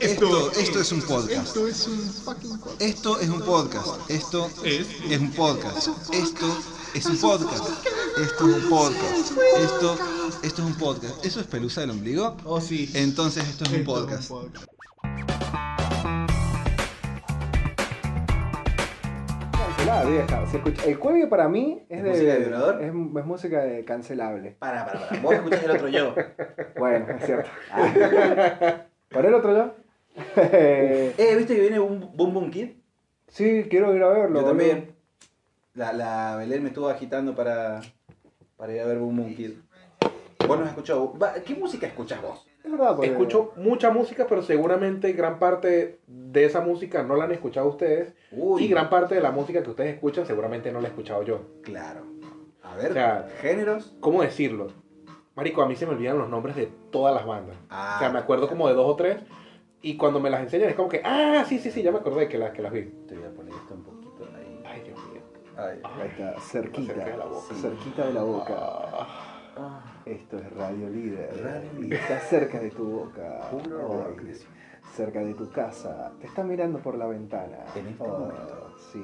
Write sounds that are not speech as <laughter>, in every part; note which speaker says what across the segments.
Speaker 1: Esto, esto es un podcast.
Speaker 2: Esto es un fucking podcast.
Speaker 1: Esto es un podcast. Esto
Speaker 3: Es.
Speaker 1: es un podcast. Esto es un podcast. Esto es un podcast. Esto, esto es un podcast. ¿Eso es pelusa del ombligo?
Speaker 3: Oh, sí.
Speaker 1: Entonces esto es un podcast.
Speaker 4: Cancelada, vieja. Se escucha- El cuello para mí es,
Speaker 5: ¿Es
Speaker 4: de.
Speaker 5: música de violador?
Speaker 4: Es, es música de cancelable.
Speaker 5: Para, para, para. Vos escuchás el otro yo.
Speaker 4: Bueno, es cierto. <laughs> ¿Poner otro yo?
Speaker 5: Eh, ¿viste que viene un Boom Boom Kid?
Speaker 4: <laughs> sí, quiero ir a verlo.
Speaker 5: Yo
Speaker 4: boludo.
Speaker 5: también. La, la Belén me estuvo agitando para, para ir a ver Boom Boom Kid. Vos no has escuchado. Va, ¿Qué música escuchás vos?
Speaker 4: Es verdad, porque-
Speaker 6: Escucho mucha música, pero seguramente gran parte de esa música no la han escuchado ustedes.
Speaker 5: Uy,
Speaker 6: Y gran parte de la música que ustedes escuchan seguramente no la he escuchado yo.
Speaker 5: claro. A ver,
Speaker 6: O sea,
Speaker 5: géneros.
Speaker 6: ¿Cómo decirlo? Marico, a mí se me olvidan los nombres de todas las bandas.
Speaker 5: Ah,
Speaker 6: O sea, me acuerdo como de dos o tres. Y cuando me las enseñan es como que, ah, sí, sí, sí, ya me acordé que las, que las vi.
Speaker 5: Te voy a poner esto un poquito ahí.
Speaker 6: Ay, Dios mío.
Speaker 5: Ahí.
Speaker 4: Ahí está, cerquita.
Speaker 6: Cerca de la boca.
Speaker 4: Cerquita de la boca.
Speaker 6: Ah,
Speaker 5: Ah,
Speaker 4: Esto es Radio Líder.
Speaker 5: Radio
Speaker 4: Y
Speaker 5: Líder.
Speaker 4: Está cerca de tu boca.
Speaker 5: Puro
Speaker 4: Ay,
Speaker 5: rock, decía.
Speaker 4: cerca de tu casa. Te está mirando por la ventana.
Speaker 5: En este
Speaker 4: Ay,
Speaker 5: momento.
Speaker 4: Sí,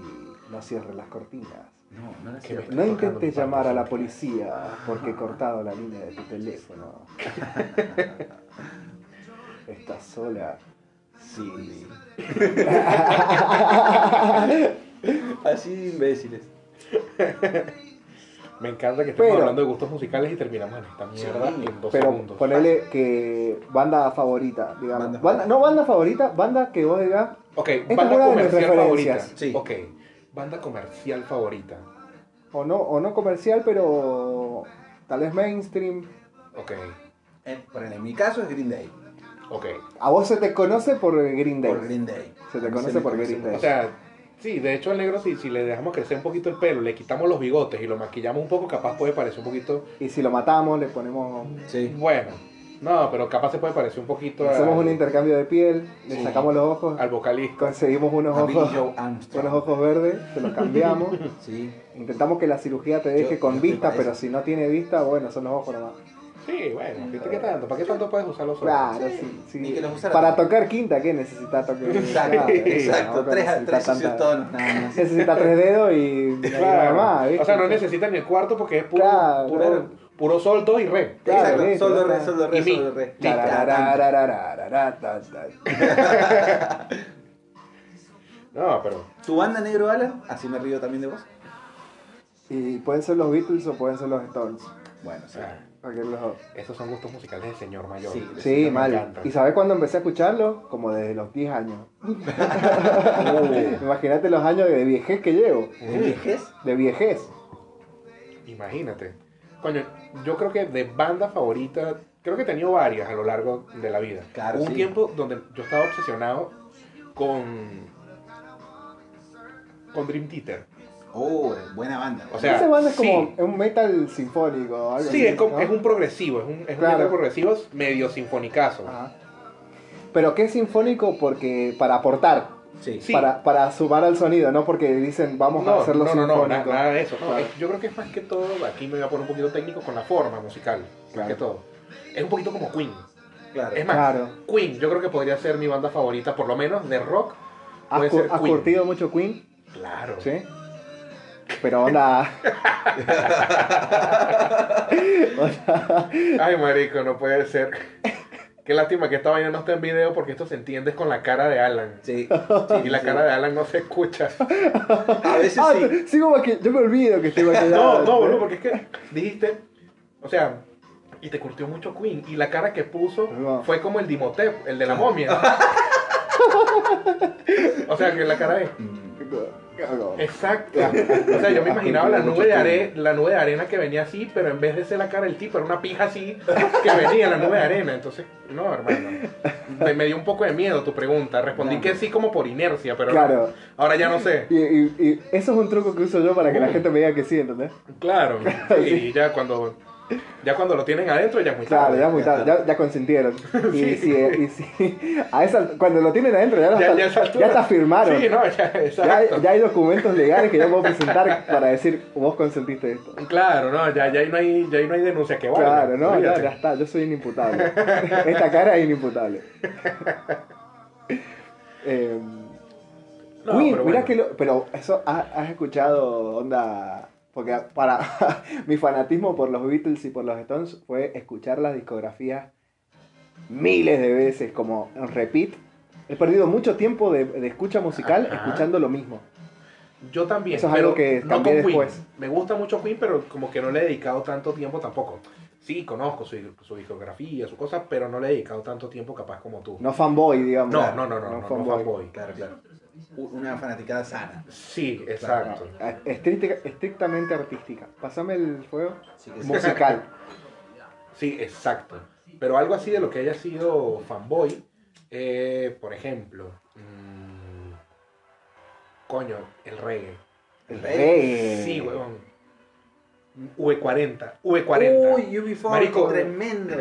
Speaker 4: no cierres las cortinas.
Speaker 5: no, no la
Speaker 6: ¿Qué me
Speaker 5: cierro.
Speaker 4: No
Speaker 6: Estoy tocando
Speaker 4: intentes
Speaker 6: mis
Speaker 4: llamar a
Speaker 6: manos.
Speaker 4: la policía porque he cortado la línea de tu teléfono. ¿Estás sola? Sí.
Speaker 5: Así imbéciles.
Speaker 6: me encanta que estemos
Speaker 4: Pero-
Speaker 6: hablando de gustos musicales y terminamos en esta mierda
Speaker 5: Sí.
Speaker 6: en dos
Speaker 4: Pero
Speaker 6: segundos.
Speaker 4: ponele que banda favorita, digamos.
Speaker 5: Banda
Speaker 4: Banda- no banda favorita, banda que vos digas.
Speaker 6: Ok,
Speaker 4: es
Speaker 6: banda
Speaker 4: una de mis
Speaker 6: comercial favorita.
Speaker 4: referencias.
Speaker 5: Sí.
Speaker 6: Ok, banda comercial favorita.
Speaker 4: O no, o no comercial, pero tal vez mainstream.
Speaker 6: Ok,
Speaker 5: Eh, por ejemplo, en mi caso es Green Day.
Speaker 6: ok.
Speaker 4: A vos se te conoce por Green Day.
Speaker 5: Por Green Day.
Speaker 4: Se te
Speaker 5: A mí
Speaker 4: conoce
Speaker 5: me
Speaker 4: por Green Day.
Speaker 6: O sea, sí, de hecho al negro si, si le dejamos crecer un poquito el pelo, le quitamos los bigotes y lo maquillamos un poco, capaz puede parecer un poquito...
Speaker 4: Y si lo matamos, le ponemos.
Speaker 5: Sí.
Speaker 6: Bueno, no, pero capaz se puede parecer un poquito al,
Speaker 4: Hacemos un intercambio de piel, le
Speaker 6: Sí.
Speaker 4: sacamos los ojos,
Speaker 6: al vocalista.
Speaker 4: conseguimos unos
Speaker 5: A Billy
Speaker 4: ojos,
Speaker 5: Joe
Speaker 4: unos
Speaker 5: Armstrong.
Speaker 4: ojos verdes, se los cambiamos.
Speaker 5: Sí.
Speaker 4: Intentamos que la cirugía te deje
Speaker 5: Yo-
Speaker 4: con
Speaker 5: yo estoy
Speaker 4: vista,
Speaker 5: para
Speaker 4: pero
Speaker 5: eso.
Speaker 4: si no tiene vista, bueno, son los ojos nomás.
Speaker 6: Sí, bueno, ¿viste qué tanto? ¿Para qué tanto puedes usar los ojos?
Speaker 4: Claro, sí, sí.
Speaker 5: Ni que los usara
Speaker 4: Para
Speaker 5: tanto.
Speaker 4: tocar quinta, ¿qué necesita tocar?
Speaker 5: Exacto,
Speaker 4: Claro,
Speaker 5: exacto.
Speaker 4: tampoco
Speaker 5: Tres,
Speaker 4: necesita
Speaker 5: tres
Speaker 4: tanta-
Speaker 5: sucios tonos nada más.
Speaker 4: Necesita tres dedos y nada
Speaker 6: Claro.
Speaker 4: más, ¿viste?
Speaker 6: o sea, no necesitan ni el cuarto porque es puro,
Speaker 4: Claro,
Speaker 6: puro,
Speaker 4: claro.
Speaker 6: puro sol, do y re.
Speaker 4: <laughs> Claro,
Speaker 5: Exacto,
Speaker 4: listo,
Speaker 5: solo
Speaker 4: ya
Speaker 5: re,
Speaker 4: está.
Speaker 5: solo re,
Speaker 6: Y mi.
Speaker 5: solo re.
Speaker 4: Tarararararararara.
Speaker 6: No, pero
Speaker 5: ¿Tu banda negro Alan? Así me río también de vos.
Speaker 4: Y pueden ser los Beatles o pueden ser los Stones.
Speaker 5: Bueno, sí.
Speaker 6: ah,
Speaker 4: Cualquier de los dos.
Speaker 6: esos son gustos musicales del señor mayor.
Speaker 5: Sí,
Speaker 4: Sí,
Speaker 6: me
Speaker 4: mal.
Speaker 6: encantan.
Speaker 4: ¿Y sabes cuándo empecé a escucharlo? Como desde los 10 años.
Speaker 6: Uh,
Speaker 4: <laughs> Imagínate los años de viejez que llevo.
Speaker 5: ¿De viejez?
Speaker 4: De viejez.
Speaker 6: Imagínate. Coño, yo creo que de banda favorita, creo que he tenido varias a lo largo de la vida.
Speaker 5: Claro,
Speaker 6: Hubo un
Speaker 5: sí.
Speaker 6: tiempo donde yo estaba obsesionado con. con Dream Theater.
Speaker 5: Oh, eh, buena banda.
Speaker 6: O sea,
Speaker 4: Ese banda es
Speaker 6: sí.
Speaker 4: como un metal sinfónico. o algo
Speaker 6: Sí,
Speaker 4: así,
Speaker 6: es, como-
Speaker 4: ¿no?
Speaker 6: es un progresivo, es un, es
Speaker 4: Claro. Ah,
Speaker 6: un metal progresivo medio sinfonicazo.
Speaker 4: Ajá. Pero que es sinfónico porque para aportar,
Speaker 5: sí.
Speaker 6: sí.
Speaker 4: para, para sumar al sonido, no porque dicen vamos
Speaker 6: no,
Speaker 4: a hacerlo
Speaker 6: no, no,
Speaker 4: sinfónico.
Speaker 6: no, na- nada de eso. no.
Speaker 4: Claro.
Speaker 6: Es- yo creo que es más que todo, aquí me voy a poner un poquito técnico con la forma musical, más
Speaker 4: Claro.
Speaker 6: que todo. Es un poquito como Queen.
Speaker 5: claro.
Speaker 6: Es más,
Speaker 4: Claro.
Speaker 6: Queen, yo creo que podría ser mi banda favorita, por lo menos de rock.
Speaker 4: ¿Has,
Speaker 6: Puede
Speaker 4: cu-
Speaker 6: ser
Speaker 4: has
Speaker 6: Queen.
Speaker 4: curtido mucho Queen?
Speaker 6: Claro.
Speaker 4: Sí.
Speaker 6: <laughs>
Speaker 4: Pero onda. onda-
Speaker 6: Ay, marico, no puede ser. Qué lástima que esta vaina no está en video porque esto se entiende es con la cara de Alan. <laughs>
Speaker 5: Sí.
Speaker 6: y la cara de Alan no se escucha.
Speaker 5: A veces
Speaker 4: Ah,
Speaker 5: sí.
Speaker 4: sigo maqui- Yo me olvido que estoy
Speaker 6: No, <laughs>
Speaker 4: maquillado.
Speaker 6: no, boludo, porque es que dijiste, o sea, y te curtió mucho Queen. Y la cara que puso
Speaker 4: No.
Speaker 6: fue como el Dimotep, el de la momia. o sea, que la cara de...
Speaker 5: Mm,
Speaker 6: Exacto. O sea,
Speaker 4: <laughs>
Speaker 6: yo me imaginaba la nube de are- la nube de arena que venía así, pero en vez de ser la cara del tipo, era una pija así que venía la nube de arena. Entonces, no, hermano. Me, me dio un poco de miedo tu pregunta. Respondí que sí como por inercia, pero
Speaker 4: Claro.
Speaker 6: ahora ya no sé.
Speaker 4: Y, y- y eso es un truco que uso yo para que la gente me diga que sí, ¿entendés? <laughs>
Speaker 6: Claro. Y ya cuando ya cuando lo tienen adentro ya es muy
Speaker 4: Claro,
Speaker 6: tarde.
Speaker 4: ya es muy tarde, ya,
Speaker 6: <laughs>
Speaker 4: ya consintieron. Y si, y si- a esa, cuando lo tienen adentro, ya, lo
Speaker 6: Ya-
Speaker 4: hasta-
Speaker 6: ya a esa altura.
Speaker 4: ya hasta firmaron.
Speaker 6: Sí, no, ya,
Speaker 4: ya,
Speaker 6: exacto.
Speaker 4: ya hay documentos legales que yo puedo presentar para decir, vos consentiste esto.
Speaker 6: Claro, no, ya, ya ahí no hay, ya ahí no hay denuncia que valga.
Speaker 4: Claro, no, ya,
Speaker 6: Olvídate. <laughs>
Speaker 4: ya está, yo soy inimputable. Esta cara es inimputable. mí,
Speaker 6: pero
Speaker 4: mira
Speaker 6: bueno.
Speaker 4: que lo- Pero eso ha- has escuchado, onda. Porque para <laughs> mi fanatismo por los Beatles y por los Stones fue escuchar las discografías miles de veces, como en repeat. He perdido mucho tiempo de, de escucha musical
Speaker 6: Ajá.
Speaker 4: escuchando lo mismo.
Speaker 6: Yo también.
Speaker 4: Eso es algo
Speaker 6: pero
Speaker 4: que cambié
Speaker 6: Queen.
Speaker 4: después.
Speaker 6: Me gusta mucho Queen, pero como que no le he dedicado tanto tiempo tampoco. Sí, conozco su, su discografía, su cosa, pero no le he dedicado tanto tiempo capaz como tú.
Speaker 4: No fanboy, digamos.
Speaker 6: no, no, no, no, no, no
Speaker 4: fanboy.
Speaker 6: fanboy.
Speaker 5: Claro, claro. U- Una fanaticada sana.
Speaker 6: Sí, exacto.
Speaker 4: Ah, estricta- estrictamente artística. Pásame el
Speaker 6: <laughs>
Speaker 4: fuego.
Speaker 5: Así que sí.
Speaker 4: Musical.
Speaker 6: Sí, exacto. Pero algo así de lo que haya sido fanboy, eh, por ejemplo, mm, coño, el reggae.
Speaker 4: El reggae.
Speaker 6: Sí, huevón. V40, V40.
Speaker 5: Uy, UB40,
Speaker 6: Marico.
Speaker 5: tremendo.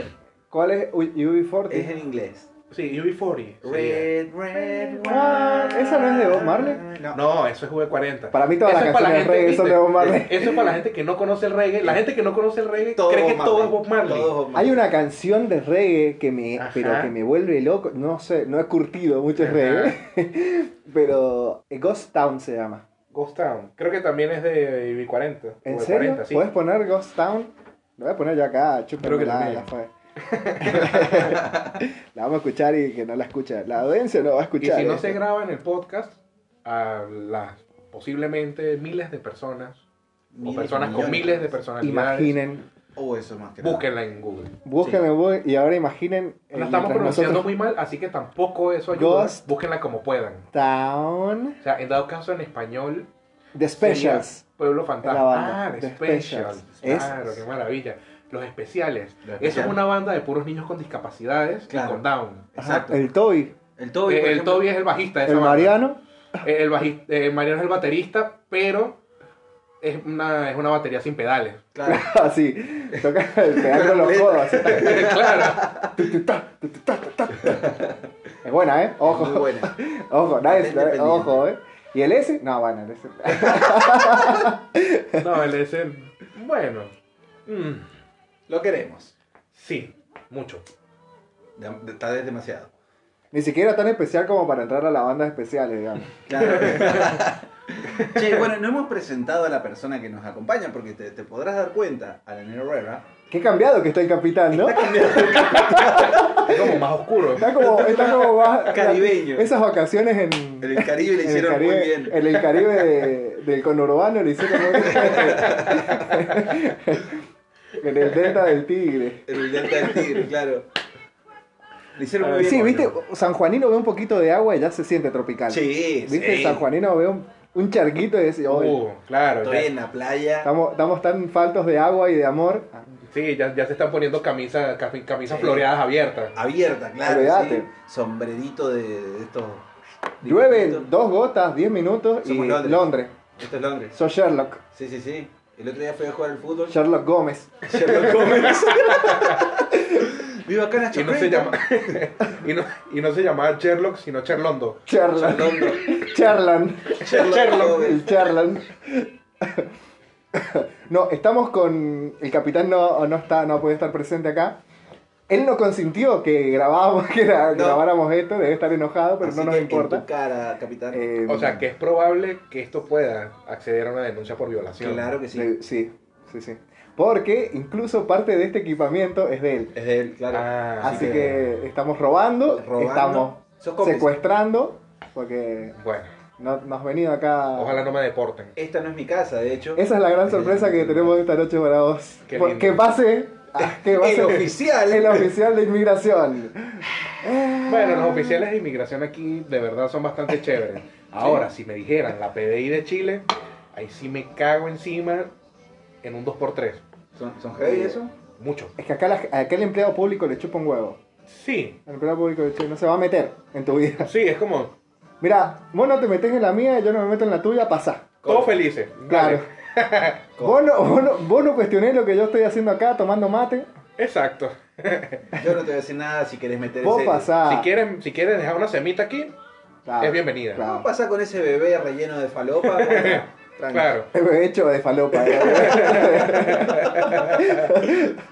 Speaker 4: ¿Cuál es U- UB40?
Speaker 5: Es en inglés.
Speaker 6: Sí, UB40. sería.
Speaker 5: Red, red,
Speaker 4: Ah,
Speaker 5: wine.
Speaker 4: ¿esa no es de Bob Marley?
Speaker 5: No.
Speaker 6: No, eso es V40.
Speaker 4: Para mí todas
Speaker 6: Eso
Speaker 4: las
Speaker 6: es para la
Speaker 4: canciones de reggae
Speaker 6: gente,
Speaker 4: son de Bob Marley.
Speaker 6: ¿viste? Eso es para la gente que no conoce el reggae. La gente que no conoce el reggae
Speaker 5: Todo
Speaker 6: cree
Speaker 5: Bob
Speaker 6: que todo
Speaker 5: Marley.
Speaker 6: es Bob Marley.
Speaker 5: Todo Bob Marley.
Speaker 4: Hay una canción de reggae que me,
Speaker 6: Ajá.
Speaker 4: pero que me vuelve loco. No sé, no he curtido mucho el
Speaker 6: Ajá.
Speaker 4: reggae, <laughs> pero eh, Ghost Town se llama.
Speaker 6: Ghost Town. Creo que también es de UB40.
Speaker 4: ¿En
Speaker 6: V40,
Speaker 4: serio?
Speaker 6: sí.
Speaker 4: ¿Puedes poner Ghost Town? Lo voy a poner yo acá,
Speaker 6: Creo
Speaker 4: chúpame
Speaker 6: que
Speaker 4: la,
Speaker 6: también.
Speaker 4: la fue. <laughs> la vamos a escuchar y que no la escucha. La audiencia no va a
Speaker 6: Y
Speaker 4: escuchar.
Speaker 6: si no
Speaker 4: esto.
Speaker 6: se graba en el podcast, a las posiblemente miles de personas
Speaker 5: Miles,
Speaker 6: o personas con
Speaker 5: millones.
Speaker 6: miles de personalidades,
Speaker 4: Imaginen,
Speaker 5: Oh, eso más que nada.
Speaker 6: búsquenla en Google.
Speaker 4: búsquenlo en Google y ahora imaginen. eh,
Speaker 6: La estamos
Speaker 4: mientras
Speaker 6: pronunciando
Speaker 4: nosotros-
Speaker 6: muy mal, así que tampoco eso ayuda.
Speaker 4: Ghost.
Speaker 6: Búsquenla como puedan.
Speaker 4: Town.
Speaker 6: O sea, en dado caso en español,
Speaker 4: The Specials.
Speaker 6: sería Pueblo
Speaker 4: La
Speaker 6: Fantasma.
Speaker 4: banda,
Speaker 6: Ah, de
Speaker 4: The
Speaker 6: Specials.
Speaker 4: Specials. Es-
Speaker 6: Claro, qué maravilla. Los especiales. Eso es
Speaker 5: Los especiales.
Speaker 6: una banda de puros niños con discapacidades
Speaker 5: Claro.
Speaker 6: y con Down.
Speaker 4: Ajá,
Speaker 5: Exacto.
Speaker 4: El Toby.
Speaker 5: El Toby.
Speaker 6: Eh,
Speaker 5: por
Speaker 6: el
Speaker 5: ejemplo.
Speaker 6: Toby es el bajista de esa
Speaker 4: El
Speaker 6: banda.
Speaker 4: Mariano. <laughs>
Speaker 6: Eh, El, baji- eh, Mariano es el baterista, pero es una, es una batería sin pedales. <laughs>
Speaker 5: Claro.
Speaker 4: Así. Ah, Toca el pedal con los codos. así.
Speaker 6: claro.
Speaker 4: Es buena, ¿eh?
Speaker 5: Ojo. Muy
Speaker 4: Ojo.
Speaker 5: buena.
Speaker 4: Ojo, nadie se
Speaker 5: Independiente.
Speaker 4: Ojo, ¿eh? ¿Y el S? No, <laughs> bueno, el S.
Speaker 6: No, él es el... Bueno. mm,
Speaker 5: Lo queremos.
Speaker 6: sí, mucho.
Speaker 5: Dem- de- Tal vez demasiado.
Speaker 4: Ni siquiera tan especial como para entrar a la banda especiales, digamos.
Speaker 5: Claro. <laughs> che, bueno, no hemos presentado a la persona que nos acompaña porque te, te podrás dar cuenta, Alan Herrera.
Speaker 4: Qué cambiado que está el capitán, ¿no?
Speaker 6: Es como más oscuro.
Speaker 4: Está como, está como más-
Speaker 5: Caribeño.
Speaker 4: Esas vacaciones en.
Speaker 5: En el Caribe
Speaker 4: en
Speaker 5: le
Speaker 4: el
Speaker 5: hicieron muy
Speaker 4: Caribe-
Speaker 5: bien.
Speaker 4: En el Caribe de- del conurbano le hicieron muy bien.
Speaker 5: <laughs>
Speaker 4: en el delta del Tigre.
Speaker 5: El Delta del Tigre, claro. Le hicieron muy
Speaker 6: Ah,
Speaker 5: bien.
Speaker 4: Sí,
Speaker 5: coño.
Speaker 4: viste, San Juanino ve un poquito de agua y ya se siente tropical.
Speaker 5: Sí,
Speaker 4: Viste,
Speaker 5: sí.
Speaker 4: San Juanino ve un, un charquito y dice, "Oye,
Speaker 6: Uh, claro.
Speaker 5: Estoy
Speaker 6: Ya,
Speaker 5: en la playa.
Speaker 4: estamos, estamos tan faltos de agua y de amor.
Speaker 5: Ah,
Speaker 6: sí, ya, ya se están poniendo camisas cami- camisas
Speaker 5: Sí. Ah,
Speaker 6: floreadas abiertas.
Speaker 5: abierta, claro.
Speaker 4: Olvídate.
Speaker 5: sí. Sombrerito de, de estos.
Speaker 4: Llueve
Speaker 5: dibujitos.
Speaker 4: dos gotas, diez minutos y
Speaker 5: Somos
Speaker 4: Londres.
Speaker 5: Londres. Esto Este es Londres.
Speaker 4: Soy Sherlock,
Speaker 5: Sí, sí, sí. El otro día fui a jugar al fútbol.
Speaker 4: Sherlock Gómez.
Speaker 5: <laughs> Sherlock Holmes.
Speaker 4: <laughs>
Speaker 5: Vivo acá en la
Speaker 6: Y no, se llama, <laughs> y, no, y no se llamaba Sherlock, sino Cherlondo.
Speaker 4: Sherlock. Sherlan. El
Speaker 5: <laughs>
Speaker 4: Sherlan. No, estamos con. El capitán no, no está, no puede estar presente acá. Él no consintió que grabáramos, que gra-
Speaker 5: No.
Speaker 4: grabáramos esto, debe estar enojado, pero no nos
Speaker 5: En
Speaker 4: importa.
Speaker 5: tu cara, capitán.
Speaker 4: Eh,
Speaker 6: O sea, que es probable que esto pueda acceder a una denuncia por violación.
Speaker 5: claro que sí.
Speaker 4: Le- Sí, sí, sí. Porque incluso parte de este equipamiento es de él.
Speaker 5: Es de él, claro.
Speaker 6: Ah,
Speaker 4: Así
Speaker 6: sí.
Speaker 4: que estamos robando,
Speaker 5: Robando.
Speaker 4: estamos
Speaker 5: Sos cómplice.
Speaker 4: secuestrando, porque
Speaker 6: Bueno,
Speaker 4: no, nos has venido acá.
Speaker 6: ojalá no me deporten.
Speaker 5: Esta no es mi casa, de hecho.
Speaker 4: Esa es la gran sorpresa que tenemos esta noche para vos.
Speaker 6: Qué
Speaker 4: Por-
Speaker 6: lindo.
Speaker 4: Que pase, ah,
Speaker 6: <laughs>
Speaker 4: que
Speaker 5: El
Speaker 4: pase
Speaker 5: oficial.
Speaker 4: el oficial de inmigración.
Speaker 6: Bueno, los oficiales de inmigración aquí de verdad son bastante chéveres. Ahora, si me dijeran la PDI de Chile, ahí sí me cago encima en un 2x3.
Speaker 5: ¿Son, son heavy eso?
Speaker 6: Mucho.
Speaker 4: Es que acá, la- acá el empleado público le chupa un huevo.
Speaker 6: Sí,
Speaker 4: El empleado público le chupa- no se va a meter en tu vida. <laughs>
Speaker 6: sí, es como
Speaker 4: Mira, vos no te metes en la mía, yo no me meto en la tuya, pasá.
Speaker 6: todos felices.
Speaker 4: Claro.
Speaker 6: Dale. <laughs>
Speaker 4: Vos no, vos, no, vos no cuestionés lo que yo estoy haciendo acá tomando mate.
Speaker 6: Exacto.
Speaker 5: Yo no te voy a decir nada si querés meter
Speaker 4: Vos
Speaker 5: ese.
Speaker 4: pasá.
Speaker 6: Si quieren, si quieren dejar una semita aquí,
Speaker 4: Claro,
Speaker 6: es bienvenida.
Speaker 4: Ah. claro.
Speaker 5: ¿Cómo pasa con ese bebé relleno de
Speaker 4: <laughs>
Speaker 5: falopa? Bueno, tranqui.
Speaker 6: Claro.
Speaker 4: pues, He hecho de falopa. ¿eh? <laughs>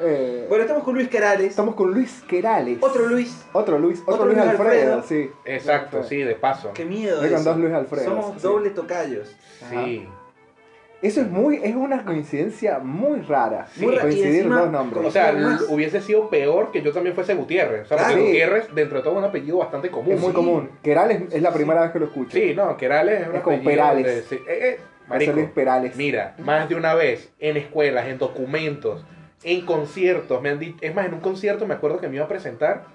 Speaker 4: Eh,
Speaker 5: Bueno, estamos con Luis Carales.
Speaker 4: estamos con Luis Querales.
Speaker 5: Otro Luis.
Speaker 4: Otro Luis. Otro,
Speaker 5: Otro
Speaker 4: Luis,
Speaker 5: Luis
Speaker 4: Alfredo,
Speaker 5: Alfredo.
Speaker 4: sí.
Speaker 6: Exacto, sí, de paso.
Speaker 5: Qué miedo.
Speaker 4: Estoy con
Speaker 5: eso.
Speaker 4: dos Luis Alfredos,
Speaker 5: Somos
Speaker 4: sí.
Speaker 5: doble tocayos.
Speaker 6: Sí.
Speaker 4: Eso es muy, es una coincidencia muy rara.
Speaker 6: Sí.
Speaker 4: Muy coincidir
Speaker 5: Y encima-
Speaker 4: dos nombres.
Speaker 6: O sea,
Speaker 5: Más.
Speaker 6: hubiese sido peor que yo también fuese Gutiérrez. O sea,
Speaker 5: Claro.
Speaker 6: porque Gutiérrez, dentro de todo, es un apellido bastante común.
Speaker 4: Es muy
Speaker 6: Sí.
Speaker 4: común. Querales es la primera vez que lo escucho.
Speaker 6: Sí, no, Querales es un
Speaker 4: Es como
Speaker 6: apellido
Speaker 4: Perales.
Speaker 6: donde se- eh, eh,
Speaker 4: Eso
Speaker 6: marico,
Speaker 4: Luis Perales.
Speaker 6: mira, más de una vez en escuelas, en documentos, en conciertos, me han dicho, es más, en un concierto me acuerdo que me iba a presentar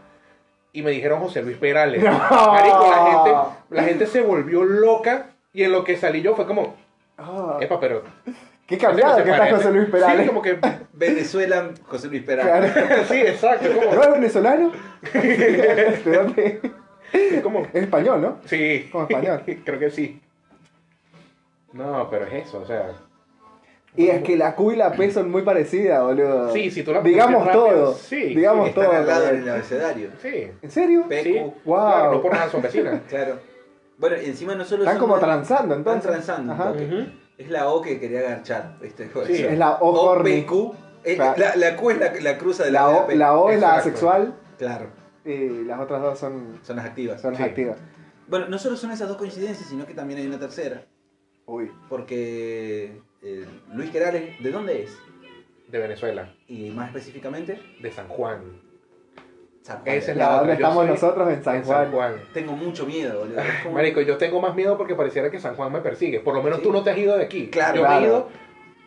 Speaker 6: y me dijeron José Luis Perales.
Speaker 4: <laughs> No.
Speaker 6: Marico, la gente, la gente se volvió loca y en lo que salí yo fue como,
Speaker 4: Ah,
Speaker 6: epa, pero...
Speaker 4: qué cambiado
Speaker 6: Eh, ¿se
Speaker 4: que está
Speaker 6: parece?
Speaker 4: José Luis Perales.
Speaker 6: Sí, como que... <laughs>
Speaker 5: Venezuela, <laughs> José Luis Perales.
Speaker 4: Claro.
Speaker 6: sí, exacto, es
Speaker 4: ¿No <laughs>
Speaker 6: como...
Speaker 4: es venezolano?
Speaker 6: <laughs>
Speaker 4: ¿De dónde?
Speaker 6: es como
Speaker 4: Es español, ¿no?
Speaker 6: Sí.
Speaker 4: Como español.
Speaker 6: <laughs> Creo que sí. No, pero es eso, o sea.
Speaker 4: Y es que la Q y la P son muy parecidas, boludo.
Speaker 6: Sí, si tú la
Speaker 4: Digamos
Speaker 6: pronuncias rápido,
Speaker 4: todo.
Speaker 6: sí.
Speaker 4: Digamos
Speaker 5: Están
Speaker 4: todo.
Speaker 5: al lado en
Speaker 4: boludo.
Speaker 5: el abecedario.
Speaker 6: Sí.
Speaker 4: ¿En serio?
Speaker 5: Pe-
Speaker 6: Sí.
Speaker 5: Wow.
Speaker 6: Claro, no por nada son
Speaker 4: <laughs>
Speaker 6: vecinas.
Speaker 5: Claro. Bueno, y encima no solo
Speaker 4: Están
Speaker 5: son
Speaker 4: como
Speaker 5: una-
Speaker 4: transando,
Speaker 5: Están
Speaker 4: entonces.
Speaker 5: transando. un
Speaker 4: Ajá.
Speaker 5: toque. Es la O que quería agarchar. ¿viste?
Speaker 6: Sí.
Speaker 4: Es la O horny.
Speaker 5: OPQ. Eh,
Speaker 4: Claro.
Speaker 5: la, la Q es la, la cruza de la,
Speaker 4: La O,
Speaker 5: P.
Speaker 4: la o es la
Speaker 6: Exacto.
Speaker 4: asexual
Speaker 5: Claro,
Speaker 4: y las otras dos son,
Speaker 5: son las activas.
Speaker 4: son las
Speaker 6: Sí.
Speaker 4: activas.
Speaker 5: Bueno, no solo son esas dos coincidencias, sino que también hay una tercera.
Speaker 4: Uy.
Speaker 5: Porque eh, Luis Querales, ¿de dónde es?
Speaker 6: De Venezuela,
Speaker 5: Y más específicamente,
Speaker 6: de San Juan.
Speaker 5: San Juan.
Speaker 6: Esa es
Speaker 4: La
Speaker 6: la otra.
Speaker 4: donde
Speaker 6: Yo
Speaker 4: estamos
Speaker 6: soy
Speaker 4: nosotros en San
Speaker 6: en
Speaker 4: Juan.
Speaker 5: Tengo mucho miedo, boludo. Es como-
Speaker 6: Marico, yo tengo más miedo porque pareciera que San Juan me persigue. Por lo menos
Speaker 5: Sí.
Speaker 6: tú no te has ido de aquí.
Speaker 5: Claro.
Speaker 6: yo
Speaker 4: Claro.
Speaker 6: me he ido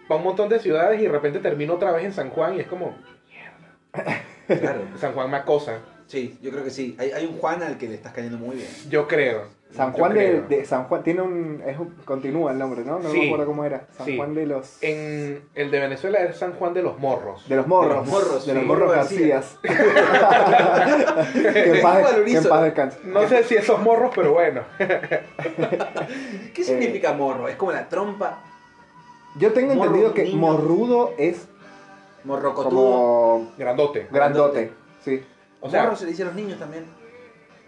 Speaker 6: para un montón de ciudades y de repente termino otra vez en San Juan y es como,
Speaker 5: Claro.
Speaker 6: San Juan me acosa.
Speaker 5: Sí, yo creo que sí. Hay, hay un Juan al que le estás cayendo muy bien.
Speaker 6: Yo creo.
Speaker 4: San
Speaker 6: yo
Speaker 4: Juan de,
Speaker 6: creo.
Speaker 4: de- San Juan tiene un, es un- continúa el nombre, ¿no? No
Speaker 6: Sí.
Speaker 4: me acuerdo cómo era. San
Speaker 6: Sí.
Speaker 4: Juan de los
Speaker 6: En el de Venezuela es San Juan de los Morros.
Speaker 4: de los morros,
Speaker 5: De los morros,
Speaker 4: de los
Speaker 5: sí.
Speaker 4: morros
Speaker 5: Morro
Speaker 4: García.
Speaker 5: García.
Speaker 4: <laughs> que, en paz,
Speaker 5: Valorizo.
Speaker 4: que en paz descanse.
Speaker 6: No sé si esos morros, pero bueno.
Speaker 4: Eh,
Speaker 5: ¿Qué significa morro? ¿Es como la trompa?
Speaker 4: Yo tengo
Speaker 5: Morro,
Speaker 4: entendido que
Speaker 5: niño.
Speaker 4: morrudo es
Speaker 5: ¿Morrocotudo?
Speaker 4: como
Speaker 6: Grandote.
Speaker 4: grandote, sí.
Speaker 6: O sea,
Speaker 5: morro se le dice a los niños también.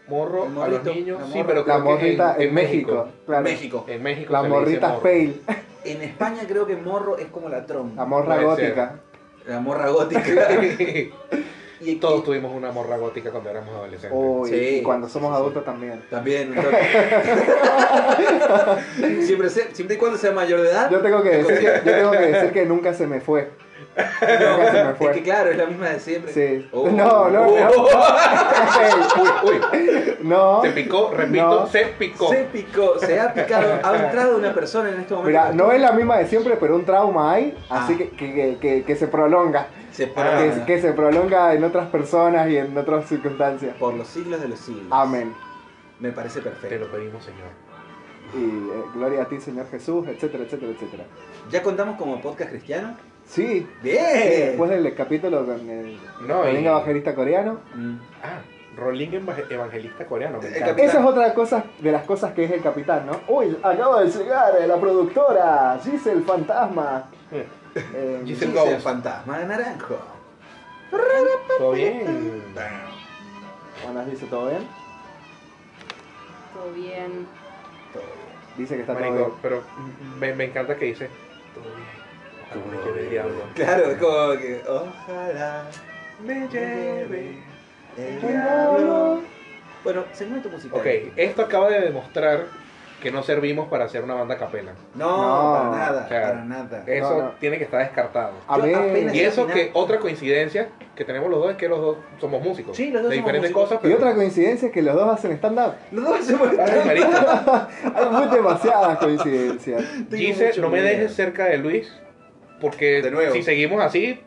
Speaker 6: morro
Speaker 5: El
Speaker 6: a los
Speaker 5: morrito,
Speaker 6: niños.
Speaker 5: la
Speaker 6: Sí,
Speaker 5: morra.
Speaker 6: pero
Speaker 4: La
Speaker 6: creo que
Speaker 4: morrita en,
Speaker 6: en,
Speaker 4: México, claro.
Speaker 5: México.
Speaker 6: En México.
Speaker 4: Las
Speaker 6: se le dice
Speaker 4: morritas
Speaker 6: morro.
Speaker 4: pale,
Speaker 5: En España creo que morro es como la trompa.
Speaker 4: la morra
Speaker 6: Puede ser.
Speaker 4: gótica.
Speaker 5: La
Speaker 4: <laughs>
Speaker 5: morra gótica. y
Speaker 6: <laughs> Todos tuvimos una morra gótica cuando éramos adolescentes.
Speaker 4: Uy,
Speaker 5: Sí,
Speaker 4: y cuando somos
Speaker 5: sí, sí.
Speaker 4: adultos también.
Speaker 5: También. un
Speaker 4: <laughs>
Speaker 5: toque. siempre, se- siempre y cuando sea mayor de edad.
Speaker 4: Yo tengo que decir que, yo tengo que decir que nunca se me fue. Nunca se me
Speaker 5: <laughs> es que
Speaker 4: fue.
Speaker 5: claro, es la misma de siempre.
Speaker 4: Sí.
Speaker 5: Oh.
Speaker 4: No, no,
Speaker 5: Oh.
Speaker 6: Uy, uy.
Speaker 4: <laughs> no.
Speaker 6: Oh. Se picó, repito,
Speaker 4: No.
Speaker 6: se picó.
Speaker 5: Se picó, se ha picado, ha entrado una persona en este momento.
Speaker 4: Mira, no es la misma de siempre, pero un trauma hay,
Speaker 5: Ah.
Speaker 4: así que, que, que- que- que se prolonga.
Speaker 5: Se paró.
Speaker 4: Ah, Que, que se prolonga en otras personas y en otras circunstancias.
Speaker 5: Por los siglos de los siglos.
Speaker 4: Amén.
Speaker 5: Me parece
Speaker 6: Te
Speaker 5: perfecto.
Speaker 6: lo pedimos, señor.
Speaker 4: Y eh, gloria a ti, Señor Jesús, etcétera, etcétera, etcétera.
Speaker 5: ¿Ya contamos como podcast cristiano?
Speaker 4: Sí,
Speaker 6: Eh.
Speaker 4: sí,
Speaker 5: ¡Bien!
Speaker 4: después del capítulo con el
Speaker 6: No,
Speaker 4: Rolling
Speaker 6: y-
Speaker 4: Evangelista Coreano.
Speaker 5: Mm.
Speaker 6: Ah, Rolling eva- Evangelista Coreano. me
Speaker 5: El
Speaker 6: encanta.
Speaker 5: capitán.
Speaker 4: Esa es otra cosa de las cosas que es el capitán, ¿no? Uy, acaba de llegar eh, la productora, Giselle Fantasma. Eh,
Speaker 6: Giselle-
Speaker 5: Dice
Speaker 6: Ghost.
Speaker 5: el fantasma de naranjo.
Speaker 6: Todo
Speaker 4: eh,
Speaker 6: bien.
Speaker 4: Buenas, dice todo bien.
Speaker 2: Todo bien.
Speaker 5: Todo bien.
Speaker 4: Dice que está todo bien.
Speaker 6: Marico, pero me, me encanta que dice. Todo bien. Ojalá me lleve el diablo.
Speaker 5: Claro, es como que. Ojalá
Speaker 6: Me lleve.
Speaker 5: el diablo. Bueno, segmento musical.
Speaker 6: Ok, esto acaba de demostrar que no servimos para hacer una banda a capela.
Speaker 5: No,
Speaker 4: No,
Speaker 5: para nada,
Speaker 6: claro.
Speaker 5: para nada.
Speaker 6: Eso
Speaker 4: No, no.
Speaker 6: tiene que estar descartado.
Speaker 4: A
Speaker 5: Yo
Speaker 4: ver,
Speaker 5: apenas-
Speaker 6: Y eso
Speaker 5: final.
Speaker 6: que otra coincidencia que tenemos los dos es que los dos somos músicos.
Speaker 5: Sí, los dos
Speaker 6: De
Speaker 5: somos
Speaker 6: diferentes
Speaker 5: músicos.
Speaker 6: cosas,
Speaker 4: Y
Speaker 6: pero...
Speaker 4: otra coincidencia es que los dos hacen stand-up. <laughs>
Speaker 5: Los dos se mueren.
Speaker 6: Ay, marico,
Speaker 4: Hay muy demasiadas coincidencias.
Speaker 5: Tengo
Speaker 6: Gise,
Speaker 5: mucho
Speaker 6: no me
Speaker 5: miedo.
Speaker 6: dejes cerca de Luis, porque
Speaker 5: De nuevo.
Speaker 6: si seguimos así,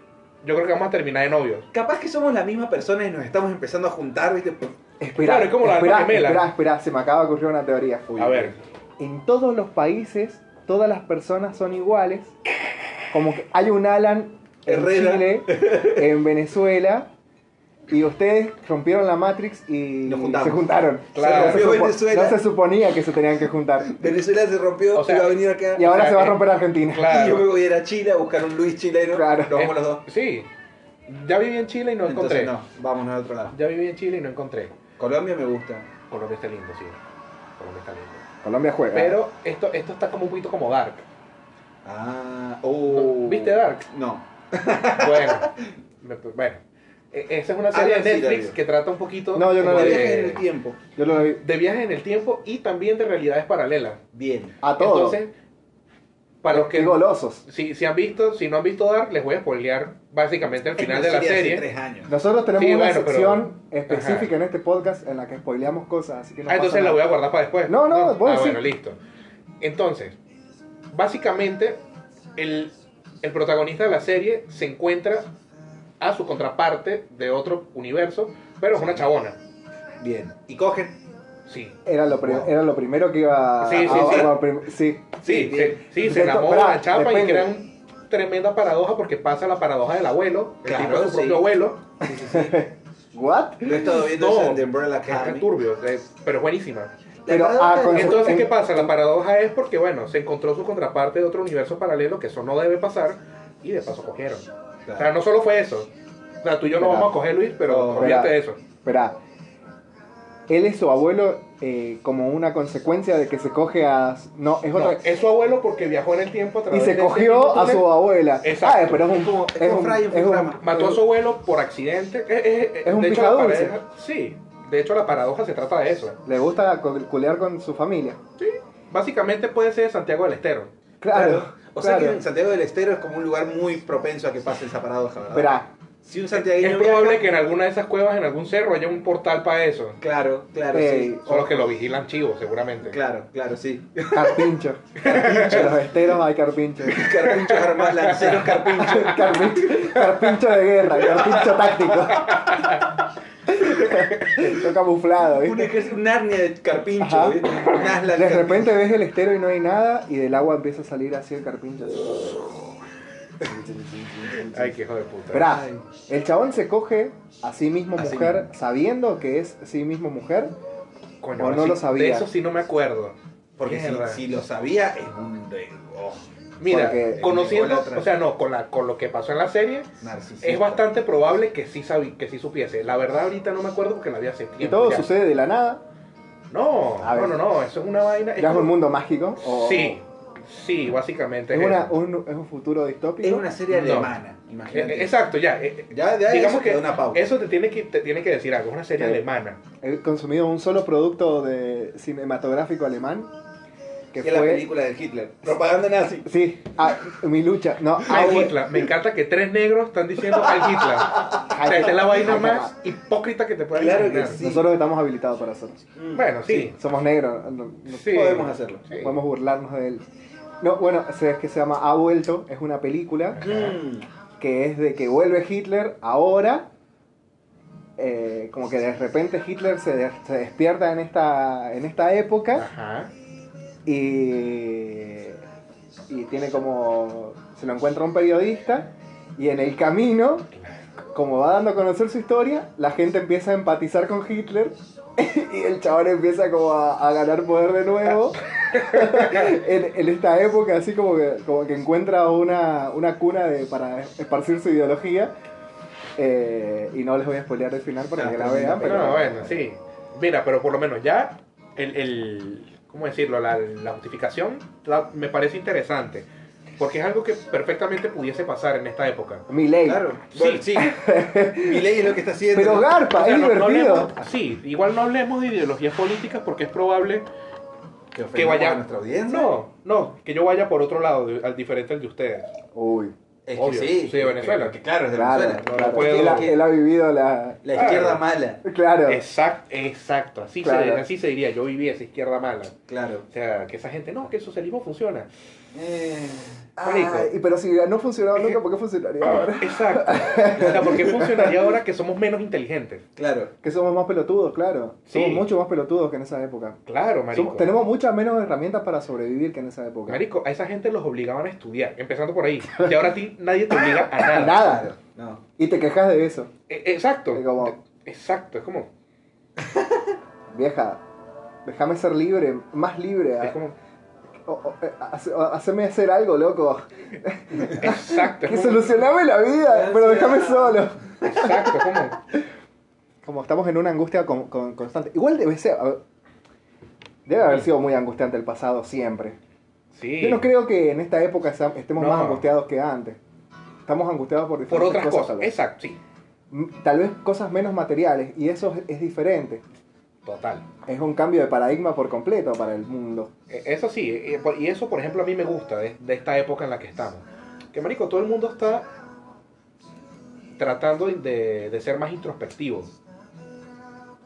Speaker 6: yo creo que vamos a terminar de novios.
Speaker 5: Capaz que somos la misma persona y nos estamos empezando a juntar, ¿viste?
Speaker 6: <laughs>
Speaker 4: Espera,
Speaker 6: Claro, es como la
Speaker 4: espera,
Speaker 6: alma gemela.
Speaker 4: espera, espera, se me acaba de ocurrir una teoría.
Speaker 6: a ver,
Speaker 4: En todos los países, todas las personas son iguales. Como que hay un Alan en
Speaker 5: Herrera.
Speaker 4: Chile, en Venezuela, y ustedes rompieron la Matrix y
Speaker 5: Nos juntamos.
Speaker 4: se juntaron.
Speaker 6: Claro.
Speaker 4: No, se
Speaker 5: Rompió
Speaker 4: supo-
Speaker 5: Venezuela.
Speaker 4: no se suponía que se tenían que juntar.
Speaker 5: Venezuela se rompió,
Speaker 6: O sea,
Speaker 5: se va a venir acá.
Speaker 4: Y ahora
Speaker 6: sea,
Speaker 4: se va a
Speaker 6: eh,
Speaker 4: romper Argentina.
Speaker 6: claro.
Speaker 5: Y yo me voy a ir a Chile a buscar un Luis chileno.
Speaker 4: Claro.
Speaker 5: Nos vamos los dos.
Speaker 6: sí, ya viví en Chile y no encontré.
Speaker 5: Entonces, no, vámonos al otro lado.
Speaker 6: Ya viví en Chile y no encontré.
Speaker 5: Colombia me gusta.
Speaker 6: Colombia está lindo, sí. Colombia está lindo.
Speaker 5: Ah.
Speaker 4: Colombia juega.
Speaker 6: Pero esto, esto está como un poquito como dark.
Speaker 5: Ah, oh.
Speaker 6: ¿Viste Dark?
Speaker 5: No.
Speaker 6: Bueno, <laughs> Me- Bueno, e- esa es una serie
Speaker 5: Ah, sí,
Speaker 6: de Netflix
Speaker 5: Darío.
Speaker 6: que trata un poquito
Speaker 4: No, yo no la
Speaker 5: De
Speaker 4: vi.
Speaker 5: viajes en el tiempo.
Speaker 4: Yo lo vi
Speaker 6: de viajes en el tiempo y también de realidades paralelas.
Speaker 5: Bien.
Speaker 4: a todos.
Speaker 6: Entonces, para los que
Speaker 4: Qué golosos.
Speaker 6: si, si han visto, si no han visto Dark, les voy a spoilear básicamente el final
Speaker 5: Una
Speaker 6: de la
Speaker 5: hace
Speaker 6: serie.
Speaker 5: tres años.
Speaker 4: Nosotros tenemos
Speaker 6: Sí,
Speaker 4: una
Speaker 6: bueno, pero-
Speaker 4: sección específica en este podcast en la que spoileamos cosas, así que
Speaker 6: ah,
Speaker 4: no pasa
Speaker 6: entonces la
Speaker 4: nada.
Speaker 6: voy a guardar para después.
Speaker 4: No, no, voy a
Speaker 6: Ah,
Speaker 4: decir-
Speaker 6: bueno, listo. Entonces, básicamente, el, el protagonista de la serie se encuentra a su contraparte de otro universo, pero es una chabona.
Speaker 5: Bien. Y cogen.
Speaker 6: Sí.
Speaker 4: Era lo, pri-
Speaker 5: Wow.
Speaker 4: era lo primero que iba a...
Speaker 6: Sí, sí,
Speaker 4: a-
Speaker 6: sí.
Speaker 4: a- prim- sí.
Speaker 6: Sí, se,
Speaker 5: Sí,
Speaker 6: sí, se
Speaker 4: Entonces,
Speaker 6: enamora
Speaker 4: espera,
Speaker 6: la chapa y
Speaker 4: depende.
Speaker 6: crean tremenda paradoja porque pasa la paradoja del abuelo, el
Speaker 5: Claro,
Speaker 6: tipo de su
Speaker 5: sí.
Speaker 6: propio abuelo.
Speaker 4: ¿What?
Speaker 5: Lo he estado viendo
Speaker 6: No.
Speaker 5: esa en The
Speaker 6: que
Speaker 5: Umbrella
Speaker 6: Es re
Speaker 5: Academy.
Speaker 6: turbio, eh, pero es buenísima.
Speaker 5: La
Speaker 4: Pero,
Speaker 5: paradoja
Speaker 4: ah,
Speaker 5: de-
Speaker 4: con-
Speaker 6: Entonces,
Speaker 4: en-
Speaker 6: ¿qué pasa? La paradoja es porque, bueno, se encontró su contraparte de otro universo paralelo, que eso no debe pasar, y de paso cogieron. O sea,
Speaker 5: Claro.
Speaker 6: no solo fue eso. O sea, tú y yo no
Speaker 4: Espera.
Speaker 6: vamos a coger, Luis, pero
Speaker 5: No,
Speaker 6: olvídate de eso.
Speaker 4: espera. Espera. Él es su abuelo eh, como una consecuencia de que se coge a... No, es
Speaker 6: No,
Speaker 4: otra...
Speaker 6: es su abuelo porque viajó en el tiempo a
Speaker 4: y
Speaker 6: través
Speaker 4: se
Speaker 6: de este
Speaker 4: cogió
Speaker 6: tipo
Speaker 4: a
Speaker 6: de-
Speaker 4: su abuela.
Speaker 6: Exacto.
Speaker 4: Ah, pero es un...
Speaker 5: como- es como
Speaker 4: un-
Speaker 5: Fry en
Speaker 4: es
Speaker 5: Futurama.
Speaker 4: un-
Speaker 6: Mató a su abuelo por accidente. Eh, eh, eh,
Speaker 4: Es un
Speaker 6: de hecho, la
Speaker 4: picadulce.
Speaker 6: pareja- Sí, de hecho la paradoja se trata de eso.
Speaker 4: Le gusta cu- culear con su familia.
Speaker 6: Básicamente puede ser Santiago del Estero.
Speaker 4: Claro.
Speaker 5: O sea
Speaker 4: claro.
Speaker 5: que Santiago del Estero es como un lugar muy propenso a que pase esa paradoja,
Speaker 6: <laughs>
Speaker 5: ¿verdad?
Speaker 4: Verá,
Speaker 5: Si un
Speaker 6: Es
Speaker 5: santiagueño
Speaker 6: probable
Speaker 5: viaja-
Speaker 6: que en alguna de esas cuevas, en algún cerro, haya un portal para eso.
Speaker 5: Claro, claro,
Speaker 4: Ey.
Speaker 5: sí.
Speaker 6: Solo que lo vigilan chivos, seguramente.
Speaker 5: Claro, claro, sí. <laughs>
Speaker 4: carpincho. En los esteros hay carpincho.
Speaker 5: Carpinchos armados, lanceros carpinchos.
Speaker 4: Carpincho, carpincho de guerra, carpincho <laughs> táctico. Todo camuflado,
Speaker 5: Un
Speaker 4: ¿viste?
Speaker 5: ejército, un Narnia de
Speaker 4: Ajá.
Speaker 5: carpincho, ¿eh? Un Aslan
Speaker 4: De
Speaker 5: carpincho.
Speaker 4: repente ves el estero y no hay nada y del agua empieza a salir así el carpincho.
Speaker 6: Ay, qué hijo de puta.
Speaker 4: Verá, el chabón se coge a sí mismo
Speaker 5: A sí
Speaker 4: mujer sabiendo que es sí mismo mujer.
Speaker 6: Coño,
Speaker 4: o
Speaker 6: ahora
Speaker 4: no
Speaker 6: sí,
Speaker 4: lo sabía.
Speaker 6: De eso sí no me acuerdo.
Speaker 5: Porque si,
Speaker 6: Mierda.
Speaker 5: si lo sabía, es un de- oh,
Speaker 6: Mira,
Speaker 4: Porque-
Speaker 6: conociendo,
Speaker 5: Ególatra.
Speaker 6: o sea, no, con, la, con lo que pasó en la serie,
Speaker 5: narcisista.
Speaker 6: es bastante probable que sí, sabí, que sí supiese. La verdad, ahorita no me acuerdo porque la vi hace tiempo.
Speaker 4: Y todo
Speaker 6: ya.
Speaker 4: sucede de la nada.
Speaker 6: No,
Speaker 4: A
Speaker 6: no,
Speaker 4: ver.
Speaker 6: no, no, eso es una vaina.
Speaker 4: Ya es un mundo mágico. o-
Speaker 6: Sí, sí, básicamente.
Speaker 4: Es,
Speaker 6: es
Speaker 4: una-
Speaker 6: eso.
Speaker 4: un, es un futuro distópico.
Speaker 5: Es una serie
Speaker 6: No.
Speaker 5: alemana, imagínate.
Speaker 6: Eh, eh, Exacto, ya. eh, eh,
Speaker 5: Ya, ya
Speaker 6: digamos
Speaker 5: eso te
Speaker 6: que
Speaker 5: da una pauta.
Speaker 6: eso te tiene que, te tiene que decir algo. Es una serie
Speaker 4: Sí.
Speaker 6: alemana.
Speaker 4: He consumido un solo producto de cinematográfico alemán. Que
Speaker 5: que es la
Speaker 4: fue
Speaker 5: película de Hitler. Propaganda nazi.
Speaker 4: Sí, ah, mi lucha.
Speaker 6: <laughs>
Speaker 4: No, ah,
Speaker 6: Al
Speaker 4: bueno,
Speaker 6: Hitler. Me encanta que tres negros están diciendo al Hitler. O sea, esta es la vaina
Speaker 4: Al
Speaker 6: más
Speaker 4: Hitler.
Speaker 6: hipócrita que te puedas
Speaker 5: Claro que
Speaker 6: imaginar.
Speaker 5: sí.
Speaker 4: Nosotros estamos habilitados para hacerlo.
Speaker 6: Bueno, sí.
Speaker 4: Somos negros, no, no
Speaker 6: Mm. Sí.
Speaker 5: Podemos hacerlo.
Speaker 6: Sí.
Speaker 4: podemos burlarnos de él. No, bueno, se- es que se llama Ha vuelto, es una película
Speaker 5: Mm.
Speaker 4: que es de que vuelve Hitler ahora. eh, como que de repente Hitler se, de- se despierta en esta, en esta época
Speaker 6: Ajá.
Speaker 4: y, y tiene como. Se lo encuentra un periodista y en el camino como va dando a conocer su historia, la gente empieza a empatizar con Hitler <laughs> y el chabón empieza como a, a ganar poder de nuevo. <laughs> en, en esta época, así como que, como que encuentra una, una cuna de, para esparcir su ideología. Eh, y no les voy a spoilear el final para
Speaker 5: Ah,
Speaker 4: que la
Speaker 5: tremenda
Speaker 4: vean, pero
Speaker 6: Pero bueno, sí. Mira, pero por lo menos ya el, el ¿cómo decirlo? La, la justificación la- me parece interesante. Porque es algo que perfectamente pudiese pasar en esta época.
Speaker 4: mi ley.
Speaker 5: Claro.
Speaker 6: Sí.
Speaker 5: Bueno, sí. Mi ley es lo que está haciendo.
Speaker 4: Pero garpa,
Speaker 6: O sea,
Speaker 4: es
Speaker 6: no- no
Speaker 4: divertido.
Speaker 6: hablemos- sí, igual no hablemos de ideologías políticas porque es probable que
Speaker 5: que, ofendamos
Speaker 6: vaya...
Speaker 5: a nuestra audiencia.
Speaker 6: No, no, que yo vaya por otro lado, de- al diferente al de ustedes.
Speaker 4: Uy,
Speaker 5: Es
Speaker 6: Obvio,
Speaker 5: que sí.
Speaker 6: soy de Venezuela.
Speaker 5: Que, que claro, es de
Speaker 4: claro,
Speaker 5: Venezuela.
Speaker 6: no
Speaker 4: claro.
Speaker 6: puedo.
Speaker 4: Él, ha, él ha vivido la...
Speaker 5: La izquierda
Speaker 6: Claro.
Speaker 5: mala.
Speaker 4: Claro,
Speaker 6: Exacto, exacto. Así, se,
Speaker 4: Claro.
Speaker 6: así se diría, yo viví esa izquierda mala.
Speaker 5: Claro.
Speaker 6: O sea, que esa gente, no, que el socialismo funciona.
Speaker 5: Eh,
Speaker 6: marico.
Speaker 4: Ay, pero si no funcionaba nunca, ¿por qué funcionaría
Speaker 6: <laughs>
Speaker 4: ahora?
Speaker 6: Exacto. O sea, porque funcionaría ahora que somos menos inteligentes.
Speaker 5: claro.
Speaker 4: Que somos más pelotudos, claro.
Speaker 6: Sí.
Speaker 4: Somos mucho más pelotudos que en esa época.
Speaker 6: Claro, marico.
Speaker 4: Somos- tenemos muchas menos herramientas para sobrevivir que en esa época.
Speaker 6: Marico, a esa gente los obligaban a estudiar, empezando por ahí. Y ahora a ti nadie te obliga
Speaker 4: <laughs>
Speaker 6: a nada.
Speaker 4: Nada.
Speaker 5: Claro. No.
Speaker 4: Y te quejas de eso.
Speaker 6: E- exacto.
Speaker 4: Es como-
Speaker 6: Exacto, es como,
Speaker 4: Vieja, déjame ser libre, más libre.
Speaker 6: es
Speaker 4: a-
Speaker 6: como.
Speaker 4: o- o- eh, hace- o- Haceme hacer algo, loco.
Speaker 6: Exacto.
Speaker 4: <laughs> Que
Speaker 6: Es como,
Speaker 4: solucioname la
Speaker 6: <laughs>
Speaker 4: vida, pero déjame solo.
Speaker 6: exacto, es como.
Speaker 4: Como estamos en una angustia con- con- constante. Igual debe ser. a ver, Debe haber sido muy angustiante el pasado siempre.
Speaker 6: Sí.
Speaker 4: Yo no creo que en esta época sea- estemos más
Speaker 6: No.
Speaker 4: angustiados que antes. estamos angustiados por
Speaker 6: Por
Speaker 4: diferentes
Speaker 6: otras cosas.
Speaker 4: tal vez.
Speaker 6: Exacto, sí.
Speaker 4: M- Tal vez cosas menos materiales y eso es- es diferente.
Speaker 6: Total.
Speaker 4: Es un cambio de paradigma por completo para el mundo.
Speaker 6: Eh, Eso sí, eh, por- y eso por ejemplo a mí me gusta de, de esta época en la que estamos. Que marico, todo el mundo está tratando de, de ser más introspectivo.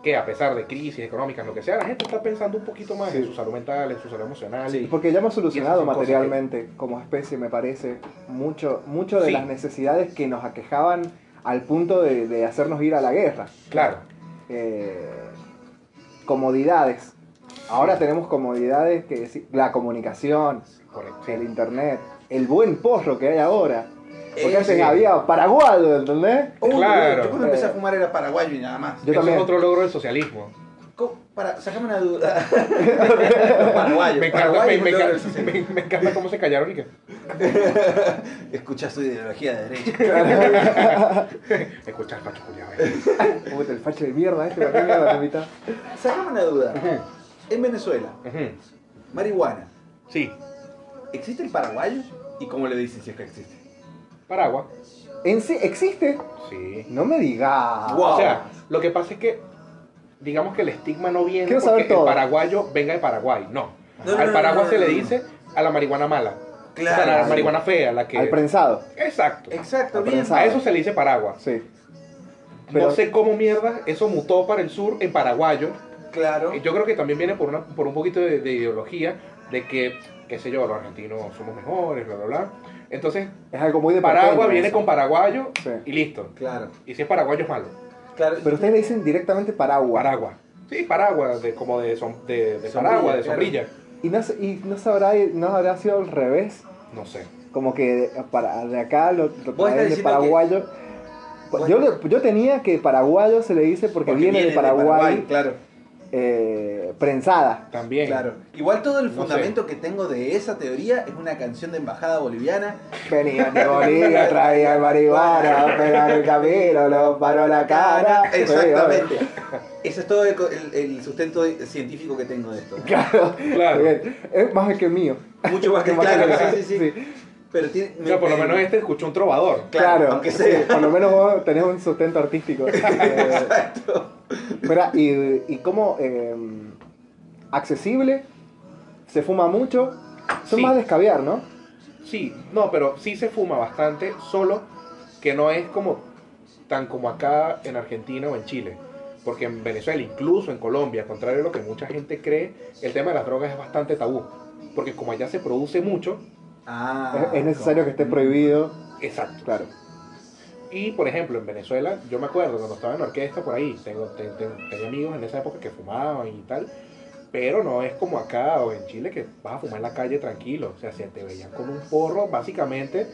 Speaker 6: Que a pesar de crisis económicas, lo que sea, la gente está pensando un poquito más en
Speaker 4: Sí.
Speaker 6: su salud mental, en su salud emocional.
Speaker 5: Sí.
Speaker 4: Porque ya hemos
Speaker 6: Y
Speaker 4: solucionado
Speaker 6: esas son cosas
Speaker 4: materialmente como especie, me parece, mucho, mucho de
Speaker 6: Sí.
Speaker 4: las necesidades que nos aquejaban al punto de, de hacernos ir a la guerra.
Speaker 6: Claro,
Speaker 4: Eh, comodidades. Ahora tenemos comodidades que deci- la comunicación,
Speaker 6: correcto.
Speaker 4: el internet, el buen porro que hay ahora. Porque
Speaker 5: Eh,
Speaker 4: antes
Speaker 5: sí.
Speaker 4: había paraguado, ¿entendés? <laughs>
Speaker 5: Oh, boludo,
Speaker 6: Claro.
Speaker 5: Yo cuando empecé a fumar era paraguayo y nada más.
Speaker 4: Yo
Speaker 6: Eso
Speaker 4: también.
Speaker 6: es otro logro del socialismo.
Speaker 5: Co- Para, sacame una duda. <laughs> Los paraguayos.
Speaker 6: Me encanta,
Speaker 5: paraguayos
Speaker 6: me, me enca-
Speaker 5: fue el logro del socialismo.
Speaker 6: <laughs> me- me encanta cómo se callaron y que.
Speaker 5: Escucha su ideología
Speaker 4: <laughs>
Speaker 5: de derecha.
Speaker 6: Escuchar Pacho eh". Julián.
Speaker 5: <laughs>
Speaker 4: Puta, el facho de mierda este, ¿para qué mierda me invita?
Speaker 5: Sacame una duda. En Venezuela, marihuana,
Speaker 6: Sí,
Speaker 5: ¿existe el paraguayo? ¿Y cómo le dicen si es que existe?
Speaker 6: Paraguay.
Speaker 4: ¿En sí existe?
Speaker 6: Sí.
Speaker 4: No me digas.
Speaker 5: Wow.
Speaker 6: O sea, lo que pasa es que, digamos que el estigma no viene
Speaker 4: Quiero
Speaker 6: porque
Speaker 4: saber todo.
Speaker 6: el paraguayo venga de Paraguay. No.
Speaker 5: No, no,
Speaker 6: al
Speaker 5: no,
Speaker 6: Paraguay
Speaker 5: no,
Speaker 6: se
Speaker 5: no,
Speaker 6: le
Speaker 5: no.
Speaker 6: dice a la marihuana mala.
Speaker 5: Claro.
Speaker 6: O sea, la marihuana fea, la que.
Speaker 4: Al prensado.
Speaker 6: Exacto.
Speaker 5: Exacto,
Speaker 4: Al
Speaker 5: bien.
Speaker 4: prensado.
Speaker 6: A eso se le dice Paraguay.
Speaker 4: Sí.
Speaker 6: no
Speaker 4: Pero-
Speaker 6: sé cómo mierda eso mutó para el sur en paraguayo.
Speaker 5: Claro.
Speaker 6: Yo creo que también viene por, una, por un poquito de, de ideología de que, qué sé yo, los argentinos somos mejores, bla, bla, bla. Entonces,
Speaker 4: Es algo muy de
Speaker 6: Paraguay
Speaker 4: porteño
Speaker 6: viene
Speaker 4: eso.
Speaker 6: con paraguayo
Speaker 4: Sí.
Speaker 6: y listo.
Speaker 5: Claro.
Speaker 6: Y si es paraguayo es malo.
Speaker 5: Claro.
Speaker 4: Pero ustedes le dicen directamente Paraguay.
Speaker 6: Paraguas. Sí, paraguas, de, como de, som- de, de
Speaker 5: Sombrilla,
Speaker 6: paraguas, de
Speaker 5: claro.
Speaker 6: sombrilla.
Speaker 4: Y no, se- y no sabrá, no habrá sido al revés.
Speaker 6: No sé.
Speaker 4: Como que de, para, de acá lo, lo
Speaker 5: Vos estás
Speaker 4: traen de
Speaker 5: diciendo
Speaker 4: paraguayo.
Speaker 5: Vos-
Speaker 4: Yo, le- yo tenía que paraguayo se le dice porque, viene, de Paraguay,
Speaker 5: claro,
Speaker 4: eh, prensada.
Speaker 6: También.
Speaker 5: claro. Igual todo el
Speaker 6: No
Speaker 5: fundamento que tengo de esa teoría es una canción de embajada boliviana.
Speaker 4: Venía de Bolivia, traía el marihuana, pero el camino lo paró la cara.
Speaker 5: Exactamente. Ese es todo el, co- el- el sustento científico que tengo de
Speaker 4: <laughs>
Speaker 5: esto.
Speaker 4: Claro,
Speaker 6: Claro.
Speaker 4: bien. Es más que el mío.
Speaker 5: Mucho más que
Speaker 4: Es más que
Speaker 5: claro,
Speaker 4: el
Speaker 5: sí,
Speaker 4: mío.
Speaker 5: sí, sí. Pero tiene,
Speaker 6: O sea, por lo
Speaker 5: me-
Speaker 6: menos este escuchó un trovador.
Speaker 5: Claro,
Speaker 4: Claro,
Speaker 5: aunque sea.
Speaker 4: sí, por lo menos vos tenés un sustento
Speaker 5: <laughs>
Speaker 4: artístico. Eh,
Speaker 5: Exacto.
Speaker 4: Mira, y, y como eh, accesible, se fuma mucho, son
Speaker 6: Sí.
Speaker 4: más descaviar, ¿no?
Speaker 6: Sí, no, pero sí se fuma bastante, solo que no es como tan como acá en Argentina o en Chile. Porque en Venezuela, incluso en Colombia, contrario a lo que mucha gente cree, el tema de las drogas es bastante tabú. Porque como allá se produce mucho,
Speaker 5: Ah,
Speaker 4: Es- es, necesario que esté prohibido,
Speaker 6: exacto.
Speaker 4: claro.
Speaker 6: Y por ejemplo, en Venezuela, yo me acuerdo cuando estaba en orquesta por ahí, tengo, te- te- tenía amigos en esa época que fumaban y tal, pero no es como acá o en Chile que vas a fumar en la calle tranquilo. O sea, si te veían con un porro, básicamente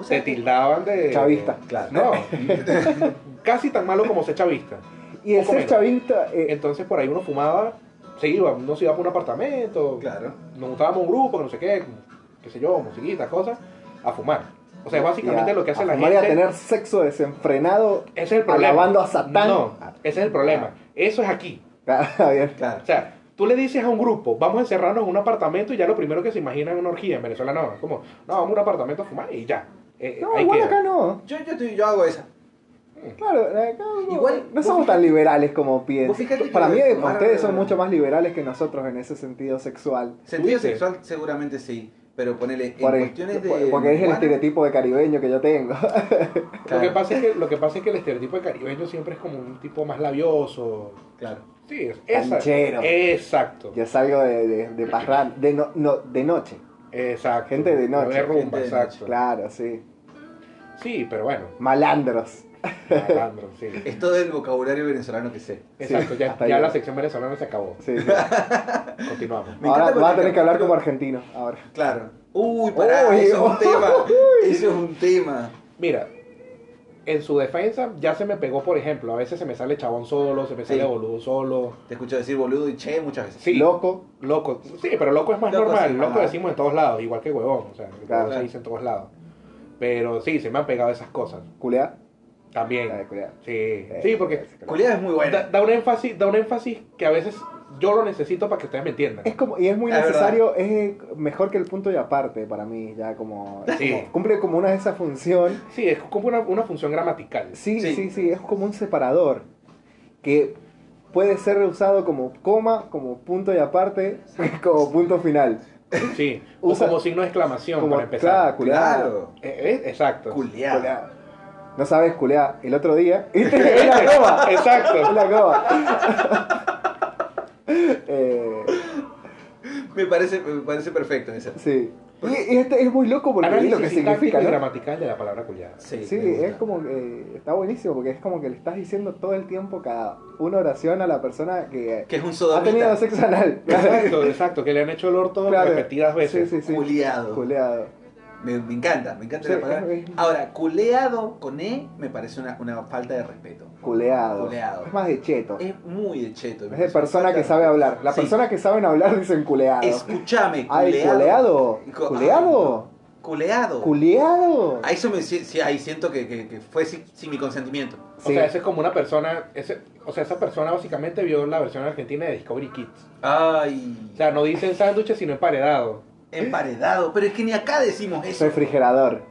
Speaker 5: O sea,
Speaker 6: te tildaban de.
Speaker 4: Chavista.
Speaker 5: Claro.
Speaker 4: <laughs>
Speaker 6: No, casi tan malo como ser chavista.
Speaker 4: Y el
Speaker 6: Poco
Speaker 4: ser
Speaker 6: menos.
Speaker 4: chavista, eh,
Speaker 6: Entonces por ahí uno fumaba, se iba, uno se iba por un apartamento,
Speaker 5: Claro.
Speaker 6: nos juntábamos un grupo, que no sé qué, qué sé yo, musiquita, cosas, a fumar. O sea, básicamente
Speaker 4: y a-
Speaker 6: lo que hace
Speaker 4: a
Speaker 6: la
Speaker 4: fumar
Speaker 6: gente.
Speaker 4: y a tener sexo desenfrenado, <laughs>
Speaker 6: Ese es el problema.
Speaker 4: Alabando a Satán.
Speaker 6: No, ese es el problema. Eso es aquí.
Speaker 4: Ah, bien.
Speaker 5: Claro.
Speaker 6: O sea, tú le dices a un grupo, vamos a encerrarnos en un apartamento y ya lo primero que se imagina es una orgía. En Venezuela no, es como, no, vamos a un apartamento a fumar y ya. Eh,
Speaker 4: No,
Speaker 6: ahí
Speaker 4: igual
Speaker 6: queda.
Speaker 4: acá no.
Speaker 5: Yo, yo, estoy- yo hago esa.
Speaker 4: Claro, acá no,
Speaker 5: Igual,
Speaker 4: no
Speaker 5: vos
Speaker 4: somos
Speaker 5: fijate-
Speaker 4: tan liberales como
Speaker 5: vos fijate
Speaker 4: piensan.
Speaker 5: que
Speaker 4: Para
Speaker 5: lo
Speaker 4: mí,
Speaker 5: de
Speaker 4: eh,
Speaker 5: fumar-
Speaker 4: ustedes son mucho más liberales que nosotros en ese sentido sexual.
Speaker 5: Sentido
Speaker 6: ¿Viste?
Speaker 5: sexual seguramente sí, pero ponele en
Speaker 4: Por el-
Speaker 5: cuestiones de
Speaker 4: por- porque es el
Speaker 5: marihuana,
Speaker 4: estereotipo de caribeño que yo tengo.
Speaker 5: claro,
Speaker 6: Lo, que pasa es que, lo que pasa es que el estereotipo de caribeño siempre es como un tipo más labioso.
Speaker 5: claro.
Speaker 6: Sí, es- esa-
Speaker 4: <laughs> Canchero.
Speaker 5: Eh.
Speaker 6: Exacto.
Speaker 4: Yo salgo de, de, de parran- de, no- no- de noche.
Speaker 6: Exacto.
Speaker 4: Gente de noche,
Speaker 6: De rumba,
Speaker 5: gente de
Speaker 6: exacto.
Speaker 4: Claro, sí.
Speaker 6: Sí, pero
Speaker 4: <laughs>
Speaker 6: bueno.
Speaker 4: Malandros.
Speaker 6: malandro, sí.
Speaker 5: Es todo el vocabulario venezolano que sé.
Speaker 6: Exacto, ya,
Speaker 4: hasta
Speaker 6: ya
Speaker 4: ahí.
Speaker 6: la sección venezolana se acabó.
Speaker 4: Sí, sí.
Speaker 6: Continuamos.
Speaker 5: <laughs> Me
Speaker 4: Ahora
Speaker 5: encanta porque
Speaker 4: vas a tener que hablar
Speaker 5: creo-
Speaker 4: como argentino. Ahora.
Speaker 5: Claro. Uy, pará,
Speaker 4: Uy,
Speaker 5: eso
Speaker 4: <laughs>
Speaker 5: es un
Speaker 4: uy.
Speaker 5: tema. Eso es un tema.
Speaker 6: Mira, en su defensa ya se me pegó, por ejemplo, a veces se me sale chabón solo, se me
Speaker 5: Sí.
Speaker 6: sale boludo solo.
Speaker 5: Te escucho decir boludo y che muchas veces.
Speaker 6: Sí,
Speaker 4: Loco.
Speaker 6: loco. Sí, pero loco es más
Speaker 5: Loco
Speaker 6: normal,
Speaker 5: sí,
Speaker 6: loco
Speaker 5: ajá.
Speaker 6: decimos en todos lados, igual que huevón, o sea, el
Speaker 4: Claro.
Speaker 6: huevón se dice en todos lados. Pero sí, se me han pegado esas cosas
Speaker 4: Culear.
Speaker 6: también.
Speaker 4: Ah, culear.
Speaker 6: Sí,
Speaker 4: Eh,
Speaker 6: sí, porque
Speaker 5: Culeada es muy
Speaker 6: da,
Speaker 5: buena.
Speaker 6: da un énfasis, da un énfasis que a veces yo lo necesito para que ustedes me entiendan.
Speaker 4: Es como, y es muy
Speaker 5: Es
Speaker 4: necesario, es eh, mejor que el punto y aparte para mí, ya como, es
Speaker 6: Sí.
Speaker 4: como- cumple como una de esas función.
Speaker 6: Sí, es como una, una función gramatical.
Speaker 4: Sí, sí,
Speaker 5: Sí.
Speaker 4: sí, es como un separador que puede ser usado como coma, como punto y aparte, <laughs> como punto final.
Speaker 6: Sí. O
Speaker 4: Usa-
Speaker 6: como signo de exclamación
Speaker 4: Como
Speaker 6: para empezar.
Speaker 5: Claro.
Speaker 6: Eh, eh, exacto. <laughs>
Speaker 5: <laughs> Culeado.
Speaker 4: No sabes culear el otro día. <laughs>
Speaker 6: <laughs>
Speaker 4: es la coma. Es
Speaker 6: Exacto.
Speaker 4: la coma. <laughs> Eh,
Speaker 5: Me parece, me parece perfecto esa.
Speaker 4: sí. Y, y este es muy loco porque es
Speaker 6: Análisis
Speaker 4: lo que significa,
Speaker 6: sintáctico y
Speaker 4: ¿no?
Speaker 6: gramatical de la palabra culiada.
Speaker 5: Sí,
Speaker 4: Sí,
Speaker 5: me gusta.
Speaker 4: es como que está buenísimo porque es como que le estás diciendo todo el tiempo cada una oración a la persona que,
Speaker 5: Que es un
Speaker 4: ha tenido
Speaker 5: sodomita.
Speaker 6: <laughs>
Speaker 4: sexo anal.
Speaker 6: <laughs> Exacto, exacto, que le han hecho el orto
Speaker 4: Claro.
Speaker 6: repetidas veces.
Speaker 4: Sí, sí, sí.
Speaker 5: Culeado.
Speaker 4: Culeado.
Speaker 5: Me, me encanta, me encanta
Speaker 4: Sí,
Speaker 5: la palabra.
Speaker 4: es- es-
Speaker 5: Ahora, culeado con E me parece una, una falta de respeto.
Speaker 4: Culeado.
Speaker 5: Culeado.
Speaker 4: Es más de cheto. Es,
Speaker 5: Es muy de cheto.
Speaker 4: de
Speaker 5: me parece una
Speaker 4: persona
Speaker 5: falta
Speaker 4: que sabe hablar. Las
Speaker 5: Sí.
Speaker 4: personas que saben hablar dicen culeado.
Speaker 5: Escúchame,
Speaker 4: Ah, el
Speaker 5: culeado.
Speaker 4: culeado.
Speaker 5: Y
Speaker 6: ah,
Speaker 5: co-
Speaker 4: Culeado.
Speaker 5: Culeado.
Speaker 4: Culeado.
Speaker 5: A eso me si- si- ahí siento que, que- que fue sin, sin mi consentimiento.
Speaker 6: O sea, ese es como una persona, ese, o sea, esa persona básicamente vio la versión argentina de Discovery Kids.
Speaker 5: Ay.
Speaker 6: O sea, no dicen sándwiches, sino emparedado.
Speaker 5: Emparedado. Pero es que ni acá decimos eso.
Speaker 4: Refrigerador.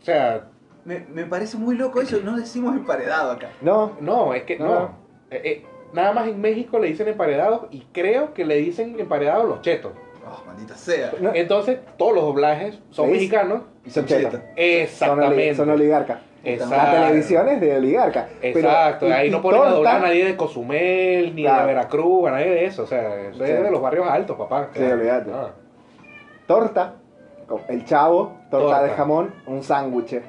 Speaker 6: O sea,
Speaker 5: Me, me parece muy loco eso. No decimos emparedado acá.
Speaker 4: No.
Speaker 6: no, es que no.
Speaker 4: No.
Speaker 6: Eh, eh, nada más en México le dicen emparedados y creo que le dicen emparedados los chetos.
Speaker 5: Oh, maldita sea.
Speaker 4: no.
Speaker 6: Entonces, todos los doblajes son
Speaker 4: ¿Veis?
Speaker 6: mexicanos.
Speaker 5: Y son
Speaker 4: Cheto.
Speaker 5: chetos.
Speaker 4: Son, oli-
Speaker 6: Exactamente.
Speaker 4: son oligarcas.
Speaker 6: Exacto.
Speaker 4: La televisión es de oligarca. Pero-
Speaker 6: Exacto,
Speaker 4: y-
Speaker 6: ahí
Speaker 4: y
Speaker 6: no ponen a
Speaker 4: todo
Speaker 6: doblar a
Speaker 4: está-
Speaker 6: nadie de Cozumel, ni
Speaker 4: Claro.
Speaker 6: de Veracruz, a nadie de eso. O sea, eso
Speaker 4: Sí.
Speaker 6: es de los barrios altos, papá.
Speaker 4: Sí, olvídate.
Speaker 6: Ah.
Speaker 4: torta, con el chavo, torta,
Speaker 6: Torta.
Speaker 4: de jamón, un sándwich. Y vos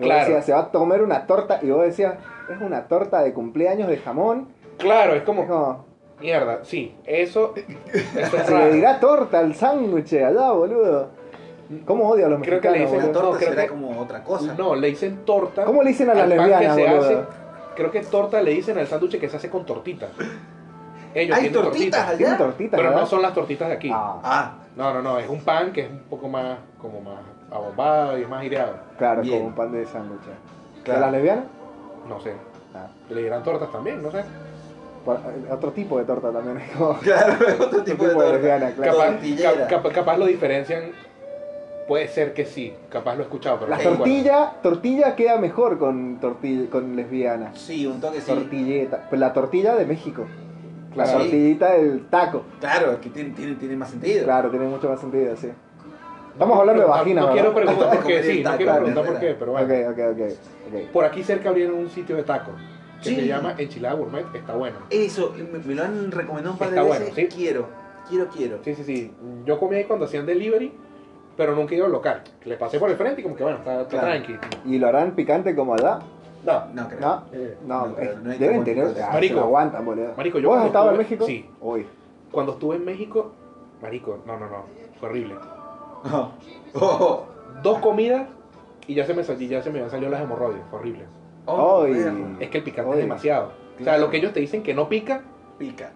Speaker 6: Claro.
Speaker 4: decías, se va a comer una torta y vos decías, es una torta de cumpleaños de jamón.
Speaker 6: Claro, es como,
Speaker 4: Es como,
Speaker 6: mierda, sí,
Speaker 4: <laughs>
Speaker 6: eso, eso es
Speaker 4: se le
Speaker 6: raro.
Speaker 4: dirá torta al sándwich allá, boludo. ¿Cómo odio a los
Speaker 6: Creo que le
Speaker 4: mexicanos,
Speaker 6: dicen
Speaker 5: La
Speaker 4: boludo?
Speaker 5: torta
Speaker 6: No, creo
Speaker 5: será
Speaker 6: que-
Speaker 5: como otra cosa.
Speaker 6: No, le dicen torta.
Speaker 4: ¿Cómo le dicen a las
Speaker 6: al pan
Speaker 4: lesbianas,
Speaker 6: que se
Speaker 4: boludo?
Speaker 6: hace- Creo que torta le dicen al sándwich que se hace con tortita. Ellos
Speaker 5: Hay
Speaker 6: tienen
Speaker 5: tortitas
Speaker 6: tortitas.
Speaker 5: allá.
Speaker 4: Tienen tortitas,
Speaker 6: Pero
Speaker 4: ¿verdad?
Speaker 6: no son las tortitas de aquí.
Speaker 4: Ah,
Speaker 5: Ah,
Speaker 6: No, no, no, es un pan que es un poco más, como más abombado y más aireado.
Speaker 4: claro,
Speaker 5: Bien.
Speaker 4: como un pan de sándwich. ¿De
Speaker 5: Claro.
Speaker 4: las lesbianas?
Speaker 6: No sé,
Speaker 4: Ah,
Speaker 6: le dirán tortas también, no sé.
Speaker 4: por- eh, otro tipo de torta también. <laughs> es como-
Speaker 5: claro, <laughs> es otro
Speaker 4: otro
Speaker 5: tipo de torta.
Speaker 4: lesbiana, claro.
Speaker 6: Capaz,
Speaker 5: Tortillera.
Speaker 6: cap- cap- capaz lo diferencian, puede ser que sí, capaz lo he escuchado, pero
Speaker 4: La
Speaker 6: no me acuerdo.
Speaker 4: tortilla, tortilla queda mejor con, tortilla, con lesbianas.
Speaker 5: Sí, un toque sí.
Speaker 4: Tortilleta. Pues la tortilla de México. La
Speaker 6: Claro.
Speaker 4: tortillita del taco.
Speaker 5: Claro, que tiene, tiene, tiene más sentido.
Speaker 4: Claro, tiene mucho más sentido, sí. Estamos hablando de
Speaker 6: No,
Speaker 4: vagina,
Speaker 6: No,
Speaker 4: ¿verdad?
Speaker 6: quiero preguntar por qué,
Speaker 5: Comer
Speaker 6: sí,
Speaker 5: el
Speaker 6: no
Speaker 5: taco,
Speaker 6: quiero
Speaker 5: la
Speaker 6: preguntar por
Speaker 5: verdadera.
Speaker 6: qué, pero bueno.
Speaker 4: Ok, ok, ok. ok.
Speaker 6: Por aquí cerca abrieron un sitio de tacos que se
Speaker 5: Sí.
Speaker 6: llama Enchilada Gourmet, está bueno.
Speaker 5: Eso, me, me lo han recomendado un par de
Speaker 6: Está
Speaker 5: veces.
Speaker 6: bueno, ¿sí?
Speaker 5: Quiero, quiero, quiero.
Speaker 6: Sí, sí, sí. Yo comí ahí cuando hacían delivery, pero nunca iba al local. Le pasé por el frente y como que bueno, está, está
Speaker 5: Claro.
Speaker 6: tranqui.
Speaker 4: ¿Y lo harán picante como allá?
Speaker 6: No.
Speaker 5: No creo.
Speaker 4: No,
Speaker 6: Eh,
Speaker 4: no,
Speaker 5: No, pero no hay
Speaker 4: deben
Speaker 5: tan
Speaker 4: tener.
Speaker 5: bonito.
Speaker 4: Ah,
Speaker 6: Marico.
Speaker 4: se lo aguantan, boludo.
Speaker 6: Marico, yo
Speaker 4: ¿Vos has
Speaker 6: cuando
Speaker 4: estado en
Speaker 6: estuve-
Speaker 4: México?
Speaker 6: sí.
Speaker 4: Uy.
Speaker 6: Cuando estuve en México, marico, no, no, no, fue horrible.
Speaker 5: <laughs> Oh, oh,
Speaker 6: Dos comidas y ya se me sal- y ya se me habían salido las hemorroides, fue horrible.
Speaker 5: oh,
Speaker 4: Ay.
Speaker 5: perro.
Speaker 6: Es que el picante
Speaker 4: Oye.
Speaker 6: es demasiado. O sea,
Speaker 5: Claro.
Speaker 6: lo que ellos te dicen que no pica,
Speaker 5: Pica.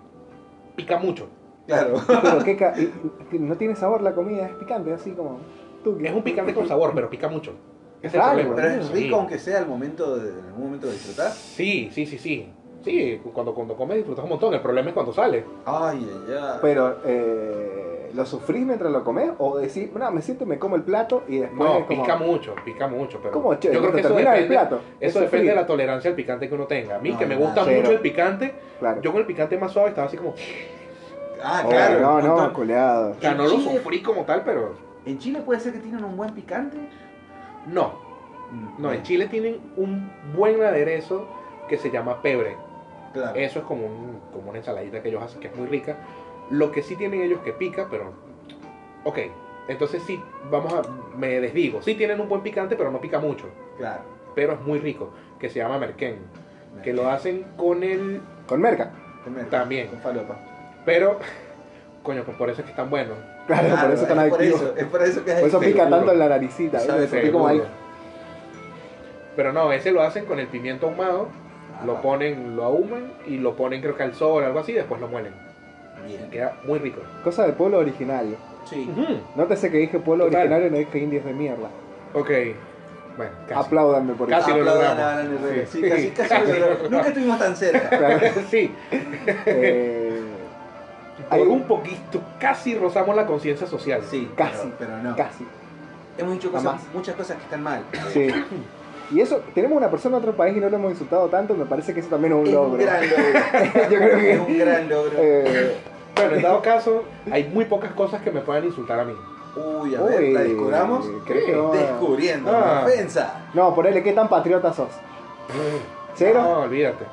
Speaker 6: pica mucho.
Speaker 5: Claro.
Speaker 4: <laughs> Pero qué ca- y- y- no tiene sabor la comida, es picante, así como. tuqui.
Speaker 6: Es un picante con sabor, pero pica mucho. Ese
Speaker 4: Claro,
Speaker 6: el problema.
Speaker 5: <laughs> Pero es
Speaker 6: Sí.
Speaker 5: rico aunque sea al momento de, en algún momento de
Speaker 4: ¿Ah?
Speaker 5: disfrutar.
Speaker 6: Sí, sí, sí, sí. Sí, cuando, cuando comes disfrutas un montón. El problema es cuando sale.
Speaker 5: Ay, ay, ay.
Speaker 4: Pero, eh, ¿lo sufrís mientras lo comés? ¿O decís, no, me siento y me como el plato y después.
Speaker 6: No,
Speaker 4: es como,
Speaker 6: pica mucho, pica mucho. Pero
Speaker 4: ¿Cómo, che?
Speaker 6: yo creo
Speaker 4: ¿Te
Speaker 6: que eso
Speaker 4: termina
Speaker 6: depende,
Speaker 4: el plato? Es
Speaker 6: Eso depende
Speaker 4: sufrir.
Speaker 6: de la tolerancia al picante que uno tenga. A mí,
Speaker 5: No,
Speaker 6: que me
Speaker 5: no,
Speaker 6: gusta
Speaker 4: cero.
Speaker 6: mucho el picante,
Speaker 4: Claro.
Speaker 6: yo con el picante más suave estaba así como. O
Speaker 5: ah,
Speaker 4: Oh,
Speaker 5: claro.
Speaker 4: no,
Speaker 5: un
Speaker 4: no,
Speaker 5: montón.
Speaker 4: culeado.
Speaker 6: sea, no lo
Speaker 5: Sí.
Speaker 6: sufrí como tal, pero.
Speaker 5: ¿En Chile puede ser que tienen un buen picante?
Speaker 6: No, no, en
Speaker 5: Mm,
Speaker 6: Chile tienen un buen aderezo que se llama pebre.
Speaker 5: Claro.
Speaker 6: Eso es como, un- como una ensaladita que ellos hacen que es muy rica. Lo que sí tienen ellos que pica, pero. Ok, entonces sí, vamos a. Me desdigo. Sí tienen un buen picante, pero no pica mucho.
Speaker 5: Claro.
Speaker 6: Pero es muy rico, que se llama merquén. Que lo hacen con el.
Speaker 4: Con merca.
Speaker 5: Comer.
Speaker 6: También.
Speaker 5: Con falopa.
Speaker 6: Pero. Coño, pues por eso es que están buenos.
Speaker 4: Claro, por eso
Speaker 5: es
Speaker 4: tan adictivo.
Speaker 5: Por eso, es por eso que es
Speaker 4: Por eso
Speaker 5: adictivo.
Speaker 4: pica
Speaker 6: Seguro.
Speaker 4: tanto en la naricita,
Speaker 5: Sabe
Speaker 4: ¿viste?
Speaker 5: feo,
Speaker 4: Porque como ahí.
Speaker 6: Seguro. Pero no, ese lo hacen con el pimiento ahumado,
Speaker 5: Ah,
Speaker 6: lo ponen, lo ahuman y lo ponen creo que al sol, algo así, y después lo muelen. Y
Speaker 5: Bien.
Speaker 6: queda muy rico.
Speaker 4: Cosa de pueblo originario.
Speaker 5: Sí.
Speaker 4: Nótese que dije pueblo
Speaker 6: Total.
Speaker 4: originario y no dije indios de mierda.
Speaker 6: Ok. Bueno, casi.
Speaker 4: Apláudanme por
Speaker 6: Casi
Speaker 4: eso.
Speaker 6: lo
Speaker 5: Aplaudan
Speaker 6: logramos.
Speaker 5: a Alan Herrera. Sí,
Speaker 6: Sí.
Speaker 5: casi, casi lo
Speaker 6: Casi lo
Speaker 5: logramos.
Speaker 6: logramos. <laughs>
Speaker 5: Nunca estuvimos tan cerca.
Speaker 4: Claro.
Speaker 6: sí.
Speaker 4: Eh, Hay
Speaker 6: Por
Speaker 4: un-
Speaker 6: un poquito, casi rozamos la conciencia social.
Speaker 5: Sí,
Speaker 4: Casi.
Speaker 5: pero, pero no.
Speaker 4: Casi.
Speaker 5: Hemos dicho cosas-
Speaker 4: Jamás.
Speaker 5: muchas cosas que están mal.
Speaker 4: Sí. Y eso, tenemos una persona de otro país y no lo hemos insultado tanto, me parece que eso también es un
Speaker 5: Es un
Speaker 4: logro.
Speaker 5: gran logro.
Speaker 4: <laughs> Yo
Speaker 6: <laughs>
Speaker 4: creo que-
Speaker 5: Es un gran logro.
Speaker 4: Eh,
Speaker 6: Bueno, en dado caso, hay muy pocas cosas que me puedan insultar a mí.
Speaker 5: Uy, a ver,
Speaker 4: uy,
Speaker 5: la descubramos.
Speaker 4: creo que no.
Speaker 5: Descubriendo la
Speaker 6: Ah.
Speaker 5: ofensa.
Speaker 4: No, ponele, ¿qué tan patriota sos?
Speaker 6: No,
Speaker 4: ¿Cero?
Speaker 6: olvídate.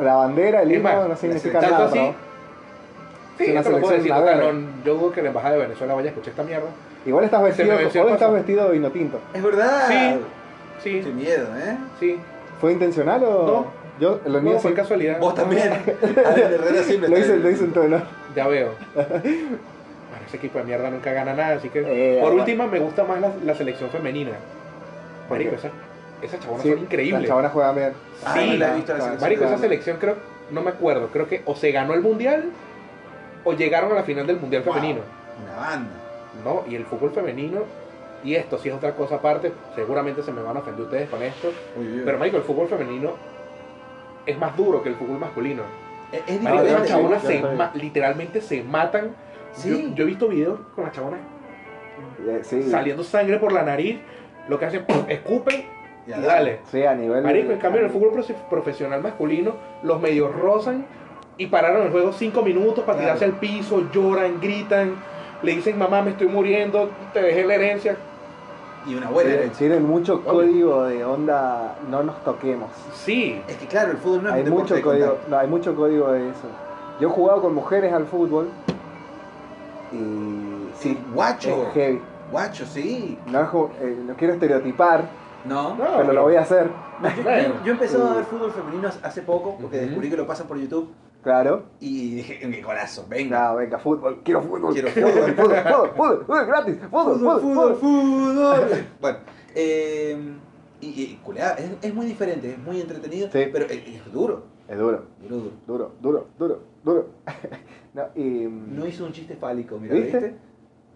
Speaker 4: La bandera, el
Speaker 6: Es
Speaker 4: himno,
Speaker 6: más,
Speaker 4: no significa
Speaker 6: Tanto
Speaker 4: nada.
Speaker 6: así.
Speaker 4: para vos.
Speaker 6: Sí,
Speaker 4: Es una
Speaker 6: esto lo puedo decir.
Speaker 4: selección, la
Speaker 6: o sea,
Speaker 4: verga.
Speaker 6: no- yo dudo que la embajada de Venezuela vaya a escuchar esta mierda.
Speaker 4: Igual estás vestido,
Speaker 6: me venció el
Speaker 4: hoy estás
Speaker 6: paso.
Speaker 4: vestido de vino tinto.
Speaker 5: Es verdad.
Speaker 6: Sí. Sí,
Speaker 5: Qué miedo, ¿eh?
Speaker 6: sí.
Speaker 4: ¿Fue intencional o.?
Speaker 6: No.
Speaker 4: Yo, lo mío
Speaker 6: No,
Speaker 4: Pues sí.
Speaker 6: fue casualidad.
Speaker 4: <laughs>
Speaker 5: Vos también. Ariel Herrera siempre
Speaker 4: Lo
Speaker 5: está
Speaker 4: hice,
Speaker 5: en-
Speaker 4: lo hice en todo, ¿no?
Speaker 6: Ya veo. Bueno, ese equipo de mierda nunca gana nada, así que.
Speaker 4: Eh,
Speaker 6: por
Speaker 4: bueno.
Speaker 6: última, me gusta más la, la selección femenina.
Speaker 4: ¿Por
Speaker 6: Marico,
Speaker 4: qué?
Speaker 6: esa, esas chabonas
Speaker 4: Sí,
Speaker 6: son increíbles.
Speaker 4: La chabona juega bien.
Speaker 5: Ah,
Speaker 6: Sí,
Speaker 5: no la he visto en
Speaker 4: claro.
Speaker 5: la selección.
Speaker 6: Marico, esa
Speaker 4: Claro.
Speaker 6: selección creo, no me acuerdo, creo que o se ganó el mundial o llegaron a la final del mundial
Speaker 5: Wow.
Speaker 6: femenino.
Speaker 5: Una banda.
Speaker 6: No, y el fútbol femenino, y esto sí es otra cosa aparte, seguramente se me van a ofender ustedes con esto,
Speaker 5: Uy, uy, uy.
Speaker 6: pero Marico, el fútbol femenino es más duro que el fútbol masculino.
Speaker 5: es, es
Speaker 6: Marico,
Speaker 4: ya
Speaker 6: esas
Speaker 5: diferente.
Speaker 4: está chabón.
Speaker 6: chabonas
Speaker 4: bien, ya
Speaker 6: se
Speaker 4: está
Speaker 6: ma- literalmente se matan.
Speaker 5: Sí.
Speaker 6: Yo, yo he visto videos con las chabonas
Speaker 4: Eh, sí.
Speaker 6: saliendo sangre por la nariz, lo que hacen, <clears throat> ¡pum! escupen y
Speaker 5: Ya,
Speaker 6: dale.
Speaker 4: Sí, a nivel.
Speaker 6: Marico, en cambio en el fútbol profe- profesional masculino, los medios rozan y pararon el juego cinco minutos para
Speaker 5: Claro.
Speaker 6: tirarse al piso, lloran, gritan, le dicen mamá me estoy muriendo, te dejé la herencia.
Speaker 5: Y una buena
Speaker 4: Tienen,
Speaker 5: herencia.
Speaker 4: tienen mucho código de onda, no nos toquemos.
Speaker 6: Sí,
Speaker 5: ¿eh? Es que claro, el fútbol no es
Speaker 4: hay
Speaker 5: un deporte
Speaker 4: mucho
Speaker 5: de
Speaker 4: código,
Speaker 5: contacto.
Speaker 4: no, hay mucho código de eso. Yo he jugado con mujeres al fútbol y
Speaker 5: Sí,
Speaker 4: sí,
Speaker 5: guacho.
Speaker 4: es heavy.
Speaker 5: Guacho, sí.
Speaker 4: No, es ju- eh, no quiero estereotipar,
Speaker 5: No.
Speaker 6: No,
Speaker 4: pero lo voy a hacer,
Speaker 5: Yo,
Speaker 6: Bueno.
Speaker 5: yo- yo empecé a ver fútbol femenino hace poco porque
Speaker 6: Ujú.
Speaker 5: descubrí que lo pasan por YouTube
Speaker 4: claro.
Speaker 5: y dije, en mi corazón, venga.
Speaker 4: No, venga, fútbol, quiero fútbol,
Speaker 5: Quiero
Speaker 4: fútbol, fútbol, fútbol, fútbol, fútbol, gratis, fútbol, fútbol, fútbol.
Speaker 5: fútbol. bueno, eh, y, y culeada, es, es muy diferente, es muy entretenido,
Speaker 4: Sí.
Speaker 5: pero es, es duro,
Speaker 4: Es duro,
Speaker 5: duro, duro.
Speaker 4: duro, duro, duro, duro. <laughs> no, y,
Speaker 5: No hizo un chiste fálico, mira,
Speaker 4: ¿Viste?
Speaker 5: ¿viste?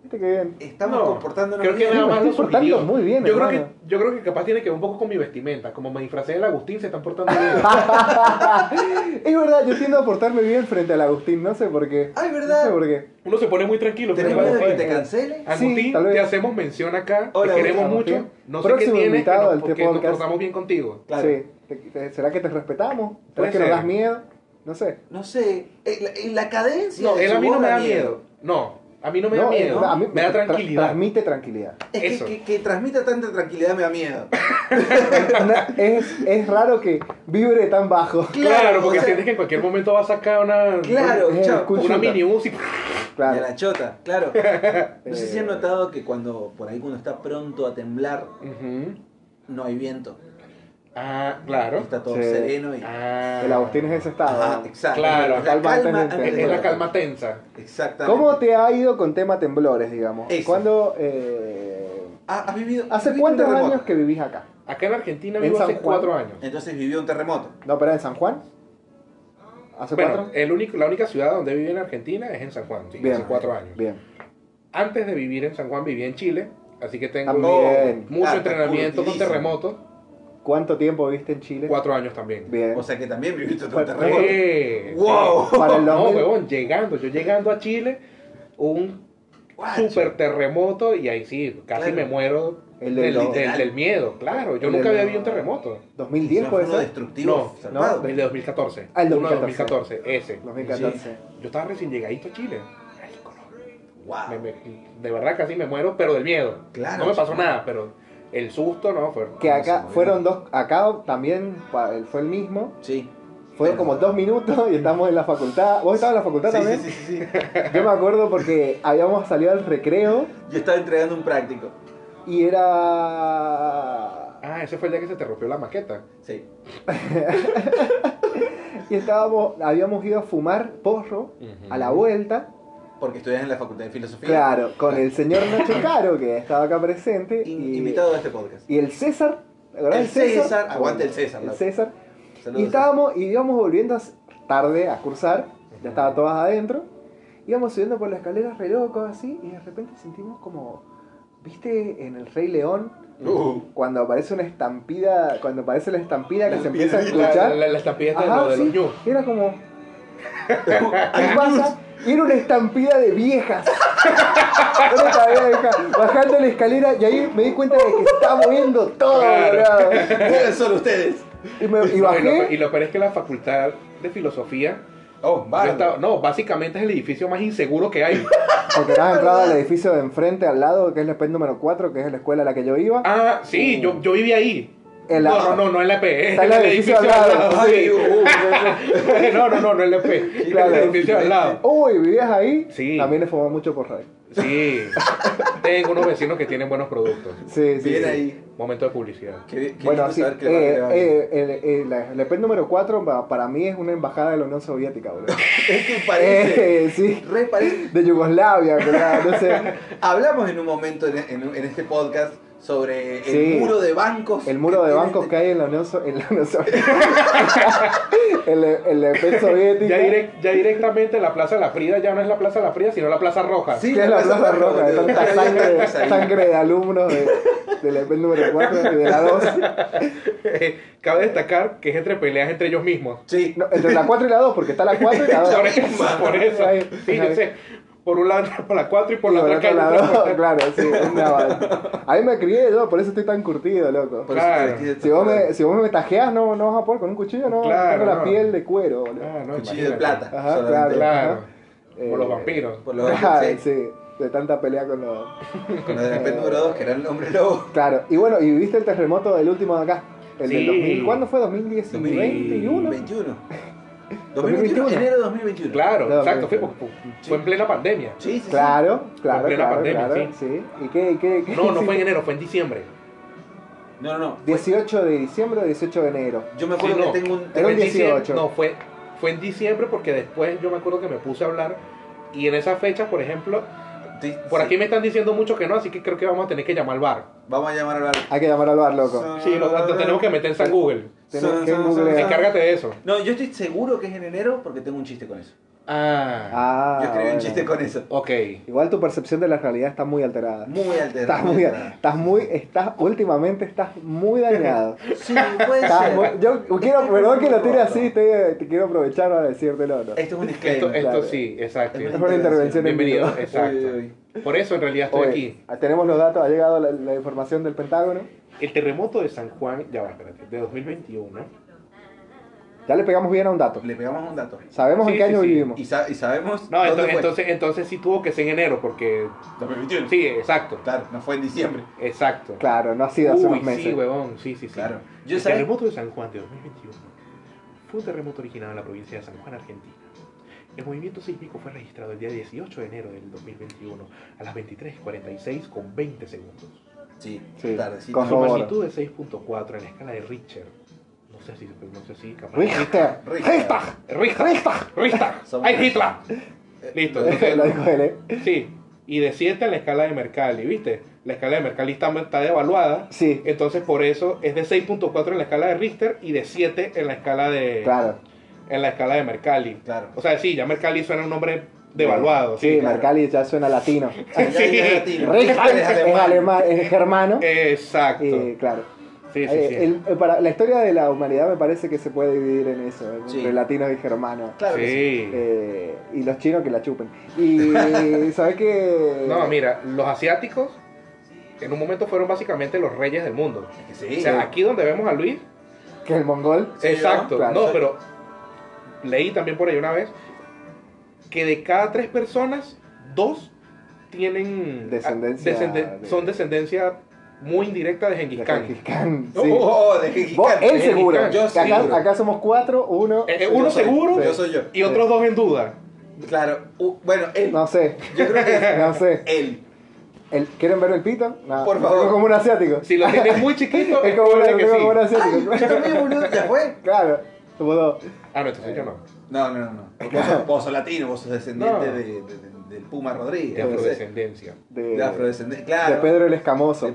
Speaker 4: ¿Viste qué bien?
Speaker 5: Estamos
Speaker 6: No,
Speaker 5: comportándonos
Speaker 6: creo que
Speaker 5: bien.
Speaker 6: nada
Speaker 4: me
Speaker 6: más
Speaker 4: estoy
Speaker 6: lo
Speaker 4: portando
Speaker 6: sugirió.
Speaker 4: muy bien,
Speaker 6: yo creo, que,
Speaker 4: hermano.
Speaker 6: yo creo que capaz tiene que ver un poco con mi vestimenta, como me disfracé del Agustín se están portando bien.
Speaker 4: <laughs> es verdad, yo tiendo a portarme bien frente al Agustín, no sé por qué.
Speaker 5: Ah, es
Speaker 4: No sé
Speaker 5: verdad.
Speaker 4: por qué.
Speaker 6: Uno se pone muy tranquilo.
Speaker 5: ¿Tenés
Speaker 6: pero
Speaker 5: miedo de que
Speaker 6: bueno,
Speaker 5: te cancele?
Speaker 6: Agustín,
Speaker 4: Sí, tal vez.
Speaker 6: te hacemos mención acá,
Speaker 5: Hola,
Speaker 6: te queremos
Speaker 4: Agustín.
Speaker 6: mucho, no sé qué
Speaker 4: Próximo
Speaker 6: tienes, que
Speaker 4: invitado
Speaker 6: nos-
Speaker 4: del
Speaker 6: porque nos
Speaker 4: T-Podcast.
Speaker 6: portamos bien contigo.
Speaker 5: Claro.
Speaker 4: Sí. Te- te- ¿Será que te respetamos? ¿Será
Speaker 6: Puede
Speaker 4: que nos
Speaker 6: ser.
Speaker 4: das miedo? No sé.
Speaker 5: No sé, eh, la, eh, la cadencia.
Speaker 6: No,
Speaker 5: de
Speaker 6: él
Speaker 5: su
Speaker 6: a mí no
Speaker 5: voz
Speaker 6: me da miedo. No, a mí no me da miedo.
Speaker 4: eh, a mí
Speaker 6: me da
Speaker 4: tra-
Speaker 6: tranquilidad.
Speaker 4: transmite tranquilidad. <laughs>
Speaker 5: Es que-
Speaker 6: Eso.
Speaker 5: que, que transmita tanta tranquilidad me da miedo.
Speaker 4: Una- es, es raro que vibre tan bajo.
Speaker 6: <laughs> Claro, porque
Speaker 5: o sea,
Speaker 6: sientes que en cualquier momento va a sacar una,
Speaker 5: Claro,
Speaker 4: Es el
Speaker 5: chao.
Speaker 4: cuyo-
Speaker 6: una mini UCI.
Speaker 5: Y a
Speaker 4: Claro.
Speaker 5: la chota,
Speaker 6: <laughs>
Speaker 5: claro. No sé si
Speaker 4: Eh.
Speaker 5: han notado que cuando, por ahí cuando está pronto a temblar,
Speaker 6: Ujú.
Speaker 5: no hay viento.
Speaker 6: Ah, claro.
Speaker 5: Está todo
Speaker 4: Sí.
Speaker 5: sereno y...
Speaker 6: Ah.
Speaker 4: El Agustín es ese estado.
Speaker 5: Ajá,
Speaker 4: ¿no?
Speaker 5: exacto.
Speaker 6: Claro,
Speaker 5: la
Speaker 4: calma
Speaker 5: calma,
Speaker 4: antes del
Speaker 5: antes
Speaker 6: Es
Speaker 5: de
Speaker 6: la calma tensa.
Speaker 5: Exactamente.
Speaker 4: ¿Cómo te ha ido con tema temblores, digamos?
Speaker 5: Eso.
Speaker 4: ¿Cuándo, eh,
Speaker 5: Ah, ¿Has vivido?
Speaker 4: ¿Hace
Speaker 5: viviste
Speaker 4: cuántos
Speaker 5: un terremoto?
Speaker 4: años que vivís acá?
Speaker 6: Acá en Argentina
Speaker 4: En
Speaker 6: vivo
Speaker 4: San
Speaker 6: hace
Speaker 4: Juan.
Speaker 6: cuatro años.
Speaker 5: Entonces vivió un terremoto.
Speaker 4: No, pero en San Juan. ¿Hace
Speaker 6: Bueno,
Speaker 4: cuatro?
Speaker 6: el único, la única ciudad donde viví en Argentina es en San Juan, sí,
Speaker 4: Bien.
Speaker 6: hace cuatro años.
Speaker 4: Bien.
Speaker 6: Antes de vivir en San Juan viví en Chile, así que tengo
Speaker 4: También. Bien.
Speaker 6: mucho
Speaker 5: Ah, está
Speaker 6: entrenamiento con
Speaker 5: curtidísimo.
Speaker 6: terremotos,
Speaker 4: ¿Cuánto tiempo viviste en Chile?
Speaker 6: cuatro años también.
Speaker 4: Bien.
Speaker 5: O sea que también viviste otro
Speaker 4: Bueno,
Speaker 5: terremoto.
Speaker 6: Eh,
Speaker 5: ¡Wow!
Speaker 4: <laughs> Para el
Speaker 6: No,
Speaker 4: 2000
Speaker 6: huevón, llegando, yo llegando a Chile, un
Speaker 5: <laughs> Guacho.
Speaker 6: super terremoto y ahí sí, casi
Speaker 5: Claro.
Speaker 6: me muero
Speaker 4: El del-
Speaker 6: del, del-
Speaker 5: literal.
Speaker 6: del miedo, claro. Yo
Speaker 4: El
Speaker 6: nunca
Speaker 4: del-
Speaker 6: había vivido un terremoto.
Speaker 4: 2010
Speaker 5: Quizás
Speaker 4: puede
Speaker 5: uno
Speaker 4: ser.
Speaker 5: destructivo.
Speaker 6: No,
Speaker 5: zarpado.
Speaker 6: El de 2014.
Speaker 4: Ah, el
Speaker 6: Uno de 2014,
Speaker 4: 2014. Ah,
Speaker 6: ese.
Speaker 4: 2014.
Speaker 6: Yo estaba recién llegadito a Chile. Marico, no.
Speaker 5: Wow.
Speaker 6: Me- me- de verdad casi me muero, pero del miedo.
Speaker 5: Claro,
Speaker 6: no me pasó
Speaker 5: chico.
Speaker 6: nada, pero el susto no fue.
Speaker 4: Que
Speaker 5: No,
Speaker 4: acá
Speaker 5: se
Speaker 4: fueron dos, acá también pa- fue el mismo.
Speaker 5: Sí.
Speaker 4: Fueron como dos minutos y estamos en la facultad. ¿Vos estabas en la facultad
Speaker 5: Sí,
Speaker 4: también?
Speaker 5: sí, sí, sí, sí.
Speaker 4: Yo me acuerdo porque habíamos salido al recreo
Speaker 5: Yo estaba entregando un práctico.
Speaker 4: y era.
Speaker 6: Ah, ese fue el día que se te rompió la maqueta.
Speaker 5: Sí.
Speaker 4: Y estábamos, habíamos ido a fumar porro
Speaker 6: Ujú.
Speaker 4: a la
Speaker 5: Mm.
Speaker 4: vuelta.
Speaker 5: Porque estudias en la Facultad de Filosofía.
Speaker 4: Claro, con el señor Nacho Caro que estaba acá presente.
Speaker 5: In-
Speaker 4: y,
Speaker 5: Invitado a este podcast.
Speaker 4: y el César. ¿te acordás
Speaker 5: El
Speaker 4: del César?
Speaker 5: César, aguante el César,
Speaker 4: El
Speaker 5: loco.
Speaker 4: César.
Speaker 5: Saludos.
Speaker 4: Y
Speaker 5: <laughs>
Speaker 4: estábamos, y íbamos volviendo as- tarde a cursar, ya estaban todas adentro, íbamos subiendo por la escalera re locos así, y de repente sentimos como, viste en el Rey León,
Speaker 5: Uh,
Speaker 4: cuando aparece una estampida, cuando aparece la estampida que
Speaker 5: La este
Speaker 4: se empieza a
Speaker 5: piedrita,
Speaker 6: La,
Speaker 4: escuchar,
Speaker 6: la, la estampilla esta de
Speaker 4: ajá,
Speaker 6: lo de
Speaker 4: sí,
Speaker 6: los ñu.
Speaker 4: y era como, ¿qué
Speaker 5: Ay,
Speaker 4: pasa? Y era una estampida de
Speaker 5: <laughs>
Speaker 4: viejas. Una estampida de viejas. Bajando la escalera y ahí me di cuenta de que se estaba moviendo todo,
Speaker 6: Claro.
Speaker 4: boludo.
Speaker 5: <laughs> Son ustedes.
Speaker 4: Y, me,
Speaker 6: No,
Speaker 4: y
Speaker 6: y, lo, y
Speaker 4: bajé.
Speaker 6: lo peor es que la facultad de filosofía.
Speaker 5: Oh,
Speaker 6: yo
Speaker 5: bárbaro.
Speaker 6: estaba- no, básicamente es el edificio más inseguro que
Speaker 4: <laughs>
Speaker 6: hay.
Speaker 4: Porque has entrado al edificio de enfrente, al lado, que es la EPED número 4, que es la escuela a la que yo iba.
Speaker 6: Ah, sí, yo, yo viví ahí.
Speaker 4: El-
Speaker 6: no, no, no, no en la EP.
Speaker 4: Uh. Está el edificio al lado.
Speaker 5: Ay,
Speaker 6: <laughs>
Speaker 5: uh,
Speaker 6: no, no, no, no en
Speaker 4: <laughs>
Speaker 6: la EP.
Speaker 4: Claro.
Speaker 6: El edificio al
Speaker 4: <laughs>
Speaker 6: lado.
Speaker 4: Uy, ¿vivías ahí?
Speaker 6: Sí.
Speaker 4: También le fumaba mucho por radio.
Speaker 6: Sí. Tengo unos vecinos que tienen buenos productos.
Speaker 4: Sí, sí.
Speaker 5: bien
Speaker 4: sí.
Speaker 5: ahí.
Speaker 6: Momento de publicidad.
Speaker 5: Qué, bien- qué
Speaker 4: Bueno,
Speaker 5: lindo
Speaker 4: sí,
Speaker 5: saber que la
Speaker 4: eh,
Speaker 5: Bárbara va bien.
Speaker 4: eh, el, el- la- el EP número 4 pa- para mí es una embajada de la Unión Soviética, boludo.
Speaker 5: <laughs> Es que parece.
Speaker 4: Eh, sí,
Speaker 5: Re parece.
Speaker 4: de Yugoslavia, ¿verdad? No sé.
Speaker 5: Hablamos en un momento en, en- en este podcast sobre
Speaker 4: Sí.
Speaker 5: el muro de bancos.
Speaker 4: El muro de
Speaker 5: tiene
Speaker 4: bancos
Speaker 5: este-
Speaker 4: que hay en la Unión, So- en la Unión Soviética. <laughs> el, el EP soviética.
Speaker 6: Ya, direct- ya directamente la Plaza de la Frida ya no es la Plaza de la Frida, sino la Plaza Roja.
Speaker 5: Sí,
Speaker 4: que es la Plaza Roja, de
Speaker 5: boludo.
Speaker 4: tanta
Speaker 5: Ahí
Speaker 4: sangre,
Speaker 5: está, ahí.
Speaker 4: sangre de alumnos de- del EP número 4 y de la 2.
Speaker 6: <laughs> Cabe destacar que es entre peleas entre ellos mismos.
Speaker 5: Sí.
Speaker 4: No, entre la 4 y la 2, porque está la 4 y la 2.
Speaker 6: Por eso, por eso.
Speaker 4: Ahí,
Speaker 6: Sí,
Speaker 4: ahí.
Speaker 6: yo sé. Por un lado por la 4 y por
Speaker 4: Y
Speaker 6: la
Speaker 4: por
Speaker 6: otra
Speaker 4: otro
Speaker 6: calle.
Speaker 4: lado, claro, sí, una banda. Ahí me crié yo, por eso estoy tan curtido, loco.
Speaker 5: Por eso
Speaker 6: Claro.
Speaker 5: te- te-
Speaker 4: Si vos
Speaker 5: este
Speaker 4: me, si vos me tajeás, no, no vas a poder con un cuchillo, no.
Speaker 6: Claro,
Speaker 4: tengo la
Speaker 6: no.
Speaker 4: piel de cuero, boludo.
Speaker 6: Ah, no,
Speaker 5: Cuchillo de
Speaker 6: imagínate.
Speaker 5: plata.
Speaker 4: Ajá,
Speaker 5: solamente.
Speaker 4: claro.
Speaker 6: Claro.
Speaker 4: Eh,
Speaker 6: Por los vampiros.
Speaker 4: <laughs>
Speaker 5: Por lo
Speaker 4: Claro,
Speaker 5: sí.
Speaker 4: sí, de tanta pelea con los.
Speaker 5: Con los de Pet número 2, que era el hombre lobo.
Speaker 4: Claro, y bueno, y viste el terremoto del último de acá. El del
Speaker 6: Sí.
Speaker 4: 2000, ¿cuándo fue? ¿2010?
Speaker 6: 2021.
Speaker 4: 2021.
Speaker 5: 21.
Speaker 4: 2021.
Speaker 5: 2021, enero de 2021.
Speaker 6: Claro,
Speaker 4: Claro,
Speaker 6: exacto. Fue,
Speaker 4: claro.
Speaker 6: fue- fue en plena pandemia.
Speaker 5: Sí, sí, sí.
Speaker 4: Claro, claro,
Speaker 6: plena
Speaker 4: claro,
Speaker 6: pandemia,
Speaker 4: claro, sí. ¿Y qué, y qué, qué
Speaker 6: No, no fue en
Speaker 4: hiciste?
Speaker 6: enero, fue en diciembre.
Speaker 5: No, no, no.
Speaker 4: 18 de diciembre o 18 de enero.
Speaker 5: Yo me acuerdo
Speaker 6: Sí, no.
Speaker 5: que tengo un.
Speaker 4: Era
Speaker 6: Fue
Speaker 4: un
Speaker 6: en diciembre-
Speaker 4: 18.
Speaker 6: No, fue, fue en diciembre porque después yo me acuerdo que me puse a hablar. Y en esa fecha, por ejemplo,
Speaker 5: sí,
Speaker 6: por
Speaker 5: sí.
Speaker 6: aquí me están diciendo mucho que no, así que creo que vamos a tener que llamar al bar.
Speaker 5: Vamos a llamar al bar.
Speaker 4: Hay que llamar al bar, loco.
Speaker 5: Son-
Speaker 6: Sí, lo, lo tenemos que meter en San Google.
Speaker 4: Tenés que
Speaker 5: son- son-
Speaker 4: googlear.
Speaker 6: Encárgate de eso.
Speaker 5: No, yo estoy seguro que es en enero porque tengo un chiste con eso.
Speaker 6: Ah,
Speaker 4: Ah,
Speaker 5: yo escribí un
Speaker 4: bueno.
Speaker 5: chiste con eso.
Speaker 6: ok.
Speaker 4: Igual tu percepción de la realidad está muy alterada.
Speaker 5: Muy alterado.
Speaker 4: Estás muy, estás muy, estás, últimamente estás muy dañado.
Speaker 5: <laughs> Sí, puede
Speaker 4: Estás
Speaker 5: ser.
Speaker 4: muy- yo quiero, perdón que lo tire así, eh, te, te quiero aprovechar para decírtelo. ¿no?
Speaker 5: Esto es un
Speaker 6: Esto,
Speaker 5: disclaimer.
Speaker 6: esto
Speaker 4: Claro.
Speaker 6: sí, exacto.
Speaker 4: Es una intervención en
Speaker 6: Bienvenido,
Speaker 4: vivo.
Speaker 5: Uy,
Speaker 6: exacto.
Speaker 5: uy,
Speaker 6: Por eso en realidad estoy
Speaker 4: Oye,
Speaker 6: aquí.
Speaker 4: tenemos los datos, ha llegado la, la información del Pentágono.
Speaker 6: El terremoto de San Juan, ya va, espérate, de 2021.
Speaker 4: Ya le pegamos bien a un dato.
Speaker 5: uy. Le pegamos un dato.
Speaker 4: Sabemos en
Speaker 6: Sí,
Speaker 4: qué
Speaker 6: sí,
Speaker 4: año
Speaker 6: sí.
Speaker 4: vivimos.
Speaker 5: Y, sa- y sabemos.
Speaker 6: No,
Speaker 5: dónde
Speaker 6: entonces,
Speaker 5: fue.
Speaker 6: entonces, entonces sí tuvo que ser en enero, porque.
Speaker 5: 2021.
Speaker 6: Sí, exacto.
Speaker 5: Claro, no fue en diciembre.
Speaker 6: Exacto.
Speaker 4: Claro, no ha sido hace
Speaker 6: Uy,
Speaker 4: unos meses.
Speaker 6: sí, huevón, sí, sí, sí.
Speaker 5: Claro. Yo
Speaker 6: el
Speaker 5: sabes-
Speaker 6: terremoto de San Juan de 2021 fue un terremoto originado en la provincia de San Juan, Argentina. El movimiento sísmico fue registrado el día 18 de enero del 2021 a las 23.46 con 20 segundos.
Speaker 5: Sí,
Speaker 4: Sí.
Speaker 5: tardecito.
Speaker 4: Con
Speaker 6: Su
Speaker 4: favor.
Speaker 6: magnitud de 6.4 en la escala de Richter. No sé si, no sé si capaz.
Speaker 4: Richter.
Speaker 5: Richter.
Speaker 4: Richter.
Speaker 6: Richter, Richter, Richter.
Speaker 5: Somos-
Speaker 6: ¡Ay, Hitler! Listo. entonces-
Speaker 4: <laughs>
Speaker 5: <laughs>
Speaker 4: Lo dijo él, ¿eh?
Speaker 6: sí. Y de 7 a la escala de Mercalli, ¿viste? La escala de Mercalli está, está devaluada.
Speaker 4: Sí,
Speaker 6: Entonces por eso es de 6.4 en la escala de Richter y de 7 en la escala de
Speaker 4: claro.
Speaker 6: en la escala de Mercalli.
Speaker 5: Claro.
Speaker 6: O sea, sí, ya Mercalli suena un nombre devaluado,
Speaker 4: Sí,
Speaker 6: sí.
Speaker 5: claro.
Speaker 4: Mercalli ya suena latino. <laughs>
Speaker 5: Ya- ya
Speaker 6: Sí.
Speaker 5: es latino.
Speaker 4: Richter
Speaker 5: Es
Speaker 4: es
Speaker 5: alemán.
Speaker 4: alemán, es germano.
Speaker 6: Exacto.
Speaker 4: Eh, claro.
Speaker 6: sí, sí,
Speaker 4: Eh,
Speaker 6: sí.
Speaker 4: el- eh, para, la historia de la humanidad me parece que se puede dividir en eso, en-
Speaker 5: Sí.
Speaker 4: entre latinos y germanos.
Speaker 5: Claro que sí.
Speaker 6: Sí.
Speaker 4: Eh, y los chinos que la chupen.
Speaker 5: <laughs>
Speaker 4: Y sabes que...
Speaker 6: No, mira, los asiáticos en un momento fueron básicamente los reyes del mundo.
Speaker 5: Es que
Speaker 6: O
Speaker 5: sí.
Speaker 4: eh.
Speaker 6: sea, aquí donde vemos a Luis,
Speaker 4: Que el mongol...
Speaker 5: Sí,
Speaker 6: exacto.
Speaker 4: ¿no? Claro.
Speaker 6: No, pero leí también por ahí una vez que de cada tres personas, dos tienen
Speaker 4: Descendencia
Speaker 6: descende-
Speaker 4: de-
Speaker 6: son descendencia muy indirecta de Genghis
Speaker 4: de
Speaker 6: Khan.
Speaker 4: Gengis Khan,
Speaker 5: Oh,
Speaker 4: sí.
Speaker 5: oh, oh, de Gengis
Speaker 4: Vos,
Speaker 5: Khan.
Speaker 4: él
Speaker 6: Gengis
Speaker 4: seguro.
Speaker 6: Khan,
Speaker 5: yo
Speaker 4: Que acá,
Speaker 5: seguro.
Speaker 4: acá somos cuatro, uno...
Speaker 6: Eh, eh, uno
Speaker 5: Yo soy-
Speaker 6: seguro
Speaker 4: Sí.
Speaker 5: Yo soy yo.
Speaker 6: y otros dos en duda.
Speaker 5: Claro. u- bueno, él.
Speaker 4: No sé,
Speaker 5: Yo creo que
Speaker 4: <laughs>
Speaker 5: es
Speaker 4: no sé.
Speaker 5: él.
Speaker 4: El- ¿Quieren ver el pito? No,
Speaker 5: Por
Speaker 4: lo
Speaker 5: favor.
Speaker 4: tengo como un asiático.
Speaker 6: Si lo tienes muy chiquito,
Speaker 4: <laughs> es
Speaker 6: es
Speaker 4: como,
Speaker 6: probable
Speaker 4: lo
Speaker 6: que
Speaker 4: tengo como un
Speaker 6: sí.
Speaker 4: asiático. <laughs>
Speaker 5: Yo también, boludo. Ya fue.
Speaker 4: Claro, somos dos.
Speaker 6: Ah, no, entonces yo no.
Speaker 5: No, no, no. no. Porque Vos, sos, vos sos latino, vos sos descendiente
Speaker 6: No.
Speaker 5: de, de- de- del Puma
Speaker 6: De
Speaker 5: Rodríguez. no sé.
Speaker 6: afrodescendencia.
Speaker 4: De,
Speaker 5: De afrodescendiente. Claro.
Speaker 4: de
Speaker 5: <laughs>
Speaker 4: Pedro el Escamoso.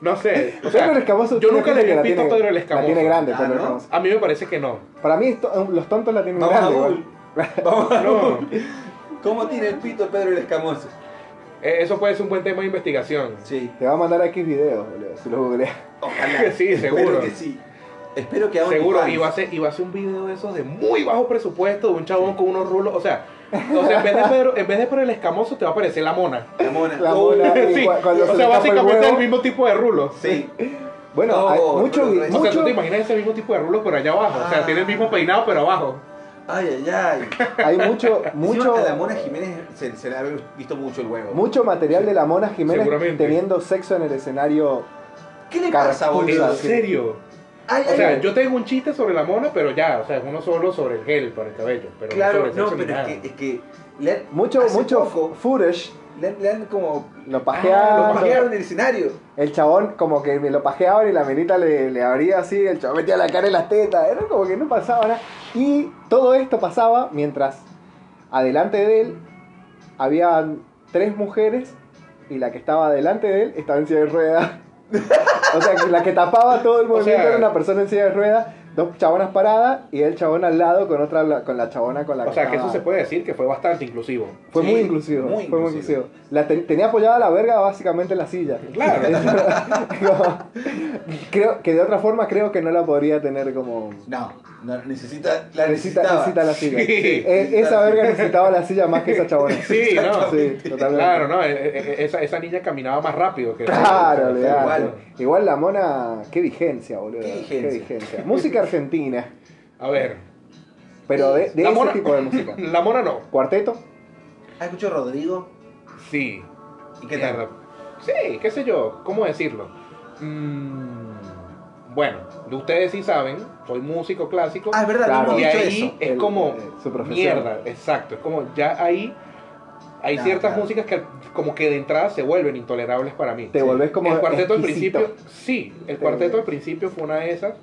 Speaker 6: No sé. O
Speaker 4: Pedro el
Speaker 6: sea,
Speaker 4: Escamoso
Speaker 6: yo
Speaker 4: tiene
Speaker 6: nunca le
Speaker 4: gente
Speaker 6: vi
Speaker 4: que
Speaker 6: el
Speaker 4: la
Speaker 6: pito a
Speaker 4: tiene-
Speaker 6: Pedro el Escamoso.
Speaker 4: La tiene grande,
Speaker 5: Ah,
Speaker 4: Pedro el
Speaker 5: ¿no?
Speaker 4: Escamoso.
Speaker 6: A mí me parece que no.
Speaker 4: Para mí esto- eh, los tontos la tienen
Speaker 5: Vamos a
Speaker 4: grande.
Speaker 5: Google.
Speaker 4: güey.
Speaker 5: Vamos a
Speaker 6: No.
Speaker 5: Google. ¿Cómo tiene el pito Pedro el Escamoso?
Speaker 6: Eh, Eso puede ser un buen tema de investigación.
Speaker 5: Sí.
Speaker 4: <laughs> Te va a mandar aquí videos, boludo, si lo googleas.
Speaker 6: <laughs>
Speaker 5: Ojalá.
Speaker 6: Sí, seguro.
Speaker 5: Espero que sí. Espero que haga un
Speaker 6: Seguro,
Speaker 5: OnlyFans.
Speaker 6: iba a, ser, iba a ser un video de esos de muy bajo presupuesto, de un chabón con unos rulos. O sea, Entonces, en vez, de Pedro, en vez de por el escamoso, te va a aparecer la mona.
Speaker 5: La mona.
Speaker 4: La mona, y
Speaker 6: sí,
Speaker 4: cu- cuando
Speaker 6: o
Speaker 4: se
Speaker 6: sea,
Speaker 4: le escapa el
Speaker 6: básicamente es
Speaker 4: huevo.
Speaker 6: el mismo tipo de rulo.
Speaker 5: Sí.
Speaker 4: Bueno,
Speaker 5: No,
Speaker 4: hay
Speaker 5: pero
Speaker 4: mucho,
Speaker 5: no es-
Speaker 6: O sea,
Speaker 4: mucho-
Speaker 6: tú te imaginas ese mismo tipo de rulo, pero allá abajo. O sea,
Speaker 5: Ah.
Speaker 6: tiene el mismo peinado, pero abajo.
Speaker 5: Ay, ay, ay.
Speaker 4: <laughs> hay mucho, mucho,
Speaker 5: Mucho. A la Mona Jiménez se, se le ha visto mucho el huevo.
Speaker 4: mucho material de la Mona Jiménez
Speaker 6: Seguramente.
Speaker 4: teniendo sexo en el escenario.
Speaker 5: ¿Qué le pasa,
Speaker 4: Caracol.
Speaker 5: boludo?
Speaker 6: ¿En
Speaker 4: sea, sí.
Speaker 6: serio?
Speaker 5: Ay,
Speaker 6: O
Speaker 5: ay,
Speaker 6: sea,
Speaker 5: ay.
Speaker 6: yo tengo un chiste sobre la mona, pero ya, o sea, es uno solo sobre el gel para el cabello. Pero
Speaker 5: Claro,
Speaker 6: no sobre
Speaker 5: no,
Speaker 6: sexo ni
Speaker 5: pero es
Speaker 6: nada.
Speaker 5: que, es que le han,
Speaker 4: Mucho,
Speaker 5: Hace
Speaker 4: mucho
Speaker 5: poco.
Speaker 4: footage.
Speaker 5: le han- le han como.
Speaker 4: Lo
Speaker 5: Lo
Speaker 4: pajeaban.
Speaker 5: pajearon en el escenario.
Speaker 4: el chabón como que me lo pajeaban y la menita le, le abría así, el chabón metía la cara en las tetas, era como que no pasaba nada. Y todo esto pasaba mientras adelante de él habían tres mujeres y la que estaba delante de él estaba en silla de ruedas. <laughs> o sea, que la que tapaba todo el movimiento
Speaker 6: sea-
Speaker 4: era una persona en silla de ruedas, dos chabonas paradas y el chabón al lado con otra con la chabona con la
Speaker 6: O sea, que
Speaker 4: estaba-
Speaker 6: eso se puede decir que fue bastante inclusivo.
Speaker 4: Fue
Speaker 5: Sí,
Speaker 4: muy inclusivo,
Speaker 5: muy
Speaker 4: fue muy
Speaker 5: inclusivo.
Speaker 4: inclusivo. La te- tenía apoyada la verga básicamente en la silla. <laughs>
Speaker 6: Claro.
Speaker 4: No. creo que de otra forma creo que no la podría tener como
Speaker 5: No, no, necesita. La
Speaker 4: necesita,
Speaker 5: necesitaba.
Speaker 4: necesita la silla.
Speaker 6: Sí.
Speaker 4: Eh, esa verga necesitaba la silla más que esa chabona.
Speaker 6: <laughs> Sí, no.
Speaker 4: Sí, totalmente.
Speaker 6: Claro, no, e- e- esa, esa niña caminaba más rápido
Speaker 4: <laughs>
Speaker 6: que
Speaker 4: Claro,
Speaker 6: que-
Speaker 4: olvidate.
Speaker 5: igual.
Speaker 4: igual. la mona, qué vigencia, boludo.
Speaker 5: Qué vigencia.
Speaker 4: vigencia. Música argentina,
Speaker 6: A ver,
Speaker 4: pero de, de
Speaker 6: La
Speaker 4: ese
Speaker 6: mona-
Speaker 4: tipo de música.
Speaker 6: la mona no.
Speaker 4: Cuarteto,
Speaker 5: ¿Has escuchado a Rodrigo?
Speaker 6: Sí.
Speaker 5: ¿Y qué tal?
Speaker 6: Mierda. Sí, qué sé yo, ¿cómo decirlo? Mm, bueno, de ustedes sí saben, soy músico clásico.
Speaker 5: Ah, es verdad,
Speaker 4: Claro.
Speaker 5: no hemos
Speaker 6: y
Speaker 5: dicho
Speaker 6: ahí
Speaker 5: eso.
Speaker 6: es
Speaker 4: El-
Speaker 6: como
Speaker 4: eh, su profesión.
Speaker 6: mierda, exacto, es como ya ahí hay
Speaker 5: Claro,
Speaker 6: ciertas
Speaker 5: claro.
Speaker 6: músicas que como que de entrada se vuelven intolerables para mí.
Speaker 4: te volvés como
Speaker 6: el cuarteto al
Speaker 4: exquisito.
Speaker 6: principio, sí, el cuarteto al principio fue una de esas.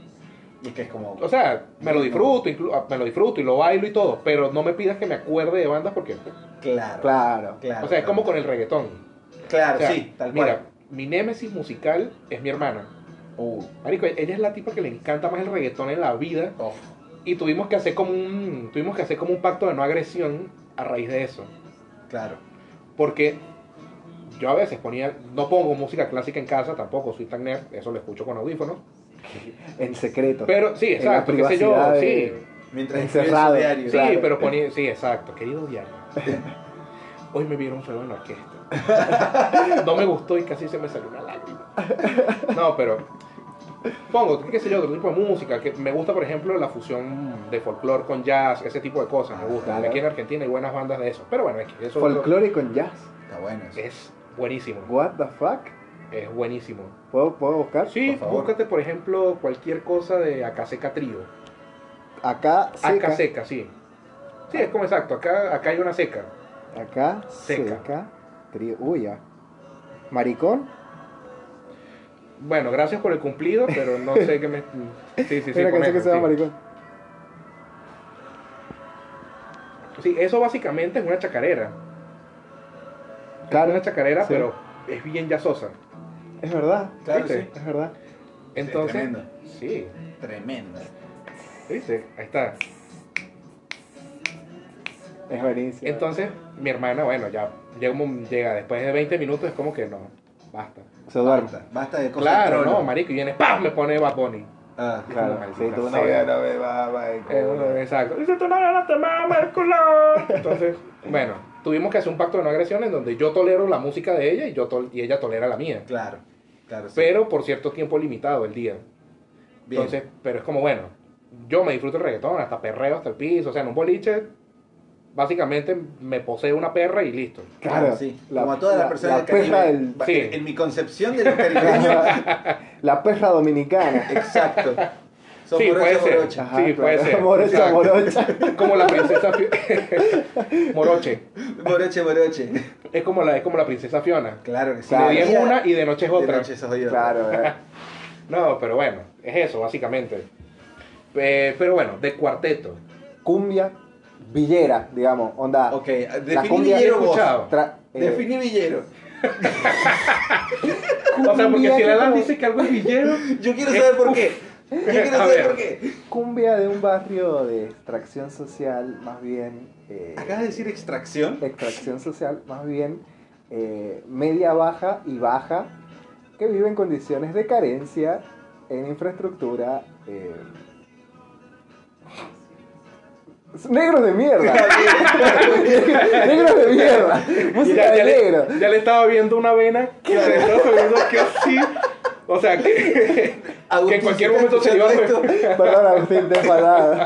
Speaker 5: Y es que es como.
Speaker 6: O sea, me lo disfruto, inclu- ah, me lo disfruto y lo bailo y todo, pero no me pidas que me acuerde de bandas porque
Speaker 5: Claro.
Speaker 4: Claro.
Speaker 5: claro
Speaker 6: o sea, es
Speaker 5: claro.
Speaker 6: como con el reggaetón.
Speaker 5: Claro,
Speaker 6: O sea,
Speaker 5: sí, tal
Speaker 6: mira,
Speaker 5: cual.
Speaker 6: mi némesis musical es mi hermana.
Speaker 5: Uh,
Speaker 6: Marico, ella es la tipa que le encanta más el reggaetón en la vida
Speaker 5: oh.
Speaker 6: y tuvimos que hacer como un tuvimos que hacer como un pacto de no agresión a raíz de eso,
Speaker 5: Claro.
Speaker 6: porque yo a veces ponía no pongo música clásica en casa tampoco, soy tan nerd, eso lo escucho con audífonos,
Speaker 4: En secreto.
Speaker 6: pero sí,
Speaker 4: En la
Speaker 6: exacto, qué sé yo,
Speaker 4: privacidad
Speaker 6: sí.
Speaker 4: de-
Speaker 5: Mientras
Speaker 4: Encerrado.
Speaker 5: escribe su diario.
Speaker 6: Sí,
Speaker 4: Claro.
Speaker 6: pero ponía, sí, exacto, querido diario.
Speaker 4: <laughs>
Speaker 6: Hoy me vieron feo en la orquesta. <laughs> No me gustó y casi se me salió una lágrima. No, pero pongo, qué sé yo, otro tipo de música. Que me gusta, por ejemplo, la fusión de folclore con jazz, ese tipo de cosas me gusta.
Speaker 4: Claro.
Speaker 6: Aquí en Argentina hay buenas bandas de eso. Pero bueno, es que eso
Speaker 4: Folclore con jazz.
Speaker 5: Está bueno. eso.
Speaker 6: es buenísimo.
Speaker 4: What the fuck?
Speaker 6: Es buenísimo.
Speaker 4: ¿Puedo, puedo buscar?
Speaker 6: Sí,
Speaker 5: Por favor.
Speaker 6: búscate, por ejemplo, cualquier cosa de Acaseca Trío.
Speaker 4: Acá seca.
Speaker 6: Acá seca, sí. Sí, es como exacto. Acá, acá hay una seca.
Speaker 4: Acá,
Speaker 6: Seca.
Speaker 4: seca. Tri- Uy, ya. Maricón.
Speaker 6: Bueno, gracias por el cumplido, pero no sé
Speaker 4: <laughs>
Speaker 6: qué me. Sí, sí, sí.
Speaker 4: Mira
Speaker 6: con
Speaker 4: que
Speaker 6: eso,
Speaker 4: sé que se llama
Speaker 6: sí.
Speaker 4: maricón.
Speaker 6: Sí, eso básicamente es una chacarera.
Speaker 4: Claro.
Speaker 6: Es una chacarera,
Speaker 4: Sí.
Speaker 6: pero es bien yazosa.
Speaker 4: Es verdad.
Speaker 5: Claro,
Speaker 6: ¿Viste?
Speaker 5: sí.
Speaker 4: Es verdad.
Speaker 6: Entonces.
Speaker 5: tremendo.
Speaker 6: Sí,
Speaker 5: Tremendo.
Speaker 6: ¿viste? Ahí está.
Speaker 4: Es buenísimo.
Speaker 6: Entonces, mi hermana, bueno, ya llega, un- llega después de 20 minutos, es como que no, basta.
Speaker 4: se duerme.
Speaker 5: Basta, basta de cosas.
Speaker 6: Claro,
Speaker 5: de
Speaker 6: no,
Speaker 5: trono.
Speaker 6: marico, y viene, ¡pam! Me pone Bad Bunny.
Speaker 5: Ah,
Speaker 4: Claro.
Speaker 6: Maldita
Speaker 4: Sí, tú
Speaker 6: sea.
Speaker 4: no veas, no veas, va, va,
Speaker 6: Eh,
Speaker 4: va.
Speaker 6: exacto. Dice, "Tú no ganaste más, Merculo".
Speaker 4: <laughs>
Speaker 6: Entonces, bueno, tuvimos que hacer un pacto de no agresión en donde yo tolero la música de ella y, yo tol- y ella tolera la mía.
Speaker 5: claro. Claro, sí.
Speaker 6: pero por cierto tiempo limitado el día.
Speaker 5: Bien.
Speaker 6: Entonces, pero es como, bueno, yo me disfruto el reggaetón, hasta perreo hasta el piso, o sea, en un boliche, básicamente me posee una perra y listo.
Speaker 4: Claro.
Speaker 5: sí.
Speaker 4: La-
Speaker 5: Como a toda la,
Speaker 4: la-
Speaker 5: persona
Speaker 4: la
Speaker 5: del Caribe.
Speaker 4: perra del-
Speaker 5: Va-
Speaker 6: Sí.
Speaker 5: En mi concepción de los
Speaker 6: <laughs>
Speaker 5: caribeños.
Speaker 4: La perra dominicana.
Speaker 5: exacto. Son
Speaker 6: Sí,
Speaker 5: morocha,
Speaker 6: puede ser.
Speaker 5: morocha.
Speaker 6: Sí, puede ser.
Speaker 4: Morocha,
Speaker 6: Exacto.
Speaker 4: morocha.
Speaker 6: <laughs> Como la princesa Fi- <laughs> Moroche.
Speaker 5: Moroche, moroche.
Speaker 6: Es como la, es como la princesa Fiona.
Speaker 5: Claro que sí.
Speaker 4: Claro.
Speaker 6: De día es
Speaker 5: Día-
Speaker 6: una y de noche es
Speaker 5: Ah, de
Speaker 6: otra.
Speaker 5: noche soy yo.
Speaker 4: Claro, eh.
Speaker 6: No, pero bueno, es eso, básicamente. Eh, pero bueno, de cuarteto.
Speaker 4: Cumbia villera, digamos. Onda.
Speaker 5: Ok,
Speaker 4: La
Speaker 5: definí
Speaker 4: cumbia
Speaker 5: villero vos.
Speaker 6: escuchado.
Speaker 4: Tra- eh,
Speaker 5: Definí villero.
Speaker 6: O sea, porque
Speaker 4: cumbia
Speaker 6: si
Speaker 4: que
Speaker 6: la Dan
Speaker 4: como-
Speaker 6: dice que algo es
Speaker 5: <laughs>
Speaker 6: villero,
Speaker 5: Yo quiero saber por qué. Yo quiero
Speaker 6: eh, <laughs> A
Speaker 5: saber
Speaker 6: ver.
Speaker 5: por qué.
Speaker 4: Cumbia de un barrio de extracción social, más bien. eh,
Speaker 5: Acabas de
Speaker 6: <laughs>
Speaker 5: decir extracción.
Speaker 4: extracción social, más bien eh, media baja y baja, que vive en condiciones de carencia en infraestructura.
Speaker 5: <laughs>
Speaker 4: eh. Negros de mierda. Negros de mierda. Música
Speaker 6: ya,
Speaker 4: de
Speaker 6: ya le-
Speaker 4: negro.
Speaker 6: ya le estaba viendo una vena que se le estaba subiendo que así. O sea, que, <laughs> que en cualquier momento se iba a
Speaker 4: Perdón, Agustín, te he
Speaker 5: <laughs>
Speaker 4: fallado.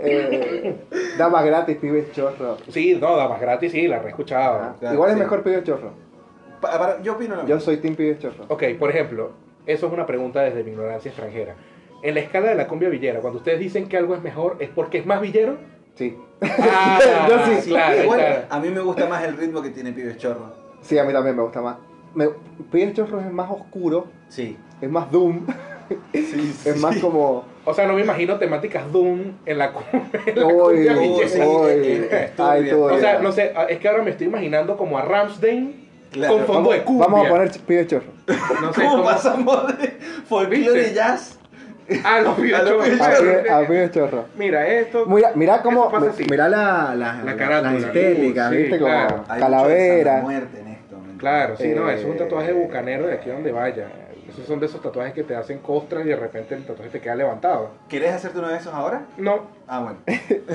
Speaker 4: eh, damas gratis, pibes chorro.
Speaker 6: Sí, no, damas gratis, sí, la reescuchaba.
Speaker 4: Ah,
Speaker 5: claro,
Speaker 4: Igual es
Speaker 5: sí.
Speaker 4: mejor pibes chorro.
Speaker 5: Pa- para- yo opino lo
Speaker 4: Yo
Speaker 5: mismo.
Speaker 4: soy team pibes chorro.
Speaker 6: Ok, por ejemplo, eso es una pregunta desde mi ignorancia extranjera. En la escala de la cumbia villera, cuando ustedes dicen que algo es mejor, ¿es porque es más
Speaker 4: <laughs>
Speaker 6: villero?
Speaker 4: Sí.
Speaker 6: Ah,
Speaker 4: Yo sí.
Speaker 6: claro,
Speaker 5: Igual,
Speaker 6: claro.
Speaker 5: a mí me gusta más el ritmo que tiene Pibes Chorro.
Speaker 4: Sí, a mí también me gusta más. Me, pibes chorro es más oscuro,
Speaker 6: <laughs>
Speaker 5: Sí.
Speaker 4: es más doom, <laughs>
Speaker 5: Sí, sí.
Speaker 4: es más como...
Speaker 6: O sea, no me imagino temáticas Doom en la, cu- <laughs> en <laughs> la
Speaker 4: Uy,
Speaker 6: cumbia
Speaker 5: Oh, sí,
Speaker 6: villera. <laughs>
Speaker 4: uy,
Speaker 5: es- es
Speaker 4: ay,
Speaker 5: turbia.
Speaker 4: tú,
Speaker 6: O sea,
Speaker 4: ya.
Speaker 6: no sé, ah, es que ahora me estoy imaginando como a Ramsden
Speaker 5: Claro.
Speaker 6: con fondo
Speaker 4: Vamos,
Speaker 6: de cumbia.
Speaker 4: vamos a poner ch- pibes chorro.
Speaker 6: No sé
Speaker 5: ¿Cómo,
Speaker 6: cómo. <laughs>
Speaker 5: pasamos de folclore
Speaker 6: ¿Viste?
Speaker 5: y jazz?
Speaker 6: Ah, los pibes
Speaker 5: A los
Speaker 6: chorros.
Speaker 5: pibes
Speaker 6: <laughs>
Speaker 4: A pibes, a pibes chorro.
Speaker 6: Mira esto.
Speaker 4: Mira, mira cómo...
Speaker 6: Eso pasa así.
Speaker 4: Mira la, la,
Speaker 6: La carátula.
Speaker 4: las estéticas,
Speaker 6: Uh, sí,
Speaker 4: viste,
Speaker 6: claro.
Speaker 4: como
Speaker 5: Hay mucho de Santa
Speaker 4: calavera.
Speaker 5: muerte en esto. ¿me entiendes?
Speaker 6: Claro, sí, no,
Speaker 4: Eh,
Speaker 6: eso es un tatuaje bucanero de aquí donde vaya. Esos son de esos tatuajes que te hacen costras y de repente el tatuaje te queda levantado.
Speaker 5: ¿Querés hacerte uno de esos ahora?
Speaker 6: <laughs> No,
Speaker 5: Ah, bueno.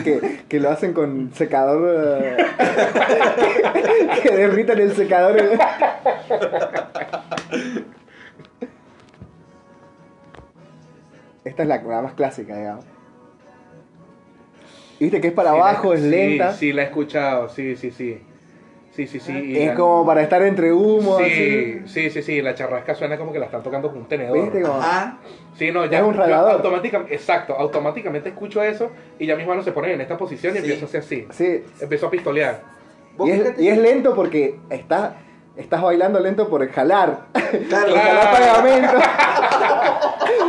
Speaker 4: que, que lo hacen con secador. eh, <laughs> que derritan el secador. eh. Esta es la, la más clásica, digamos. Viste que es para
Speaker 6: Sí, la-
Speaker 4: abajo, es
Speaker 6: sí,
Speaker 4: lenta.
Speaker 6: Sí, la he escuchado, sí, sí, sí. Sí, sí, sí. y
Speaker 4: es
Speaker 6: la-
Speaker 4: como para estar entre humo,
Speaker 6: Sí,
Speaker 4: así.
Speaker 6: sí, sí, sí, la charrasca suena como que la están tocando con un
Speaker 4: ¿Viste?
Speaker 6: tenedor.
Speaker 4: Como,
Speaker 5: Ajá.
Speaker 6: Sí, no, ya
Speaker 4: Es un
Speaker 6: yo
Speaker 4: rayador.
Speaker 6: automáticamente, exacto, automáticamente escucho eso y ya mis manos se ponen en esta posición y
Speaker 5: Sí.
Speaker 6: empiezo a hacer así.
Speaker 4: sí.
Speaker 6: Empiezo a
Speaker 4: <laughs>
Speaker 6: pistolear.
Speaker 5: Vos
Speaker 4: Y es,
Speaker 5: fíjate
Speaker 4: y
Speaker 5: que-
Speaker 4: es lento porque está, estás bailando lento por jalar.
Speaker 6: Ah.
Speaker 5: Claro,
Speaker 6: Claro. <laughs>
Speaker 4: jalar pegamento.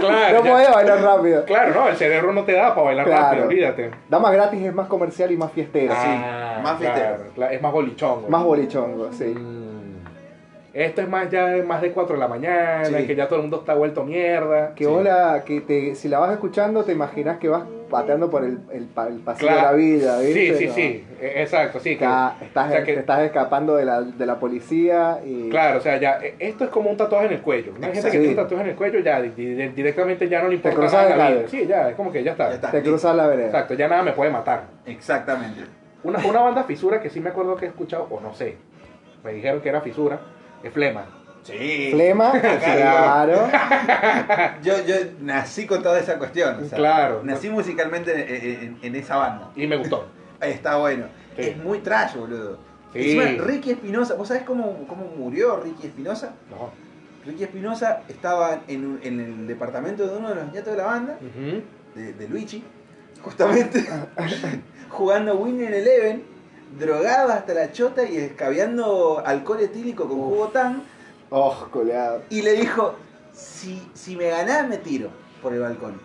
Speaker 6: Claro,
Speaker 4: No
Speaker 6: ya-
Speaker 4: podés bailar rápido.
Speaker 6: claro, no, el cerebro no te da para bailar
Speaker 4: Claro.
Speaker 6: rápido, olvídate.
Speaker 4: Damas gratis es más comercial y más fiestero.
Speaker 6: Ah,
Speaker 5: más
Speaker 6: claro,
Speaker 5: fiestero.
Speaker 6: claro, es más bolichongo.
Speaker 4: Más bolichongo, sí.
Speaker 6: Mm. Esto es más ya de- más de 4 de la mañana,
Speaker 5: Sí.
Speaker 6: que ya todo el mundo está vuelto mierda.
Speaker 4: Que vos la, que te, si la vas escuchando, te imaginas que vas pateando por el, el, pa- el pasillo
Speaker 6: Claro.
Speaker 4: de la vida, ¿viste?
Speaker 6: Sí, sí,
Speaker 4: ¿No? Ah.
Speaker 6: sí, e- exacto, sí. que-
Speaker 4: Está- estás,
Speaker 6: o sea que-
Speaker 4: Te estás escapando de la, de la policía y...
Speaker 6: Claro, o sea, ya, eh, esto es como un tatuaje en el cuello. Una gente
Speaker 5: Exacto.
Speaker 6: que tiene un
Speaker 4: Sí.
Speaker 6: tatuaje en el cuello ya di- di- directamente ya no le importa
Speaker 4: cruzas
Speaker 6: nada
Speaker 4: de
Speaker 6: en la
Speaker 4: calle.
Speaker 6: vida. Sí, ya, es como que ya está.
Speaker 5: Ya está.
Speaker 4: Te cruzas la vereda.
Speaker 6: Exacto, ya nada me puede matar.
Speaker 5: Exactamente.
Speaker 6: Una, una banda fisura que sí me acuerdo que he escuchado, o no sé, me dijeron que era fisura, es Flema.
Speaker 5: Sí.
Speaker 6: <laughs>
Speaker 4: Flema, claro.
Speaker 5: Yo, yo nací con toda esa cuestión. o sea,
Speaker 6: Claro.
Speaker 5: Nací musicalmente en, en- en esa banda.
Speaker 6: Y me gustó.
Speaker 5: Está bueno.
Speaker 6: Sí.
Speaker 5: Es muy trash, boludo.
Speaker 6: Sí.
Speaker 5: Encima, Ricky Espinosa, ¿vos sabés cómo, cómo murió Ricky Espinosa?
Speaker 6: No.
Speaker 5: Ricky Espinosa estaba en, un- en el departamento de uno de los nietos de la banda,
Speaker 6: Ujú.
Speaker 5: de, de Luigi, justamente, <laughs> jugando Winner Eleven, drogado hasta la chota y escabeando alcohol etílico con jugo tan,
Speaker 4: Oh, coleado.
Speaker 5: y le dijo, si, si me ganás me tiro por el balcón.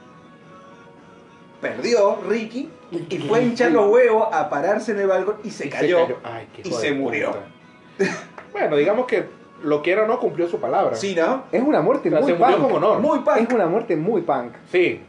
Speaker 5: Perdió Ricky y fue a hinchar los huevos a pararse en el balcón y se
Speaker 6: Y
Speaker 5: cayó.
Speaker 6: Ay, qué
Speaker 5: y
Speaker 6: hijo
Speaker 5: se
Speaker 6: de
Speaker 5: murió.
Speaker 6: puta. Bueno, digamos que lo quiera o no cumplió su palabra.
Speaker 5: Sí, ¿no?
Speaker 4: Es una muerte
Speaker 6: O sea,
Speaker 4: muy
Speaker 6: se murió
Speaker 4: punk.
Speaker 6: con honor.
Speaker 5: Muy punk.
Speaker 4: Es una muerte muy punk.
Speaker 6: Sí,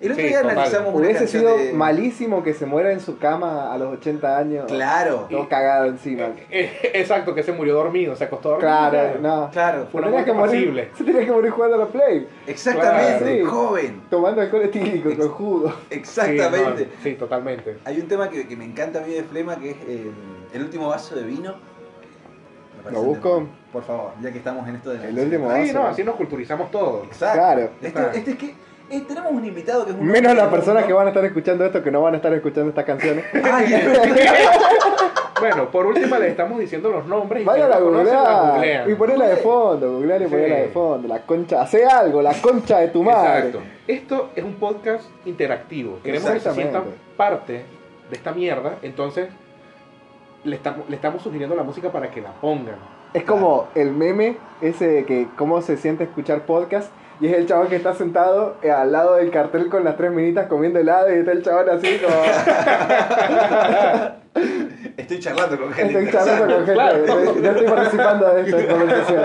Speaker 5: El otro
Speaker 6: Sí,
Speaker 5: día
Speaker 6: total.
Speaker 5: analizamos una
Speaker 4: Hubiese
Speaker 5: canción
Speaker 4: sido
Speaker 5: de-
Speaker 4: malísimo que se muera en su cama a los 80 años.
Speaker 5: Claro,
Speaker 4: Todo cagado encima.
Speaker 6: Eh, eh, <laughs> exacto, que se murió dormido, se acostó dormido.
Speaker 4: Claro, no.
Speaker 5: claro.
Speaker 6: Fue una
Speaker 4: Se tenía que
Speaker 6: muerte
Speaker 4: morir- <laughs>
Speaker 6: pasible.
Speaker 4: Se tenía que morir jugando a la Play.
Speaker 5: Exactamente,
Speaker 4: Claro.
Speaker 5: joven.
Speaker 4: Tomando alcohol etílico
Speaker 5: Ex-
Speaker 4: con jugo.
Speaker 5: Exactamente.
Speaker 6: Sí, no, sí, totalmente.
Speaker 5: Hay un tema que, que me encanta a mí de Flema que es eh, el último vaso de vino. Me parece
Speaker 4: Lo busco.
Speaker 5: un tema. Por favor, ya que estamos en esto de la
Speaker 4: El
Speaker 5: música.
Speaker 4: último.
Speaker 6: Sí,
Speaker 4: Oso.
Speaker 6: no, así nos culturizamos todos.
Speaker 5: Exacto.
Speaker 4: Claro.
Speaker 5: Esto- este es que eh, tenemos un invitado que es un.
Speaker 4: Menos las personas que van a estar escuchando esto, que no van a estar escuchando
Speaker 6: <laughs>
Speaker 4: estas canciones.
Speaker 5: Ay, <laughs>
Speaker 6: Bueno, por último le estamos diciendo los nombres. y
Speaker 4: Vayan
Speaker 6: quien
Speaker 4: a
Speaker 6: no conoce, la
Speaker 4: googlear
Speaker 6: googlean.
Speaker 4: y ponela de
Speaker 5: Sí.
Speaker 4: fondo, googlear y
Speaker 6: Sí.
Speaker 4: ponela de fondo. La concha, hace algo, la concha de tu madre.
Speaker 6: Exacto. Esto es un podcast interactivo. Queremos que se
Speaker 4: Exactamente.
Speaker 6: sientan parte de esta mierda. Entonces, le estamos, le estamos sugiriendo la música para que la
Speaker 4: <laughs>
Speaker 6: pongan.
Speaker 4: Es como el meme ese de que cómo se siente escuchar podcast. Y es el chabón que está sentado eh, al lado del cartel con las tres minitas comiendo helado y está el chabón así como...
Speaker 5: estoy charlando con gente.
Speaker 4: Estoy charlando con gente,
Speaker 6: Claro.
Speaker 4: estoy- yo estoy participando de esta conversación.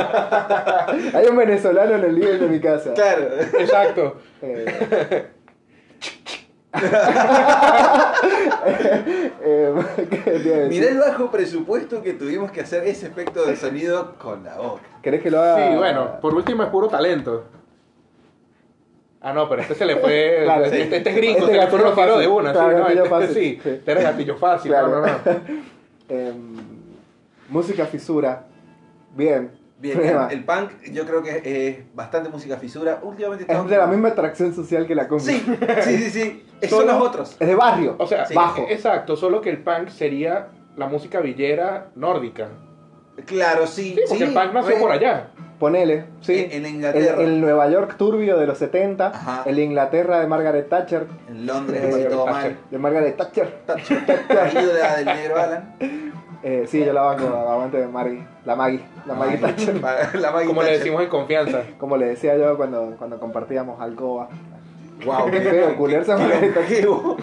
Speaker 5: <laughs>
Speaker 4: Hay un venezolano en el nivel de mi casa.
Speaker 5: Claro.
Speaker 6: Exacto.
Speaker 5: <laughs>
Speaker 4: Eh. <laughs> Eh, ¿qué te iba a decir?
Speaker 5: Mirá el bajo presupuesto que tuvimos que hacer ese efecto de sonido con la boca.
Speaker 4: Ah. ¿Querés que lo haga?
Speaker 6: Sí, bueno, por último es puro talento. Ah, no, pero este se le fue.
Speaker 4: <laughs> Claro,
Speaker 6: este,
Speaker 4: sí.
Speaker 6: este es gringo, este
Speaker 4: Este gatillo
Speaker 6: gatillo lo tiró
Speaker 4: fácil.
Speaker 6: de una.
Speaker 4: Claro,
Speaker 6: sí, no,
Speaker 4: gatillo
Speaker 6: este, <laughs>
Speaker 4: fácil.
Speaker 6: Sí,
Speaker 4: Sí.
Speaker 6: este era gatillo fácil.
Speaker 4: Claro.
Speaker 6: No, no, no.
Speaker 4: Em, música fisura. Bien.
Speaker 5: Bien,
Speaker 4: Prueba.
Speaker 5: el, el punk yo creo que es, es bastante música fisura. Últimamente
Speaker 4: Es de la misma atracción social que la cumbia.
Speaker 5: Sí, sí, sí, sí. Eh, Son
Speaker 6: Solo-
Speaker 5: los otros.
Speaker 4: Es de barrio.
Speaker 6: O sea,
Speaker 5: Sí.
Speaker 4: bajo.
Speaker 6: exacto, solo que el punk sería la música villera nórdica.
Speaker 5: Claro, sí.
Speaker 6: Sí, porque el punk nació
Speaker 5: re-
Speaker 6: por allá.
Speaker 4: Ponele. Sí.
Speaker 5: En, en
Speaker 4: el,
Speaker 5: Inglaterra,
Speaker 4: el Nueva York turbio de los 70,
Speaker 5: Ajá.
Speaker 4: el Inglaterra de Margaret Thatcher,
Speaker 5: en Londres,
Speaker 4: Eh,
Speaker 5: así todo
Speaker 6: Thatcher.
Speaker 5: mal.
Speaker 4: de Margaret Thatcher.
Speaker 5: Thatcher,
Speaker 4: <laughs>
Speaker 5: la ídola del negro Alan.
Speaker 4: Eh, sí, yo la banco, la aguante de Mari, la Maggie, la Maggie Thatcher.
Speaker 5: Para- La Maggie
Speaker 6: Como le
Speaker 5: Thatcher.
Speaker 6: decimos en confianza.
Speaker 4: Como le decía yo cuando, cuando compartíamos alcoba.
Speaker 5: Wow,
Speaker 4: Qué feo, culiarse a Margaret Thatcher.
Speaker 5: longevo.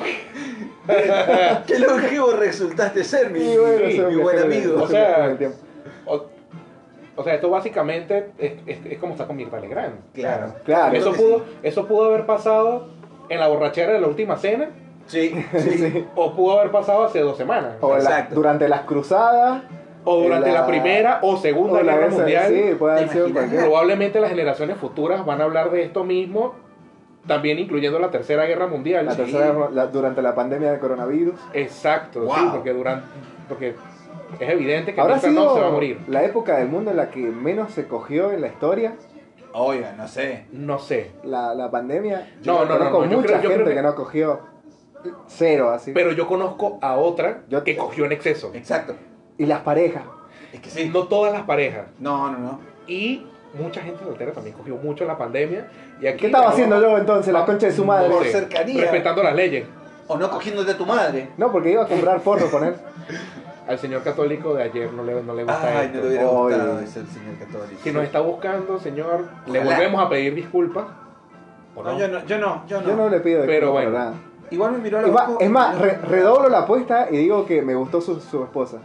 Speaker 5: qué longevo resultaste ser, mi,
Speaker 4: Y bueno,
Speaker 5: mi
Speaker 4: se me
Speaker 5: buen
Speaker 4: fue el-
Speaker 5: amigo.
Speaker 4: se me
Speaker 6: O sea,
Speaker 4: fue el tiempo.
Speaker 6: O, o sea, esto básicamente es, es- es como está con Mirta Legrand.
Speaker 5: Claro.
Speaker 4: Claro.
Speaker 6: Eso
Speaker 5: que
Speaker 6: pudo,
Speaker 5: sí.
Speaker 6: eso pudo haber pasado en la borrachera de la última cena
Speaker 5: Sí,
Speaker 4: Sí.
Speaker 6: o pudo haber pasado hace dos semanas.
Speaker 4: O la-
Speaker 5: Exacto.
Speaker 4: durante las cruzadas.
Speaker 6: O durante la, primera o segunda
Speaker 4: o la
Speaker 6: guerra
Speaker 4: vez-
Speaker 6: mundial.
Speaker 4: Sí, puede haber
Speaker 5: ¿Te
Speaker 4: sido
Speaker 5: imaginas?
Speaker 4: cualquier.
Speaker 6: Probablemente las generaciones futuras van a hablar de esto mismo, también incluyendo la tercera guerra mundial.
Speaker 4: La
Speaker 6: Sí.
Speaker 4: tercera, la- durante la pandemia del coronavirus.
Speaker 6: Exacto, sí,
Speaker 5: Wow.
Speaker 6: porque durante, porque es evidente que
Speaker 4: Habrá
Speaker 6: Mr. Knox
Speaker 4: sido
Speaker 6: se va a morir.
Speaker 4: la época del mundo en la que menos se cogió en la historia,
Speaker 5: Oiga, no sé.
Speaker 6: No sé,
Speaker 4: la, la pandemia.
Speaker 6: No, no, no,
Speaker 4: conozco
Speaker 6: no, yo
Speaker 4: mucha
Speaker 6: creo- yo
Speaker 4: gente
Speaker 6: creo
Speaker 4: que...
Speaker 6: que-
Speaker 4: no cogió cero así.
Speaker 6: pero yo conozco a otra
Speaker 4: Yo-
Speaker 6: que cogió en exceso.
Speaker 5: Exacto.
Speaker 4: Y las parejas.
Speaker 5: Es que sí.
Speaker 6: No todas las parejas.
Speaker 5: No, no, no.
Speaker 6: Y mucha gente soltera también cogió mucho en la pandemia. Y aquí
Speaker 4: ¿Qué estaba
Speaker 6: no-
Speaker 4: haciendo yo entonces, la concha de su madre?
Speaker 6: No
Speaker 5: Por
Speaker 6: sé,
Speaker 5: cercanía.
Speaker 6: Respetando las leyes.
Speaker 5: O no cogiéndote a tu madre.
Speaker 4: No, porque iba
Speaker 6: <laughs>
Speaker 4: a comprar porro con él.
Speaker 6: Al señor católico de ayer no le, no le gusta
Speaker 5: Ay,
Speaker 6: esto.
Speaker 5: no le hubiera gustado
Speaker 4: Oye.
Speaker 5: ese señor católico.
Speaker 6: Si nos está buscando, señor, le
Speaker 5: Ojalá.
Speaker 6: volvemos a pedir disculpas. ¿O
Speaker 5: No,
Speaker 6: no?
Speaker 5: yo no, yo no, yo no.
Speaker 4: Yo no le pido
Speaker 6: Pero
Speaker 4: disculpas,
Speaker 6: bueno.
Speaker 4: ¿verdad?
Speaker 5: Igual me miró a
Speaker 4: Es
Speaker 5: los
Speaker 4: más,
Speaker 5: ojos.
Speaker 4: es más, re- redoblo la apuesta y digo que me gustó su,
Speaker 6: <laughs>
Speaker 4: su esposa.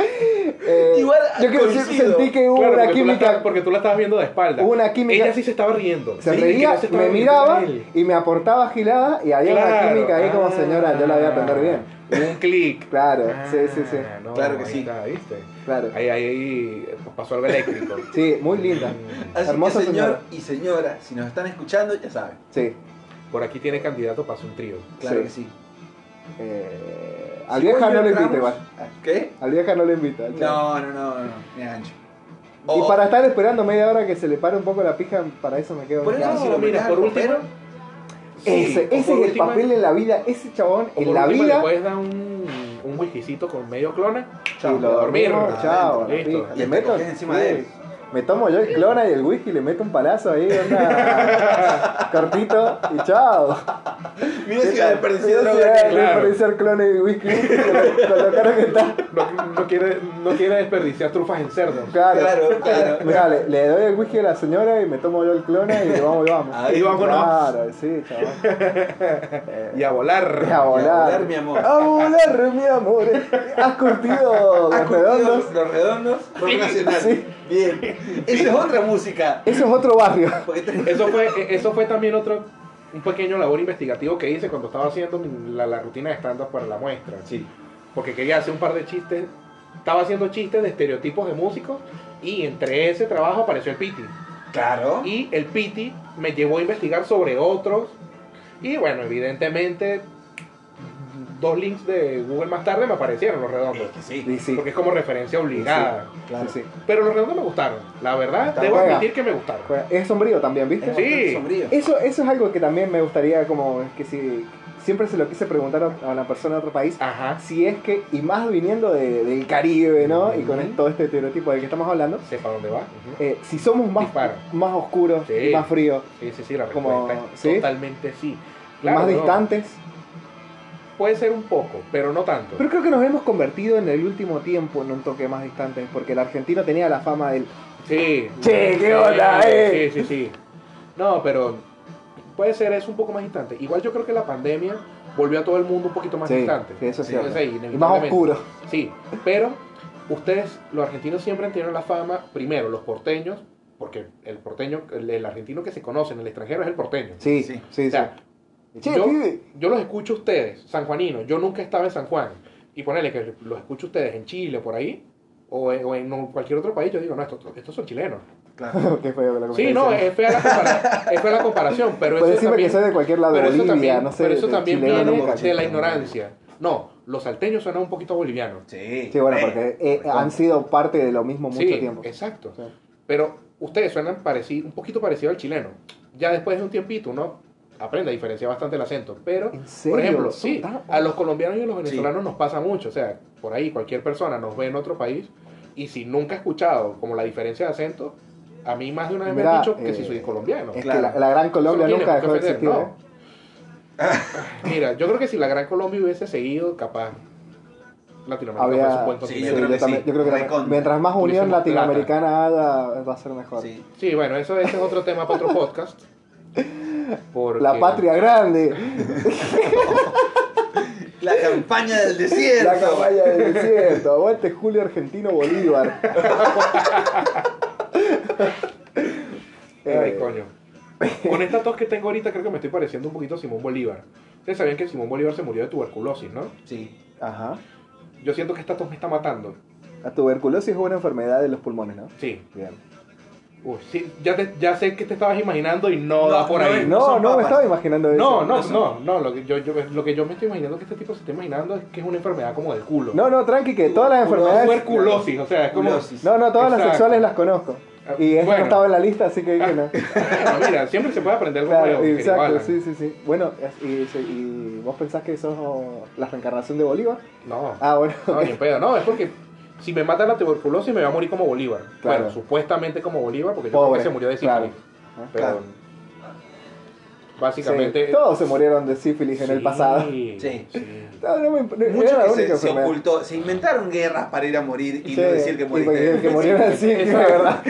Speaker 4: Eh,
Speaker 5: Igual
Speaker 4: yo creo que sí
Speaker 5: coincido.
Speaker 4: sentí que hubo
Speaker 6: Claro,
Speaker 4: una
Speaker 6: porque, tú la estabas-
Speaker 4: química.
Speaker 6: porque tú la estabas viendo de espalda.
Speaker 4: Hubo una química-
Speaker 6: Ella sí se estaba riendo.
Speaker 4: Se
Speaker 6: Sí,
Speaker 4: reía,
Speaker 6: ella se estaba
Speaker 4: me
Speaker 6: riendo
Speaker 4: miraba
Speaker 6: de él.
Speaker 4: y me aportaba gilada y había una
Speaker 6: Claro.
Speaker 4: química ahí como
Speaker 6: Ah.
Speaker 4: señora, yo la voy a atender bien.
Speaker 6: <laughs> Un clic.
Speaker 4: Claro,
Speaker 6: Ah,
Speaker 4: sí, sí, sí.
Speaker 6: no,
Speaker 5: Claro que
Speaker 6: ahí
Speaker 5: sí.
Speaker 6: está, ¿viste?
Speaker 4: Claro.
Speaker 6: Ahí, ahí pasó algo eléctrico. Mm.
Speaker 4: Sí, muy linda.
Speaker 5: Así
Speaker 4: hermosa
Speaker 5: que, señor
Speaker 4: señora.
Speaker 5: y señora, si nos están escuchando, ya saben.
Speaker 4: Sí.
Speaker 6: Por aquí tiene candidato para hacer un trío.
Speaker 5: Claro
Speaker 4: Sí.
Speaker 5: que sí.
Speaker 4: Eh, al
Speaker 5: Si
Speaker 4: vieja
Speaker 5: vos y yo
Speaker 4: no le invito
Speaker 5: entramos-
Speaker 4: igual.
Speaker 5: ¿Qué?
Speaker 4: Al vieja no le invito. al chavo.
Speaker 5: No, no, no, no, no. Ni Oh, gancho.
Speaker 4: Y para estar esperando media hora que se le pare un poco la pija, para eso me quedo.
Speaker 5: Por
Speaker 4: en
Speaker 5: eso
Speaker 4: casa.
Speaker 5: si lo
Speaker 6: mira,
Speaker 5: mirás
Speaker 6: por
Speaker 5: al
Speaker 6: último.
Speaker 5: ropero,
Speaker 4: Ese,
Speaker 6: Sí, o
Speaker 4: ese es
Speaker 6: por
Speaker 4: el
Speaker 6: última-
Speaker 4: papel en la vida, ese chabón
Speaker 6: o por
Speaker 4: en la
Speaker 6: última Le
Speaker 4: vida.
Speaker 6: puedes dar un, un whiskycito con medio clona.
Speaker 4: y lo
Speaker 6: dormir.
Speaker 4: dormimos, chao. la
Speaker 6: Listo.
Speaker 4: pija.
Speaker 5: Y
Speaker 4: Le
Speaker 5: te
Speaker 4: meto,
Speaker 5: coges encima de él.
Speaker 4: me tomo yo el clona y el whisky, le meto un palazo ahí,
Speaker 6: <laughs>
Speaker 4: onda, cortito y chao.
Speaker 5: Mira si va a desperdiciar
Speaker 4: Mira si
Speaker 5: droga
Speaker 4: va a
Speaker 5: que-
Speaker 6: claro.
Speaker 4: desperdiciar clona y whisky con lo- con lo caro que está.
Speaker 6: No, no quiere, no quiere desperdiciar trufas en cerdo.
Speaker 4: Claro,
Speaker 5: Claro, claro.
Speaker 4: Mira, le, le doy el whisky a la señora y me tomo yo el clona y vamos y vamos.
Speaker 5: Ahí
Speaker 6: vámonos.
Speaker 4: Claro, sí, chaval.
Speaker 5: <laughs>
Speaker 6: Y a volar.
Speaker 4: Eh, A
Speaker 5: Y
Speaker 4: volar,
Speaker 5: a volar, mi amor.
Speaker 4: A volar, mi amor. Has
Speaker 5: <laughs>
Speaker 4: curtido
Speaker 5: Ah,
Speaker 4: los
Speaker 5: curtido
Speaker 4: redondos.
Speaker 5: Los redondos. Rock Nacional.
Speaker 4: Sí.
Speaker 5: Bien. Esa es otra música.
Speaker 4: Eso es otro barrio.
Speaker 5: Porque te-
Speaker 6: Eso fue, eso fue también otro, un pequeño labor investigativo que hice cuando estaba haciendo mi- la, la rutina de stand-up para la muestra.
Speaker 5: Sí.
Speaker 6: Porque quería hacer un par de chistes. Estaba haciendo chistes de estereotipos de músicos y entre ese trabajo apareció el Piti.
Speaker 5: Claro.
Speaker 6: Y el Piti me llevó a investigar sobre otros. Y bueno, evidentemente, dos links de Google más tarde me aparecieron los redondos.
Speaker 5: Es que sí.
Speaker 4: Y sí,
Speaker 6: Porque es como referencia obligada.
Speaker 5: Claro.
Speaker 4: sí, sí.
Speaker 6: Pero los redondos me gustaron. La verdad,
Speaker 5: Está
Speaker 6: debo
Speaker 4: buena.
Speaker 6: admitir que me gustaron.
Speaker 4: Es sombrío también,
Speaker 5: Es
Speaker 4: ¿viste?
Speaker 5: bastante
Speaker 6: Sí.
Speaker 5: sombrío.
Speaker 4: Eso, eso es algo que también me gustaría como es que si siempre se lo quise preguntar a a una persona de otro país.
Speaker 6: Ajá.
Speaker 4: Si es que, y más viniendo de- del Caribe, ¿no? Y con
Speaker 6: Ujú.
Speaker 4: todo este estereotipo del que estamos hablando,
Speaker 6: Sepa dónde va.
Speaker 4: eh, si somos más,
Speaker 6: Dispara.
Speaker 4: más oscuros,
Speaker 6: Sí.
Speaker 4: más fríos,
Speaker 6: Sí, sí, sí, la
Speaker 4: Como-
Speaker 6: respuesta es
Speaker 4: ¿sí?
Speaker 6: totalmente sí. Claro,
Speaker 4: más
Speaker 6: no,
Speaker 4: distantes.
Speaker 6: Puede ser un poco, pero no tanto.
Speaker 4: Pero creo que nos hemos convertido en el último tiempo en un toque más distante, porque el argentino tenía la fama del
Speaker 6: Sí.
Speaker 4: Che, qué
Speaker 6: Sí,
Speaker 4: onda, eh.
Speaker 6: Sí, sí, sí. No, pero puede ser es un poco más distante. Igual yo creo que la pandemia volvió a todo el mundo un poquito más
Speaker 4: Sí,
Speaker 6: distante.
Speaker 4: sí, eso es
Speaker 6: Sí,
Speaker 4: cierto.
Speaker 6: sí,
Speaker 4: y más
Speaker 6: inevitablemente.
Speaker 4: oscuro.
Speaker 6: Sí, pero ustedes, los argentinos siempre han tenido la fama, primero, los porteños, porque el porteño, el, el argentino que se conoce en el extranjero es el porteño.
Speaker 4: Sí, sí,
Speaker 5: Sí.
Speaker 4: sí.
Speaker 6: O sea,
Speaker 4: Che,
Speaker 6: yo,
Speaker 4: pibe.
Speaker 6: yo los escucho a ustedes, sanjuaninos. Yo nunca estaba en San Juan. Y ponele que los escucho a ustedes en Chile, por ahí, o en, o en cualquier otro país. Yo digo, no, estos, estos son chilenos. Claro.
Speaker 4: <laughs> Qué feo que lo
Speaker 6: Sí, no, es fea la comparación, es fea la comparación pero
Speaker 4: Pero
Speaker 6: eso
Speaker 4: decime
Speaker 6: también,
Speaker 4: que soy de cualquier lado,
Speaker 6: pero eso
Speaker 4: Bolivia,
Speaker 6: también,
Speaker 4: no sé.
Speaker 6: pero eso
Speaker 4: de
Speaker 6: también
Speaker 4: Chile,
Speaker 6: viene
Speaker 4: no, no,
Speaker 6: de la ignorancia. No, los salteños suenan un poquito bolivianos.
Speaker 5: Sí.
Speaker 4: Sí, bueno,
Speaker 5: Eh,
Speaker 4: porque eh, han sido parte de lo mismo mucho
Speaker 6: sí,
Speaker 4: tiempo.
Speaker 6: exacto.
Speaker 4: Sí.
Speaker 6: Pero ustedes suenan pareci- un poquito parecido al chileno. Ya después de un tiempito uno aprende a diferenciar bastante el acento. Pero,
Speaker 4: ¿En serio? Ah,
Speaker 6: por ejemplo,
Speaker 4: Son
Speaker 6: sí,
Speaker 4: tan-
Speaker 6: a los colombianos y a los venezolanos nos pasa mucho. O sea, por ahí cualquier persona nos ve en otro país y si nunca ha escuchado como la diferencia de acento, a mí más de una vez me
Speaker 4: Mira,
Speaker 6: han dicho que
Speaker 4: eh,
Speaker 6: si soy colombiano.
Speaker 4: Es
Speaker 5: Claro.
Speaker 4: que la, la Gran Colombia
Speaker 6: Eso no tiene
Speaker 4: nunca dejó
Speaker 6: por
Speaker 4: de
Speaker 6: qué
Speaker 4: existir.
Speaker 6: ofender,
Speaker 4: ¿eh?
Speaker 6: no. Mira, yo creo que si la Gran Colombia hubiese seguido, capaz Latinoamérica
Speaker 4: Había-
Speaker 6: fuese un buen
Speaker 5: Sí,
Speaker 6: continente.
Speaker 5: yo creo que
Speaker 4: también-
Speaker 5: sí.
Speaker 4: yo creo que también.
Speaker 5: Recontra.
Speaker 4: mientras más unión
Speaker 6: Tuviésemos
Speaker 4: latinoamericana haga, va a ser mejor.
Speaker 5: Sí.
Speaker 6: Sí, bueno, eso ese es otro tema para otro
Speaker 4: <laughs>
Speaker 6: podcast. Porque-
Speaker 4: La patria
Speaker 6: <laughs>
Speaker 4: grande,
Speaker 5: La campaña del desierto.
Speaker 4: la cabaña del desierto, aguante Julio Argentino
Speaker 6: <laughs>
Speaker 4: Bolívar.
Speaker 6: Ay,
Speaker 4: Eh,
Speaker 6: coño. Con esta tos que tengo ahorita, creo que me estoy pareciendo un poquito a Simón Bolívar. Ustedes sabían que Simón Bolívar se murió de tuberculosis, ¿no?
Speaker 5: Sí.
Speaker 4: Ajá.
Speaker 6: Yo siento que esta tos me está matando.
Speaker 4: La tuberculosis es una enfermedad de los pulmones, ¿no?
Speaker 6: Sí.
Speaker 4: Bien.
Speaker 6: Uy, sí, ya, te- ya sé que te estabas imaginando y no,
Speaker 5: No,
Speaker 6: da por
Speaker 5: no
Speaker 6: ahí.
Speaker 5: es-
Speaker 4: No,
Speaker 5: Son
Speaker 4: no me
Speaker 5: papas.
Speaker 4: estaba imaginando eso.
Speaker 6: No, no,
Speaker 5: Eso.
Speaker 6: no, no, lo que yo, yo- lo que yo me estoy imaginando que este tipo se está imaginando es que es una enfermedad como del culo.
Speaker 4: No, no, tranqui, que todas las enfermedades.
Speaker 6: Tuberculosis, o sea, es como...
Speaker 5: Tuberculosis.
Speaker 4: No, no, todas las
Speaker 6: Exacto. Ah,
Speaker 4: sexuales las conozco. Y esta
Speaker 6: Bueno.
Speaker 4: no estaba en la lista, así que dije no.
Speaker 6: <laughs> Bueno, mira, siempre se puede aprender algo
Speaker 4: Claro,
Speaker 6: nuevo. que
Speaker 4: exacto,
Speaker 6: igualan.
Speaker 4: sí, sí, sí. Bueno, es- y, sí, y vos pensás que eso es oh, la reencarnación de Bolívar.
Speaker 6: No,
Speaker 4: Ah, bueno.
Speaker 6: no, ni en pedo. No, es porque si me mata la tuberculosis me va a morir como Bolívar.
Speaker 4: Claro.
Speaker 6: Bueno, supuestamente como Bolívar, porque yo creo
Speaker 4: Pobre.
Speaker 6: que se murió de
Speaker 4: claro.
Speaker 6: sífilis.
Speaker 4: Ah,
Speaker 6: Pero
Speaker 4: claro.
Speaker 6: básicamente...
Speaker 4: Sí, todos se murieron de sífilis en el
Speaker 6: Sí,
Speaker 4: pasado.
Speaker 6: Sí.
Speaker 4: No, no me, no, era
Speaker 5: Mucho
Speaker 4: la
Speaker 5: que
Speaker 4: única
Speaker 5: se, se
Speaker 4: enfermedad.
Speaker 5: ocultó. Se inventaron guerras para ir a morir y
Speaker 4: Sí,
Speaker 5: no decir que
Speaker 4: y
Speaker 5: moriste.
Speaker 4: porque- que
Speaker 5: <laughs>
Speaker 4: murieron de sífilis, la verdad.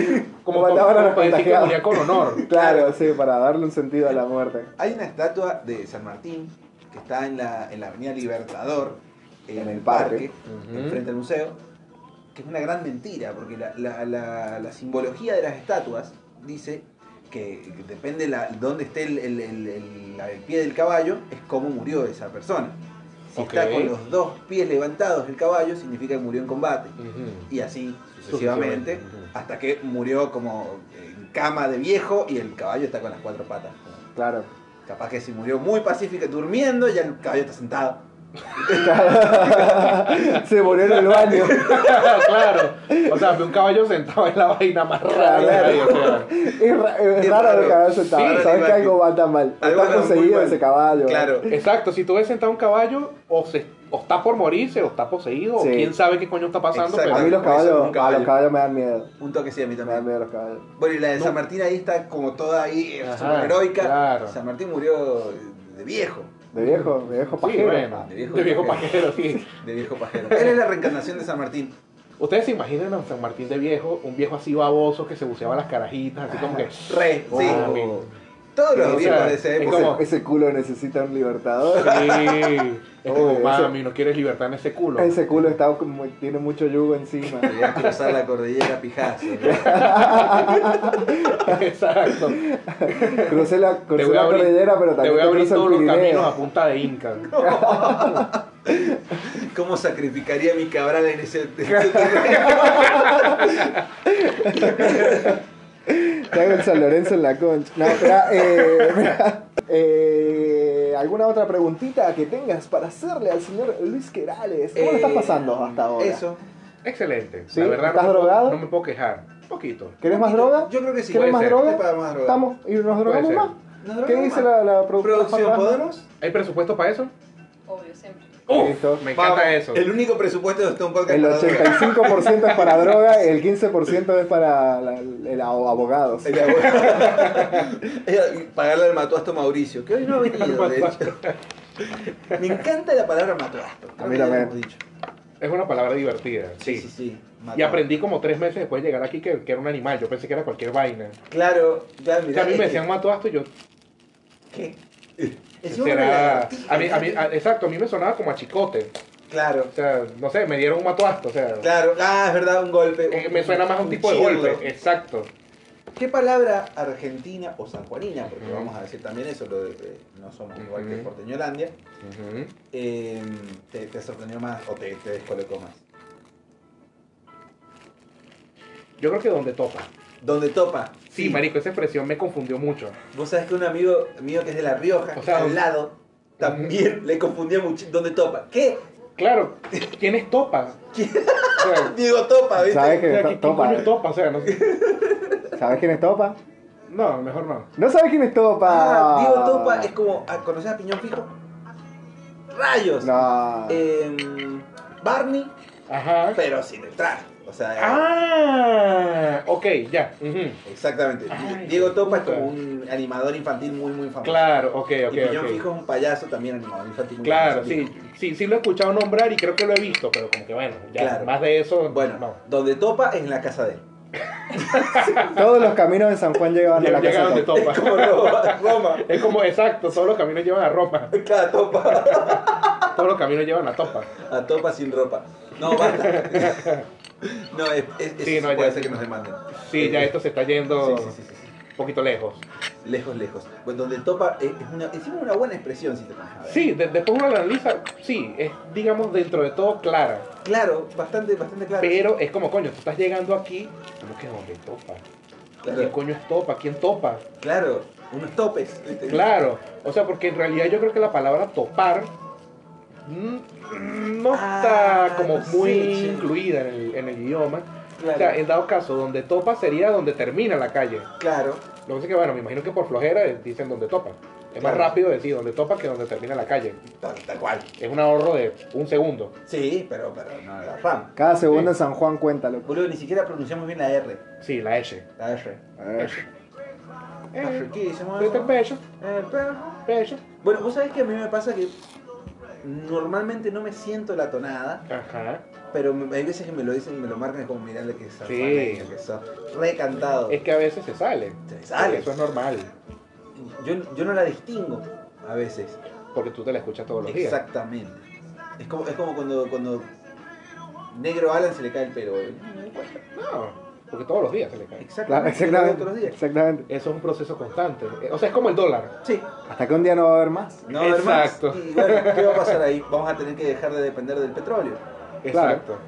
Speaker 6: Como,
Speaker 4: Mataban
Speaker 6: como,
Speaker 4: a los
Speaker 6: como para decir que
Speaker 4: contagiados.
Speaker 6: moría con honor.
Speaker 4: Claro, sí, para darle un sentido a la muerte.
Speaker 5: Hay una estatua de San Martín que está en la, en la Avenida Libertador, en,
Speaker 4: En el
Speaker 5: el parque,
Speaker 6: Ujú.
Speaker 5: enfrente al museo, que es una gran mentira, porque la, la- la- la simbología de las estatuas dice que depende la, dónde esté el, el- el- el- la- el pie del caballo, es cómo murió esa persona. Si
Speaker 6: Ok.
Speaker 5: está con los dos pies levantados el caballo, significa que murió en combate.
Speaker 6: Ujú.
Speaker 5: Y así sucesivamente,
Speaker 6: Sucesivamente, ujú.
Speaker 5: hasta que murió como en cama de viejo y el caballo está con las cuatro patas. <laughs>
Speaker 4: Claro.
Speaker 5: Capaz que si murió muy pacífica durmiendo, ya el caballo está sentado.
Speaker 4: se murió en el baño.
Speaker 6: <laughs> claro. O sea, vi un caballo sentado en la vaina más rara que hay, o sea.
Speaker 4: Es, ra- es
Speaker 5: Es
Speaker 4: raro
Speaker 5: raro.
Speaker 4: el caballo sentado.
Speaker 5: Sí,
Speaker 4: Sabes que
Speaker 5: raro.
Speaker 4: algo va tan mal. Está
Speaker 5: Algo anda muy
Speaker 4: conseguido
Speaker 5: mal.
Speaker 4: ese caballo.
Speaker 5: Claro.
Speaker 6: Exacto, si tú ves sentado un caballo, o, se, o está por morirse, o está poseído,
Speaker 4: Sí.
Speaker 6: o quién sabe qué coño está pasando,
Speaker 5: Exacto.
Speaker 4: A mí
Speaker 6: pero
Speaker 4: los
Speaker 5: Eso,
Speaker 4: caballos,
Speaker 5: un caballo.
Speaker 4: a los caballos me dan miedo.
Speaker 5: Un toque sí a mí
Speaker 4: Me dan
Speaker 5: también.
Speaker 4: miedo los caballos.
Speaker 5: Bueno, y la de
Speaker 6: No.
Speaker 5: San Martín ahí está como toda ahí,
Speaker 6: Ajá,
Speaker 5: super heroica.
Speaker 6: claro.
Speaker 5: San Martín murió de viejo.
Speaker 4: De viejo, de viejo
Speaker 6: Sí,
Speaker 4: pajero.
Speaker 6: bueno,
Speaker 5: De
Speaker 6: de
Speaker 5: viejo
Speaker 6: viejo,
Speaker 5: pajero.
Speaker 6: pajero, sí.
Speaker 5: De viejo pajero. Él es la reencarnación de San Martín.
Speaker 6: Ustedes se imaginan a San Martín de viejo, un viejo así baboso que se buceaba las carajitas, así como
Speaker 4: <laughs>
Speaker 6: que.
Speaker 5: Re,
Speaker 4: Oh.
Speaker 5: sí. Todos los
Speaker 6: O
Speaker 5: viejos
Speaker 6: sea,
Speaker 5: de esa
Speaker 6: es
Speaker 5: época.
Speaker 6: como-
Speaker 4: Ese, ese culo necesita un libertador.
Speaker 6: Sí, este es como,
Speaker 4: Oye, ese-
Speaker 6: mami, no quieres libertad en ese culo.
Speaker 4: Ese culo está como- tiene mucho yugo encima.
Speaker 5: Quería cruzar la cordillera pijazo.
Speaker 6: <laughs> Exacto.
Speaker 4: Crucé la,
Speaker 6: Te
Speaker 4: crucé
Speaker 6: voy a
Speaker 4: la
Speaker 6: abrir-
Speaker 4: cordillera, pero
Speaker 6: Te
Speaker 4: también
Speaker 6: voy a
Speaker 4: te
Speaker 6: abrir
Speaker 4: cruzo
Speaker 6: todos
Speaker 4: el
Speaker 6: los caminos
Speaker 4: Pirineo.
Speaker 6: a punta de Inca.
Speaker 5: ¿Cómo sacrificaría a mi cabral en ese
Speaker 4: <laughs> Te hago el San Lorenzo en la concha. No, espera, eh, espera. Eh, ¿Alguna otra preguntita que tengas para hacerle al señor Luis Querales? ¿Cómo lo estás
Speaker 5: Eh,
Speaker 4: pasando hasta ahora?
Speaker 5: Eso.
Speaker 6: Excelente.
Speaker 4: Sí,
Speaker 6: La verdad,
Speaker 4: ¿estás
Speaker 6: no, me puedo-
Speaker 4: drogado?
Speaker 6: no me puedo quejar. Un poquito.
Speaker 4: ¿Querés más droga?
Speaker 5: Yo creo que sí.
Speaker 4: ¿Querés
Speaker 6: puede
Speaker 4: más
Speaker 6: ser.
Speaker 4: droga?
Speaker 5: Para más droga.
Speaker 4: Estamos y nos drogamos
Speaker 6: ser.
Speaker 4: más.
Speaker 5: ¿Nos drogamos
Speaker 4: ¿Qué dice
Speaker 5: más?
Speaker 4: la, la productora?
Speaker 5: ¿Producción podemos?
Speaker 6: ¿Hay presupuesto para eso?
Speaker 2: Obvio, siempre.
Speaker 6: Uf,
Speaker 4: Listo.
Speaker 6: me encanta
Speaker 5: Vamos.
Speaker 6: eso.
Speaker 5: El único presupuesto de un Podcast.
Speaker 4: El
Speaker 5: para droga.
Speaker 4: 85% es para
Speaker 6: <laughs>
Speaker 4: droga, el 15% es para la- el abo- abogados.
Speaker 5: El abogado. <laughs> Ella- Pagarle al matuasto Mauricio, que hoy
Speaker 4: <laughs>
Speaker 5: no ha venido, de hecho. Me encanta la palabra matuasto. creo
Speaker 4: A mí
Speaker 5: que ya lo
Speaker 4: también.
Speaker 5: hemos dicho.
Speaker 6: Es una palabra divertida. Sí.
Speaker 5: sí, sí.
Speaker 6: Y
Speaker 5: matuasto.
Speaker 6: aprendí como tres meses después de llegar aquí que, que era un animal. Yo pensé que era cualquier vaina.
Speaker 5: Claro, claro,
Speaker 6: O sea,
Speaker 5: mirá,
Speaker 6: a mí
Speaker 5: es
Speaker 6: me
Speaker 5: que-
Speaker 6: decían matuasto y yo.
Speaker 5: ¿Qué? Encima una
Speaker 6: Será...
Speaker 5: lagartija,
Speaker 6: A mí, a mí- a- exacto, a mí me sonaba como a chicote.
Speaker 5: Claro,
Speaker 6: O sea, no sé, me dieron un matuasto. O sea,
Speaker 5: claro. Ah, es verdad, un golpe.
Speaker 6: eh, me suena más a un tipo de
Speaker 5: chirlo.
Speaker 6: golpe. Exacto.
Speaker 5: ¿Qué palabra argentina o sanjuanina? Porque
Speaker 6: Ujú.
Speaker 5: vamos a decir también eso, lo de, de- no somos igual que
Speaker 6: Ujú.
Speaker 5: Porteñolandia. eh, te, te sorprendió más o te, te descolocó más?
Speaker 6: Yo creo que donde topa.
Speaker 5: Donde topa.
Speaker 6: Sí, marico, esa expresión me confundió mucho.
Speaker 5: Vos sabés que un amigo mío que es de La Rioja,
Speaker 6: O
Speaker 5: que
Speaker 6: sea,
Speaker 5: está al lado, también le confundía mucho. ¿Dónde topa? ¿Qué?
Speaker 6: Claro, ¿quién es <laughs> Topa?
Speaker 5: ¿Quién?
Speaker 6: O sea,
Speaker 5: Diego Topa, ¿viste?
Speaker 4: ¿Sabes
Speaker 6: o sea,
Speaker 4: quién
Speaker 6: ¿quién
Speaker 4: es Topa?
Speaker 6: coño es Topa? O sea, no sé.
Speaker 4: ¿Sabes quién es Topa?
Speaker 6: No, mejor no.
Speaker 4: No sabes quién es Topa.
Speaker 5: Ah, Diego Topa es como. ah, ¿Conoces a Piñón Fijo? ¡Rayos!
Speaker 4: No.
Speaker 5: <laughs> Em, Barney,
Speaker 6: Ajá.
Speaker 5: pero sin el traje. O sea,
Speaker 6: Ah, ok, ya. ujú.
Speaker 5: exactamente.
Speaker 6: Ay,
Speaker 5: Diego Topa es
Speaker 6: puta.
Speaker 5: como un animador infantil muy, muy famoso.
Speaker 6: Claro, ok, ok,
Speaker 5: y Piñón
Speaker 6: ok.
Speaker 5: Fijo es un payaso también animador infantil. muy
Speaker 6: Claro,
Speaker 5: famoso.
Speaker 6: sí, sí, sí lo he escuchado nombrar y creo que lo he visto, pero como que bueno, ya
Speaker 5: Claro.
Speaker 6: más de eso,
Speaker 5: Bueno,
Speaker 6: no.
Speaker 5: donde topa es en la casa de él.
Speaker 4: Todos los caminos de San Juan llegaban a la
Speaker 6: Llega
Speaker 4: casa de
Speaker 6: donde
Speaker 4: Topa.
Speaker 5: <laughs>
Speaker 6: topa.
Speaker 5: Como Roma. Roma.
Speaker 6: Es como, exacto, todos los caminos llevan a Roma, <laughs>
Speaker 5: Cada topa.
Speaker 6: todos los caminos llevan a Topa.
Speaker 5: A topa sin ropa. No, basta.
Speaker 6: <laughs>
Speaker 5: No, es, es,
Speaker 6: Sí,
Speaker 5: eso
Speaker 6: no,
Speaker 5: puede
Speaker 6: ya.
Speaker 5: ser que nos demanden. Eh,
Speaker 6: Sí, ya esto se está yendo
Speaker 5: Sí, sí, sí, sí, sí.
Speaker 6: un poquito lejos.
Speaker 5: Lejos, lejos. Bueno, donde topa eh, es, es una, encima una buena expresión si te pones a ver.
Speaker 6: Sí, de- después uno la analiza, sí, es digamos dentro de todo clara,
Speaker 5: Claro, bastante, bastante claro.
Speaker 6: pero es como, coño, tú estás llegando aquí, ¿cómo que dónde topa? ¿Qué
Speaker 5: Claro,
Speaker 6: coño es topa? ¿Quién topa?
Speaker 5: claro, unos topes. ¿viste?
Speaker 6: Claro, o sea, porque en realidad yo creo que la palabra topar mm, no está
Speaker 5: Ah,
Speaker 6: como
Speaker 5: no sé,
Speaker 6: muy
Speaker 5: che.
Speaker 6: incluida en el, en el idioma.
Speaker 5: Claro,
Speaker 6: O sea, en dado caso, donde topa sería donde termina la calle.
Speaker 5: claro.
Speaker 6: Lo que pasa es que, bueno, me imagino que por flojera eh, dicen donde topa. Es más
Speaker 5: Claro.
Speaker 6: rápido decir donde topa que donde termina la calle.
Speaker 5: Tal, tal cual.
Speaker 6: Es un ahorro de un segundo.
Speaker 5: Sí, pero, pero no
Speaker 6: Eh.
Speaker 5: la RAM.
Speaker 4: Cada segundo en San Juan cuenta, loco.
Speaker 5: Boludo, ni siquiera pronunciamos bien la R.
Speaker 6: Sí, la S.
Speaker 5: La R. La
Speaker 6: Eh,
Speaker 5: R, ¿qué decimos?
Speaker 6: este es bello,
Speaker 5: Eh, pero-
Speaker 6: bello.
Speaker 5: Bueno, vos sabés que a mí me pasa que normalmente no me siento la tonada,
Speaker 6: Ajá.
Speaker 5: pero me- hay veces que me lo dicen, me lo marcan como mirarle que está
Speaker 6: Sí.
Speaker 5: que está recantado.
Speaker 6: Es que a veces se sale.
Speaker 5: Se sale.
Speaker 6: Eso es normal.
Speaker 5: Yo, yo no la distingo a veces.
Speaker 6: Porque tú te la escuchas todos los días.
Speaker 5: Exactamente. Es como, es como cuando, cuando negro Alan se le cae el pelo. ¿eh?
Speaker 6: No, porque todos los días se le cae.
Speaker 4: Claro,
Speaker 5: <laughs> Exactamente. se le cae Todos los
Speaker 4: exactamente.
Speaker 5: días.
Speaker 4: Exactamente.
Speaker 6: Eso es un proceso constante. Eh, O sea, es como el dólar.
Speaker 5: Sí.
Speaker 4: Hasta que un día no va a haber más.
Speaker 5: No, va a haber más.
Speaker 6: Exacto.
Speaker 5: Y bueno, ¿qué va a pasar ahí? Vamos a tener que dejar de depender del petróleo. <laughs>
Speaker 6: Exacto.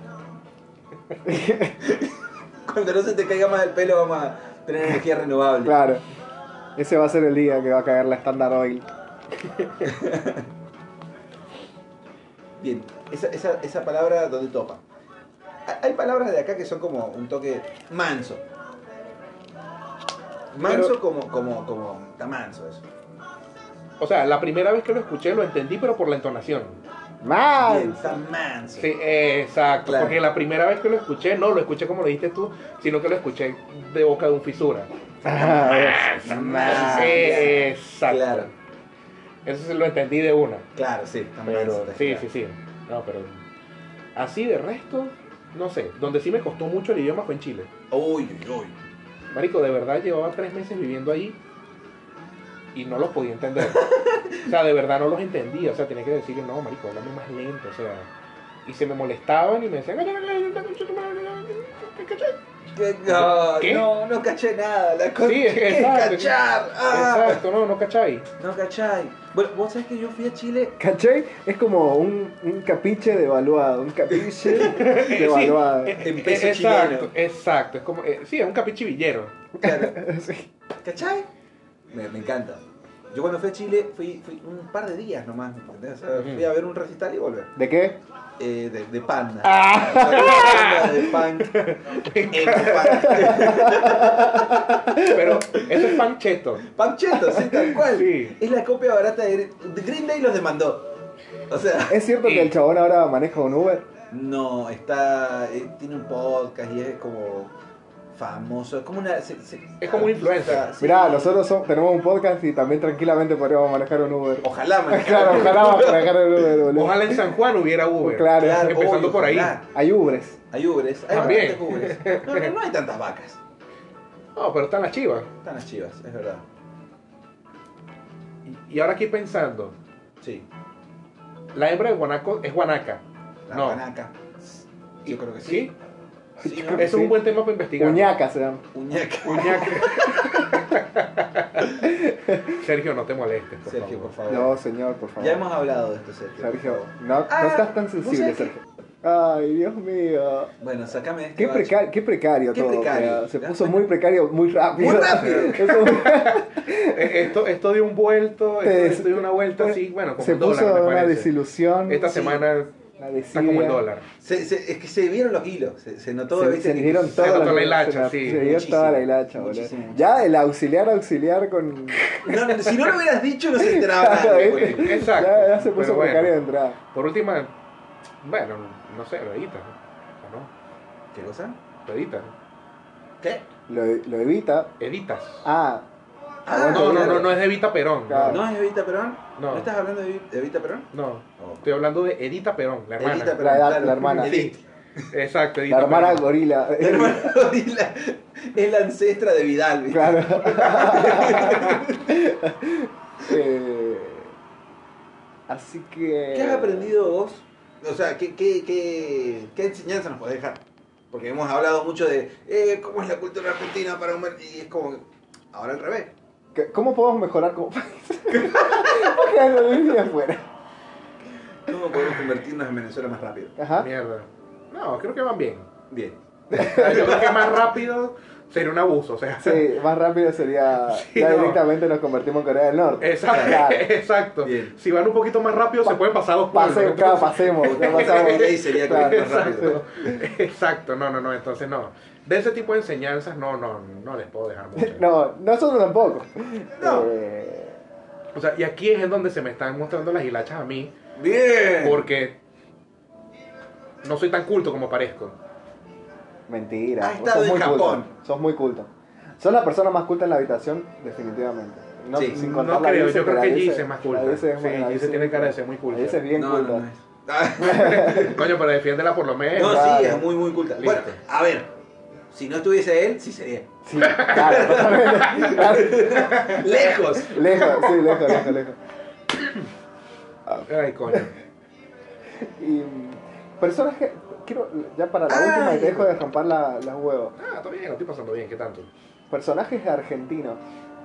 Speaker 5: Cuando no se te caiga más el pelo, vamos a tener energía renovable.
Speaker 4: Claro. Ese va a ser el día que va a caer la Standard Oil.
Speaker 5: Bien, esa, esa, esa palabra donde topa. Ha- Hay palabras de acá que son como un toque manso. Manso
Speaker 6: Pero-
Speaker 5: como, como, como, está manso eso.
Speaker 6: O sea, la primera vez que lo escuché lo entendí, pero por la entonación.
Speaker 5: Bien,
Speaker 4: ¡Más!
Speaker 5: está manso.
Speaker 6: Ah. Sí, exacto.
Speaker 5: Claro.
Speaker 6: Porque la primera vez que lo escuché, no lo escuché como lo dijiste tú, sino que lo escuché de boca de un fisura.
Speaker 5: Está
Speaker 6: Ah,
Speaker 5: manso.
Speaker 6: exacto.
Speaker 5: Claro,
Speaker 6: Eso se lo entendí de una.
Speaker 5: claro, sí, está manso.
Speaker 6: Pero,
Speaker 5: está
Speaker 6: sí,
Speaker 5: claro.
Speaker 6: sí, sí. No, pero. Así de resto, no sé. Donde sí me costó mucho el idioma fue en Chile.
Speaker 5: Uy, uy, uy.
Speaker 6: Marico, de verdad llevaba tres meses viviendo allí y no los podía entender. o sea, de verdad no los entendía. O sea, tenía que decirle, no, marico, háblame más lento. O sea, y se me molestaban y me decían,
Speaker 5: ¿Qué? No,
Speaker 6: ¿Qué?
Speaker 5: no, no caché nada. La con...
Speaker 6: Sí,
Speaker 5: ¿Qué es
Speaker 6: exacto.
Speaker 5: cachar? Ah,
Speaker 6: exacto, no, no cachai.
Speaker 5: No cachai. Bueno, vos sabés que yo fui a Chile.
Speaker 4: ¿Cachai? Es como un, un capiche devaluado. Un capiche devaluado.
Speaker 6: Eh,
Speaker 5: En
Speaker 6: eh,
Speaker 5: peso
Speaker 6: exacto,
Speaker 5: chileno.
Speaker 6: exacto. Es como, eh, sí, es un capichivillero. <laughs>
Speaker 5: Claro.
Speaker 4: Sí.
Speaker 5: ¿Cachai? Me, me encanta. Yo cuando fui a Chile fui, fui un par de días nomás, ¿me entendés? O sea,
Speaker 6: Ujú.
Speaker 5: fui a ver un recital y volver.
Speaker 4: ¿De qué?
Speaker 5: Eh, de, de panda.
Speaker 6: Ah.
Speaker 5: De panda,
Speaker 6: <laughs>
Speaker 5: de punk. En punk. <laughs>
Speaker 6: Pero eso es pancheto.
Speaker 5: Punk cheto, sí, tal cual.
Speaker 6: Sí.
Speaker 5: Es la copia barata de de Green Day los demandó. O sea,
Speaker 4: ¿Es cierto que el chabón ahora maneja un Uber?
Speaker 5: no, está. eh, tiene un podcast y es como famoso. Es como una. se- se-
Speaker 6: Es como un influencer.
Speaker 5: o sea, sí.
Speaker 4: Mirá, nosotros son- tenemos un podcast y también tranquilamente podríamos manejar un Uber.
Speaker 6: <laughs>
Speaker 5: Ojalá, man.
Speaker 4: Claro, ojalá vamos a manejar un Uber, boludo.
Speaker 6: Ojalá en San Juan hubiera Uber.
Speaker 4: Claro.
Speaker 6: Empezando por ahí.
Speaker 5: ojalá.
Speaker 4: Hay Ubres.
Speaker 5: Hay ubres, hay
Speaker 6: También.
Speaker 5: bastantes
Speaker 6: <laughs>
Speaker 5: ubres. No, no, no hay tantas vacas.
Speaker 6: No, pero están las chivas.
Speaker 5: Están las chivas, es verdad.
Speaker 6: Y- y ahora aquí pensando,
Speaker 5: Sí,
Speaker 6: La hembra de guanaco es guanaca.
Speaker 5: la
Speaker 6: No.
Speaker 5: guanaca. Yo creo que
Speaker 6: ¿Sí?
Speaker 5: sí.
Speaker 4: Yo creo
Speaker 5: ¿no?
Speaker 6: Eso
Speaker 4: que
Speaker 6: es un
Speaker 4: sí.
Speaker 6: buen tema para investigar.
Speaker 4: Uñaca se llama.
Speaker 5: Uñaca.
Speaker 6: Uñaca. Sergio, no te molestes, por
Speaker 5: <laughs> Sergio, por
Speaker 6: favor.
Speaker 5: favor.
Speaker 4: No, señor, por favor.
Speaker 5: Ya hemos hablado de esto, Sergio.
Speaker 4: Sergio,
Speaker 5: por favor.
Speaker 4: no, no
Speaker 5: Ah,
Speaker 4: estás tan
Speaker 5: ¿vos
Speaker 4: sensible,
Speaker 5: sabés que
Speaker 4: Sergio. Ay, Dios mío.
Speaker 5: Bueno, sacame este esto.
Speaker 4: Qué,
Speaker 5: Bacho.
Speaker 4: preca- qué precario
Speaker 5: Qué
Speaker 4: todo.
Speaker 5: precario.
Speaker 4: pero Se
Speaker 5: ¿Te das
Speaker 4: puso
Speaker 5: cuenta?
Speaker 4: muy precario muy rápido. <laughs>
Speaker 5: Muy rápido.
Speaker 4: Eso-
Speaker 6: Eh, Esto, esto dio un vuelto,
Speaker 4: Te-
Speaker 6: esto, esto dio una vuelta así, bueno, como
Speaker 4: Eh, se
Speaker 6: el dólar,
Speaker 4: puso
Speaker 6: me
Speaker 4: una
Speaker 6: parece.
Speaker 4: desilusión.
Speaker 6: Esta
Speaker 4: Sí.
Speaker 6: semana
Speaker 4: La
Speaker 6: está como el
Speaker 4: desidia. <laughs>
Speaker 6: dólar.
Speaker 5: Se- se- es que se vieron los hilos, se, se notó.
Speaker 4: Se,
Speaker 5: ¿viste?
Speaker 4: se
Speaker 5: Que-
Speaker 4: le dieron
Speaker 6: se
Speaker 4: toda
Speaker 6: notó
Speaker 4: la,
Speaker 6: la hilacha,
Speaker 4: se,
Speaker 6: sí,
Speaker 4: se dio toda la
Speaker 5: muchísimo,
Speaker 4: hilacha, boludo.
Speaker 5: muchísimo.
Speaker 4: Ya el auxiliar auxiliar con.
Speaker 5: No, no, si no lo hubieras dicho,
Speaker 4: <laughs>
Speaker 5: no se enteraba nadie, güey.
Speaker 4: ¿eh?
Speaker 6: Exacto.
Speaker 4: Ya, ya se puso
Speaker 6: Pero bueno.
Speaker 4: precario de entrada.
Speaker 6: Por última, bueno, no sé, lo edita. ¿O no?
Speaker 5: ¿Qué cosa?
Speaker 6: Lo edita.
Speaker 5: ¿Qué?
Speaker 4: Lo, lo evita.
Speaker 6: Editas.
Speaker 4: Ah,
Speaker 5: Ah,
Speaker 6: no, no,
Speaker 5: claro.
Speaker 6: no, no es de Evita Perón.
Speaker 4: Claro.
Speaker 5: ¿No es Evita Perón?
Speaker 6: No.
Speaker 5: ¿No estás hablando de Evi- de Evita Perón?
Speaker 6: No,
Speaker 5: Oh.
Speaker 6: estoy hablando de Edita Perón, la hermana.
Speaker 5: Evita Perón,
Speaker 4: La- la-
Speaker 5: claro.
Speaker 4: la hermana.
Speaker 5: Edith.
Speaker 6: Exacto, Edita
Speaker 4: la hermana
Speaker 6: Perón.
Speaker 4: gorila.
Speaker 5: <laughs> La hermana Gorila es la ancestra de Vidal. ¿viste?
Speaker 4: Claro.
Speaker 5: <laughs>
Speaker 4: Eh, así que.
Speaker 5: ¿Qué has aprendido vos? O sea, ¿qué, qué, qué, qué enseñanza nos podés dejar? Porque hemos hablado mucho de eh, cómo es la cultura argentina para un... Y es como... que- Ahora al revés.
Speaker 4: ¿Qué- ¿Cómo podemos mejorar como país? <laughs> Porque algo de mí afuera.
Speaker 5: ¿Cómo podemos convertirnos en Venezuela más rápido?
Speaker 4: Ajá.
Speaker 6: Mierda. No, creo que van bien.
Speaker 5: Bien.
Speaker 6: Yo creo que más rápido sería un abuso, o sea.
Speaker 4: <laughs> Sí, más rápido sería.
Speaker 6: Sí,
Speaker 4: ya
Speaker 6: no.
Speaker 4: directamente nos convertimos en Corea del
Speaker 5: Eh,
Speaker 4: Norte.
Speaker 6: Exacto.
Speaker 4: Claro.
Speaker 6: <laughs> exacto.
Speaker 5: Bien.
Speaker 6: Si van un poquito más rápido, se pueden pasar dos pueblos.
Speaker 4: Pasemos, claro, pasemos. ya
Speaker 5: <laughs>
Speaker 4: pasamos.
Speaker 5: Ok, sería como
Speaker 4: Claro.
Speaker 5: más rápido.
Speaker 6: Exacto. <laughs> Exacto, no, no, no, entonces no. De ese tipo de enseñanzas no, no, no les puedo dejar mucho.
Speaker 4: <laughs> No, nosotros tampoco.
Speaker 5: No.
Speaker 4: Eh,
Speaker 6: O sea, y aquí es en donde se me están mostrando las hilachas a mí,
Speaker 4: Eh.
Speaker 5: Bien.
Speaker 6: porque no soy tan culto como parezco.
Speaker 4: mentira.
Speaker 5: Ha estado en Ah, Japón.
Speaker 4: culto. Sos muy culto. Sos la persona más culta en la habitación, definitivamente. No,
Speaker 5: Sí.
Speaker 4: sin
Speaker 6: no
Speaker 4: contar la
Speaker 6: creo,
Speaker 4: Gise,
Speaker 6: yo creo
Speaker 4: la
Speaker 6: que
Speaker 4: Gise-
Speaker 6: Gise es más culta.
Speaker 4: la Gise es
Speaker 6: Sí,
Speaker 4: más- la
Speaker 6: Gise
Speaker 4: Gise-
Speaker 6: tiene cara de ser muy culta.
Speaker 4: La Gise es bien
Speaker 5: no,
Speaker 4: culta.
Speaker 5: no, no es. <laughs> Ah,
Speaker 6: Coño, pero defiéndela por lo
Speaker 5: no,
Speaker 6: menos.
Speaker 5: sí,
Speaker 4: Claro.
Speaker 5: es muy, muy culta.
Speaker 6: Listo.
Speaker 5: Bueno, a ver. Si no estuviese él, sí sería. <laughs>
Speaker 4: Sí, claro, totalmente. Claro.
Speaker 5: Lejos.
Speaker 4: Lejos, sí, lejos, lejos, lejos.
Speaker 6: Ay, coño.
Speaker 4: Y mm, personas que. Quiero, ya para la
Speaker 5: Ay.
Speaker 4: última, y te dejo de romper la, los huevos.
Speaker 6: Ah, está bien, lo estoy pasando bien, ¿qué tanto?
Speaker 4: Personajes argentinos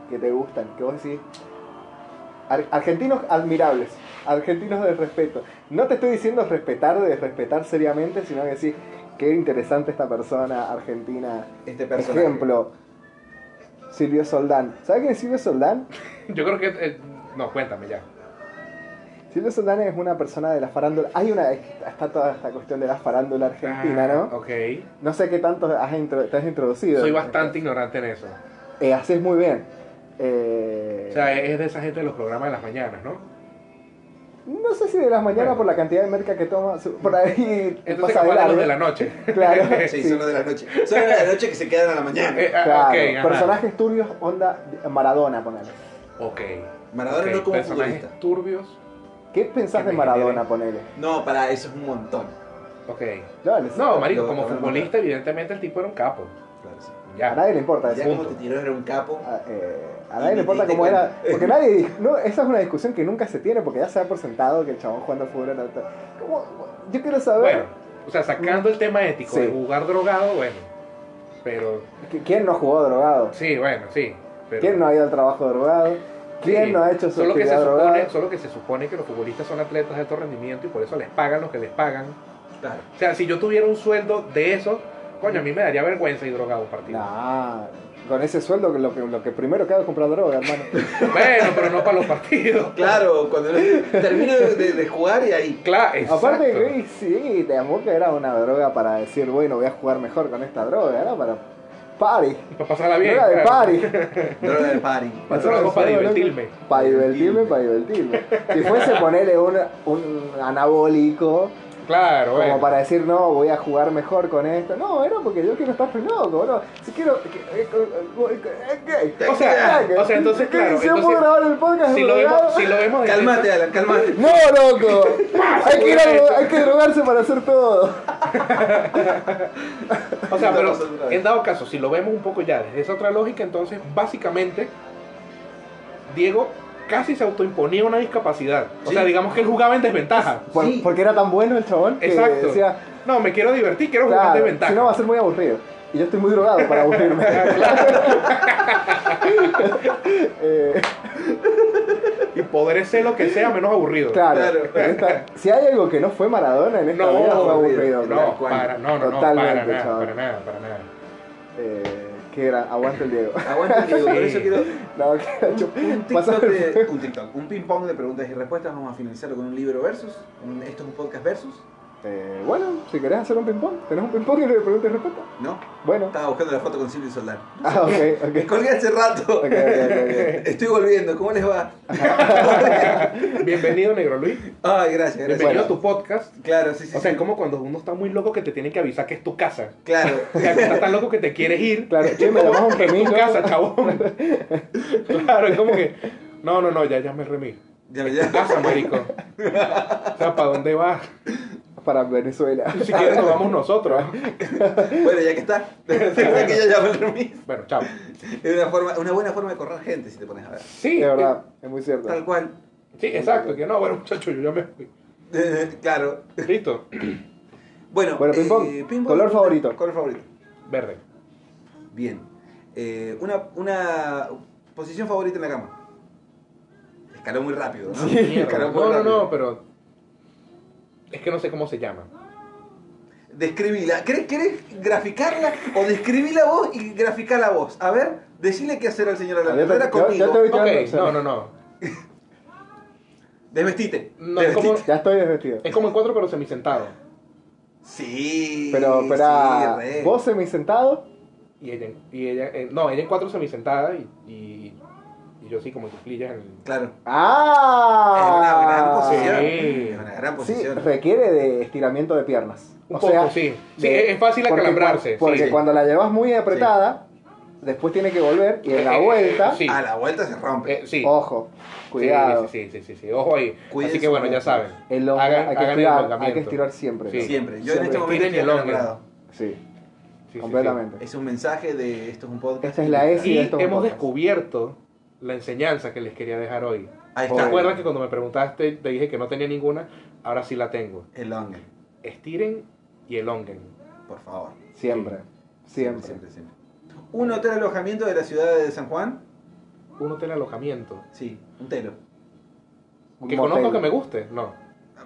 Speaker 4: que te gustan, que vos decís. ar- argentinos admirables, argentinos de respeto. No te estoy diciendo respetar de respetar seriamente, sino que decís, qué interesante esta persona argentina.
Speaker 5: Este
Speaker 4: Por
Speaker 5: personaje.
Speaker 4: ejemplo, Silvio Soldán. ¿Sabes quién es Silvio Soldán?
Speaker 6: Yo creo que. eh, no, cuéntame ya.
Speaker 4: Silvio Soldán es una persona de la farándula. Hay una. Está toda esta cuestión de la farándula argentina, ¿no?
Speaker 6: Ah, Ok.
Speaker 4: No sé qué tanto has intro- te has introducido.
Speaker 6: Soy bastante ignorante en eso.
Speaker 4: Eh, haces muy bien. Eh,
Speaker 6: O sea, es de esa gente de los programas de las mañanas, ¿no?
Speaker 4: no sé si de las mañanas
Speaker 6: Bueno.
Speaker 4: por la cantidad de merca que toma. su- Por
Speaker 6: <laughs>
Speaker 4: ahí te
Speaker 6: Entonces,
Speaker 4: pasa
Speaker 6: capaz de
Speaker 4: de
Speaker 6: los
Speaker 4: largo.
Speaker 6: de la noche.
Speaker 4: <laughs>
Speaker 6: <laughs>
Speaker 4: Claro.
Speaker 5: Sí,
Speaker 4: sí.
Speaker 5: son los de la noche. Son los de la noche que se quedan a la
Speaker 6: Eh,
Speaker 5: mañana.
Speaker 6: ah,
Speaker 4: Claro,
Speaker 6: ok, ajá.
Speaker 4: personajes turbios, onda Maradona, ponele.
Speaker 6: Ok.
Speaker 5: Maradona
Speaker 6: ok,
Speaker 5: no como
Speaker 6: personajes
Speaker 5: futbolista.
Speaker 6: turbios.
Speaker 4: ¿Qué pensás
Speaker 6: Que
Speaker 4: de
Speaker 6: me
Speaker 4: Maradona,
Speaker 6: genere.
Speaker 4: ponele?
Speaker 5: No, para eso es un montón.
Speaker 6: Ok.
Speaker 4: No, les-
Speaker 6: No, marico,
Speaker 5: Lo-
Speaker 6: como
Speaker 5: lo-
Speaker 6: futbolista, evidentemente el tipo era un capo.
Speaker 5: Claro, sí.
Speaker 4: a
Speaker 6: Ya.
Speaker 4: nadie le importa
Speaker 5: Ya
Speaker 4: eso.
Speaker 5: como te tiró era un capo.
Speaker 4: A, eh, a
Speaker 5: Y
Speaker 4: nadie
Speaker 5: ni
Speaker 4: le importa
Speaker 5: te diste
Speaker 4: cómo era.
Speaker 5: cuenta.
Speaker 6: <laughs>
Speaker 4: Porque nadie. dis- No, esa es una discusión que nunca se tiene porque ya se ha por sentado que el chabón jugando al fútbol era. ¿Cómo? Yo quiero saber.
Speaker 6: Bueno, o sea, sacando el tema ético
Speaker 4: Sí.
Speaker 6: de jugar drogado, bueno. Pero,
Speaker 4: ¿qu- ¿Quién no jugó drogado?
Speaker 6: sí, bueno, sí. Pero,
Speaker 4: ¿Quién no ha ido al trabajo drogado? ¿Quién
Speaker 6: Sí.
Speaker 4: no ha hecho su
Speaker 6: solo que, se
Speaker 4: actividad drogada?
Speaker 6: supone, solo que se supone que los futbolistas son atletas de alto rendimiento y por eso les pagan lo que les pagan.
Speaker 5: Claro.
Speaker 6: O sea, si yo tuviera un sueldo de eso, coño, a mí me daría vergüenza ir drogado a un partido.
Speaker 4: Nah, con ese sueldo que lo, que lo que primero que hago es comprar droga, hermano.
Speaker 6: Bueno, pero no para los partidos.
Speaker 5: Claro, cuando termino de, de- de jugar y ahí.
Speaker 6: Claro, <laughs> exacto.
Speaker 4: Aparte, güey, sí, tampoco era una droga para decir, bueno, voy a jugar mejor con esta droga, era para party.
Speaker 6: para pasarla bien.
Speaker 4: droga de
Speaker 6: claro. <laughs>
Speaker 4: party.
Speaker 5: Droga del party.
Speaker 6: Pasarla como para divertirme.
Speaker 4: Para divertirme, para divertirme. Si fuese ponerle un, un anabólico,
Speaker 6: Claro,
Speaker 4: como
Speaker 6: bueno.
Speaker 4: para decir, no, voy a jugar mejor con esto. No, era porque yo quiero estar loco, bro. Si quiero. eh,
Speaker 6: O sea, o sea, entonces, claro,
Speaker 4: Si yo puedo
Speaker 6: entonces-
Speaker 4: grabar el podcast
Speaker 6: Si lo
Speaker 4: drogado.
Speaker 6: vemos, si lo vemos desde
Speaker 5: Calmate, Alan, calmate.
Speaker 4: No, loco. hay, que ir a- hay que drogarse para hacer todo.
Speaker 6: O sea,
Speaker 5: No,
Speaker 6: pero
Speaker 5: no, no, no.
Speaker 6: en dado caso, si lo vemos un poco ya desde esa otra lógica, entonces básicamente Diego casi se autoimponía una discapacidad. O
Speaker 5: Sí.
Speaker 6: sea, digamos que él jugaba en desventaja.
Speaker 4: Por-
Speaker 5: Sí.
Speaker 4: Porque era tan bueno el chabón que
Speaker 6: Exacto.
Speaker 4: decía,
Speaker 6: No, me quiero divertir, quiero jugar en
Speaker 4: claro,
Speaker 6: desventaja.
Speaker 4: si no va a ser muy aburrido. Y yo estoy muy drogado para
Speaker 6: <laughs>
Speaker 4: aburrirme. <laughs> Eh,
Speaker 6: Y podré ser lo que sea menos aburrido.
Speaker 4: Claro. Esta- si hay algo que no fue Maradona en esta
Speaker 6: No,
Speaker 4: vida fue aburrido.
Speaker 5: no,
Speaker 4: claro.
Speaker 6: No, para, no, no, no,
Speaker 4: Totalmente,
Speaker 6: para nada,
Speaker 4: chaval.
Speaker 6: para nada, para nada.
Speaker 4: Eh, qué gran, aguante el Diego. <laughs>
Speaker 5: Aguanta, Diego, por eso quiero.
Speaker 4: No, que la chup-
Speaker 5: Un, un TikTok
Speaker 4: Pásame el
Speaker 5: de, un TikTok, un ping pong de preguntas y respuestas. Vamos a finalizarlo con un libro versus. un- esto es un podcast versus.
Speaker 4: Eh, bueno, si querés hacer un ping-pong, ¿tenés un ping-pong que le pregunte respuesta?
Speaker 5: No,
Speaker 4: Bueno.
Speaker 5: estaba buscando la foto con Silvio Soldán.
Speaker 4: Ah, ok, ok.
Speaker 6: <laughs>
Speaker 5: Me colgué hace rato.
Speaker 4: Ok, ok,
Speaker 5: <laughs> Estoy volviendo. ¿Cómo les va?
Speaker 6: Bienvenido, Negro Luis.
Speaker 5: Ay, gracias, gracias.
Speaker 6: Bienvenido a tu podcast.
Speaker 5: Claro, sí, sí.
Speaker 6: O sea,
Speaker 5: sí.
Speaker 6: es como cuando uno está muy loco que te tienen que avisar que es tu casa.
Speaker 5: Claro.
Speaker 6: O sea, que estás tan loco que te quieres ir.
Speaker 4: Claro, che, me llamas un
Speaker 6: Es tu
Speaker 4: permiso.
Speaker 6: casa, chabón. Claro, es como que. No, no, no, ya, ya me remí.
Speaker 5: Ya,
Speaker 6: Tu <laughs>
Speaker 5: ya.
Speaker 6: casa, marico. O sea, ¿para dónde vas?
Speaker 4: Para Venezuela.
Speaker 6: Si quieres, nos vamos nosotros. ¿eh?
Speaker 5: Bueno, ya que está. <laughs> ¿Será que ya llamó el remis?
Speaker 6: Bueno, chao.
Speaker 5: Es una, forma, una buena forma de correr gente si te pones a ver.
Speaker 6: Sí, eh,
Speaker 4: De verdad, es muy cierto.
Speaker 5: Tal cual.
Speaker 6: Sí, exacto. Que no, bueno, muchacho, yo ya me fui.
Speaker 5: Eh, claro.
Speaker 6: Listo.
Speaker 5: Bueno, eh,
Speaker 4: Bueno, ping pong. Color favorito.
Speaker 5: Color favorito.
Speaker 6: Verde.
Speaker 5: Bien. Eh, una, una posición favorita en la cama. Escaló muy rápido, ¿no?
Speaker 6: Mierda.
Speaker 5: <laughs> Escaló muy
Speaker 6: No, no,
Speaker 5: rápido.
Speaker 6: no, pero. Es que no sé cómo se llama.
Speaker 5: Describila. ¿Querés, querés graficarla o describila vos y graficala vos? A ver, decile qué hacer al señor a la
Speaker 4: Ah, ya te-
Speaker 5: perrera
Speaker 4: ya-
Speaker 5: conmigo.
Speaker 4: ya te voy-
Speaker 6: Ok, no, no, no.
Speaker 5: Desvestite.
Speaker 6: No, es
Speaker 5: Desvestite.
Speaker 6: como,
Speaker 4: Ya estoy desvestido.
Speaker 6: es como en cuatro, pero semisentado.
Speaker 5: Sí.
Speaker 4: Pero, espera,
Speaker 5: sí, re.
Speaker 4: vos semisentado,
Speaker 6: Y ella, en- y ella en- no, ella en cuatro semisentada y, y, y yo sí como en cuclillas en el...
Speaker 5: Claro.
Speaker 4: ¡Ah!
Speaker 5: es una gran posición.
Speaker 6: sí.
Speaker 5: Es una gran
Speaker 4: Sí,
Speaker 5: posición.
Speaker 4: requiere de estiramiento de piernas.
Speaker 6: Un
Speaker 4: o
Speaker 6: poco,
Speaker 4: sea,
Speaker 6: sí. Sí,
Speaker 4: de-
Speaker 6: es fácil
Speaker 4: porque
Speaker 6: acalambrarse.
Speaker 4: cua- Porque
Speaker 6: sí.
Speaker 4: cuando la llevas muy apretada, después tiene que volver y en la
Speaker 6: Eh,
Speaker 4: vuelta,
Speaker 6: sí.
Speaker 5: A la vuelta se rompe.
Speaker 6: Eh, sí.
Speaker 4: ojo, cuidado.
Speaker 6: Sí, sí, sí, sí, sí, sí. Ojo ahí.
Speaker 5: Cuídense
Speaker 6: Así que bueno, ya
Speaker 5: mucho.
Speaker 6: saben.
Speaker 4: El hombro
Speaker 6: Hagan-
Speaker 4: hay,
Speaker 6: hagan
Speaker 4: que
Speaker 6: el
Speaker 4: estirar, hay
Speaker 6: elongamiento.
Speaker 4: que estirar siempre.
Speaker 6: Sí.
Speaker 5: Siempre. Yo en
Speaker 4: Eh, Siempre.
Speaker 5: este momento
Speaker 6: Estiren
Speaker 5: estoy
Speaker 6: el hombro.
Speaker 5: alambrado.
Speaker 4: Sí,
Speaker 6: Sí, sí,
Speaker 4: completamente.
Speaker 5: Es un mensaje de esto es un podcast.
Speaker 4: Esta es la
Speaker 6: sí.
Speaker 4: ESI
Speaker 6: Y
Speaker 4: de estos
Speaker 6: hemos
Speaker 4: podcasts.
Speaker 6: descubierto la enseñanza que les quería dejar hoy.
Speaker 5: Ahí
Speaker 6: ¿Te
Speaker 5: está.
Speaker 4: Joder.
Speaker 6: acuerdas que cuando me preguntaste te dije que no tenía ninguna? Ahora sí la tengo.
Speaker 5: El longer,
Speaker 6: Estiren y elonguen.
Speaker 5: por favor.
Speaker 4: Siempre, siempre.
Speaker 5: Siempre, siempre. Un hotel alojamiento de la ciudad de San Juan.
Speaker 6: Un hotel alojamiento.
Speaker 5: Sí, un telo.
Speaker 4: Un
Speaker 6: Que
Speaker 4: motel.
Speaker 6: conozco que me guste. No.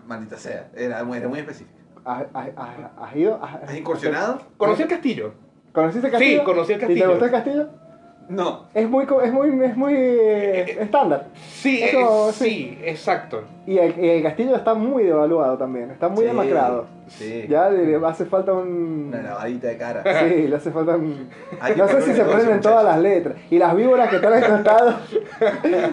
Speaker 5: Maldita sea. Era, muy- era muy específica.
Speaker 4: ¿Has, has- has- has ido? ¿Has,
Speaker 5: ¿Has incursionado?
Speaker 6: Conocí el castillo.
Speaker 4: ¿Conociste el castillo?
Speaker 6: Sí, conocí el
Speaker 4: ¿Y te
Speaker 6: castillo.
Speaker 4: gustó el castillo?
Speaker 5: No.
Speaker 4: Es muy, co- es muy, es muy eh, estándar.
Speaker 6: Sí,
Speaker 4: Es
Speaker 6: eh,
Speaker 4: como-
Speaker 6: sí, exacto.
Speaker 4: Y el, y el castillo está muy devaluado también, está muy
Speaker 5: Sí,
Speaker 4: demacrado.
Speaker 5: Sí.
Speaker 4: Ya le le hace falta un...
Speaker 5: Una lavadita de cara.
Speaker 4: Sí, le hace falta un...
Speaker 5: Hay que
Speaker 4: No sé
Speaker 5: poner
Speaker 4: si
Speaker 5: un
Speaker 4: se
Speaker 5: negocio,
Speaker 4: prenden
Speaker 5: muchachos.
Speaker 4: todas las letras. Y las víboras que están al costado.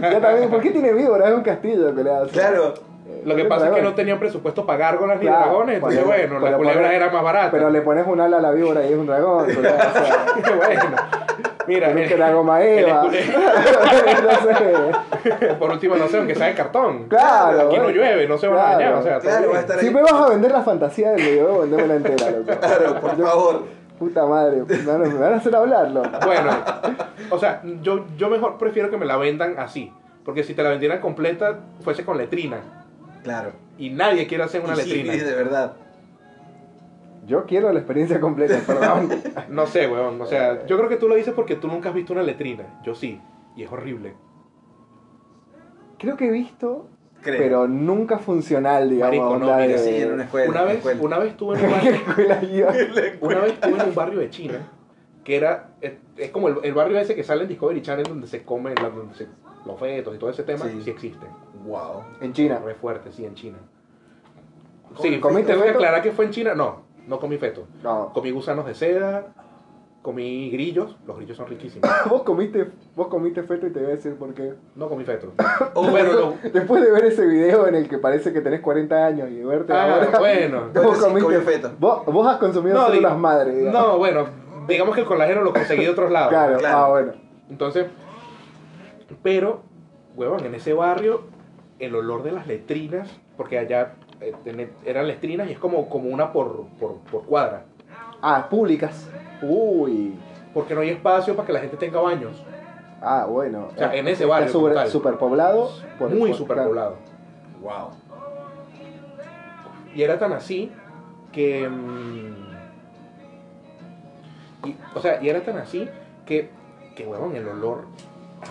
Speaker 4: ya también, ¿por qué tiene víboras? Es un castillo que le hace.
Speaker 5: Claro.
Speaker 4: Eh,
Speaker 6: Lo que
Speaker 4: un
Speaker 6: pasa es que no
Speaker 4: dragón.
Speaker 6: tenían presupuesto para gárgolas ni
Speaker 4: Claro,
Speaker 6: dragones, entonces
Speaker 4: pero-
Speaker 6: bueno, la
Speaker 4: pero
Speaker 6: culebra
Speaker 4: poner-
Speaker 6: era más barata.
Speaker 4: Pero le pones un ala a la víbora y es un dragón. pero, o sea,
Speaker 6: <laughs> bueno, mira, eh,
Speaker 4: un
Speaker 6: el-
Speaker 4: teragoma Eva. <laughs> no sé.
Speaker 6: <laughs> por último, no sé, aunque sea de cartón.
Speaker 4: Claro.
Speaker 6: Aquí no
Speaker 4: bueno.
Speaker 6: llueve, no se van a dañar,
Speaker 4: Claro,
Speaker 6: o sea, está
Speaker 5: claro,
Speaker 6: bien.
Speaker 5: va a estar-
Speaker 4: Si me vas a vender la fantasía del videojuego, vendémela entera, loco.
Speaker 5: Claro, por favor.
Speaker 4: Puta madre, me van a- me van a hacer hablar, loco.
Speaker 6: Bueno, o sea, yo, yo mejor prefiero que me la vendan así, porque si te la vendieran completa, fuese con letrina,
Speaker 5: Claro.
Speaker 6: y nadie quiere hacer una
Speaker 5: Y sí,
Speaker 6: letrina.
Speaker 5: de verdad.
Speaker 4: Yo quiero la experiencia completa, perdón.
Speaker 6: No sé, weón, o sea, yo creo que tú lo dices porque tú nunca has visto una letrina, yo sí, y es horrible.
Speaker 4: Creo que he visto,
Speaker 5: Creo.
Speaker 4: pero eh, nunca funcional, digamos.
Speaker 6: Marico, no,
Speaker 4: onda
Speaker 6: mira,
Speaker 4: de-
Speaker 5: sí, en una escuela.
Speaker 6: Una
Speaker 5: en una
Speaker 6: vez,
Speaker 5: escuela.
Speaker 6: una vez estuve en un
Speaker 5: <laughs>
Speaker 6: barrio-
Speaker 4: escuela iba.
Speaker 6: Una vez estuve en un barrio de China que era. Es, es como el, el barrio ese que sale en Discovery Channel donde se comen la- donde se- los fetos y todo ese tema.
Speaker 5: Sí.
Speaker 6: Sí, existe.
Speaker 5: Wow.
Speaker 4: En China. pues,
Speaker 6: Re fuerte, sí, en China. Sí,
Speaker 4: ¿Comiste
Speaker 6: tengo que
Speaker 4: feto?
Speaker 6: aclarar que fue en China. No, no comí feto.
Speaker 4: No.
Speaker 6: Comí gusanos de seda, comí grillos. Los grillos son riquísimos.
Speaker 4: Vos comiste, vos comiste feto y te voy a decir por qué.
Speaker 6: No comí
Speaker 4: <laughs>
Speaker 6: feto.
Speaker 5: Oh,
Speaker 6: bueno, lo-
Speaker 4: Después de ver ese video en el que parece que tenés 40 años y verte
Speaker 6: Ah,
Speaker 4: ahora.
Speaker 6: bueno.
Speaker 4: <laughs>
Speaker 5: Bueno,
Speaker 4: Vos
Speaker 5: sí,
Speaker 4: comiste
Speaker 5: comió feto.
Speaker 4: Vos, vos has consumido
Speaker 6: No,
Speaker 4: células
Speaker 6: digo-
Speaker 4: madre. digamos.
Speaker 6: No, bueno, digamos que el colágeno lo conseguí de otros lados.
Speaker 4: Claro,
Speaker 5: claro.
Speaker 4: ah, bueno.
Speaker 6: Entonces, pero, huevón, en ese barrio, el olor de las letrinas, porque allá eh, ten- eran letrinas y es como, como una por, por, por cuadra,
Speaker 4: Ah, públicas. Uy.
Speaker 6: porque no hay espacio para que la gente tenga baños,
Speaker 4: Ah, bueno.
Speaker 6: O sea, en ese
Speaker 4: Está
Speaker 6: barrio como
Speaker 4: sobre-
Speaker 6: tal.
Speaker 4: superpoblado. por-
Speaker 6: muy
Speaker 4: por-
Speaker 6: superpoblado.
Speaker 5: Wow.
Speaker 6: Y era tan así que... mm, y- o sea, y era tan así que, que, huevón, el olor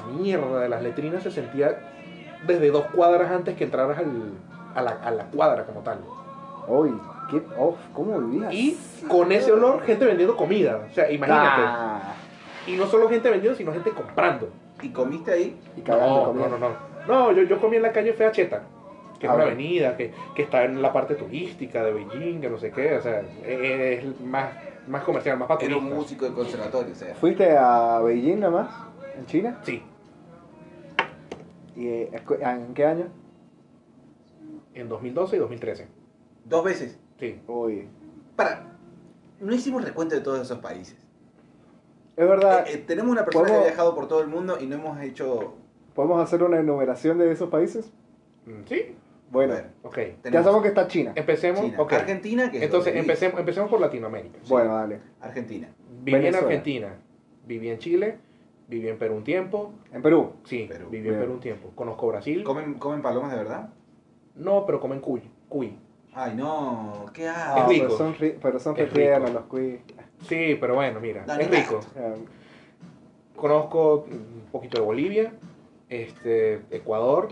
Speaker 6: a mierda de las letrinas se sentía desde dos cuadras antes que entraras al- a, la, a la cuadra como tal.
Speaker 4: Uy, qué off, ¿cómo vivías?
Speaker 6: Y con ese olor, gente vendiendo comida. O sea, imagínate.
Speaker 4: Ah,
Speaker 6: Y no solo gente vendiendo, sino gente comprando.
Speaker 5: ¿Y comiste ahí?
Speaker 4: y cagando
Speaker 6: No,
Speaker 4: comida.
Speaker 6: no, no, no. No, yo, yo comí en la calle Fea Cheta, que es
Speaker 4: Ah,
Speaker 6: una
Speaker 4: bueno.
Speaker 6: avenida que, que está en la parte turística de Beijing, que no sé qué. O sea, es, es más, más comercial, más para
Speaker 5: Era un
Speaker 6: turistas.
Speaker 5: músico de conservatorio, o sea.
Speaker 4: ¿Fuiste a Beijing nada más? ¿En China?
Speaker 6: Sí,
Speaker 4: ¿Y eh, escu- en qué año?
Speaker 6: en 2012 y 2013.
Speaker 5: Dos veces.
Speaker 6: Sí.
Speaker 4: Uy,
Speaker 5: Para. No hicimos recuento de todos esos países.
Speaker 4: es verdad,
Speaker 5: Eh, eh, tenemos una persona que
Speaker 4: ¿puedo-
Speaker 5: ha viajado por todo el mundo y no hemos hecho.
Speaker 4: ¿podemos hacer una enumeración de esos países?
Speaker 6: Mm, Sí,
Speaker 4: Bueno,
Speaker 5: A ver,
Speaker 6: ok.
Speaker 4: ya
Speaker 5: tenemos
Speaker 4: sabemos que está China.
Speaker 6: Empecemos.
Speaker 5: China,
Speaker 6: ok.
Speaker 5: Argentina, que es
Speaker 6: Entonces,
Speaker 5: donde vivís.
Speaker 6: empecemos, empecemos por Latinoamérica. sí.
Speaker 4: Bueno, dale,
Speaker 5: Argentina.
Speaker 6: Viví
Speaker 4: Venezuela.
Speaker 6: en Argentina, viví en Chile, viví en Perú un tiempo.
Speaker 4: en Perú.
Speaker 6: Sí,
Speaker 5: Perú.
Speaker 6: viví
Speaker 4: Bien.
Speaker 6: en Perú un tiempo. Conozco Brasil.
Speaker 5: ¿Comen, ¿Comen palomas de verdad?
Speaker 6: No, pero comen cuy. cuy.
Speaker 5: Ay, no. ¿Qué
Speaker 4: Ah,
Speaker 5: hago?
Speaker 6: rico.
Speaker 4: Pero son, ri- pero son
Speaker 6: Es rico.
Speaker 4: retiernos los cuy.
Speaker 6: Sí, pero bueno, mira,
Speaker 5: Dale,
Speaker 6: es rico.
Speaker 4: Eh,
Speaker 6: Conozco un poquito de Bolivia, este, Ecuador,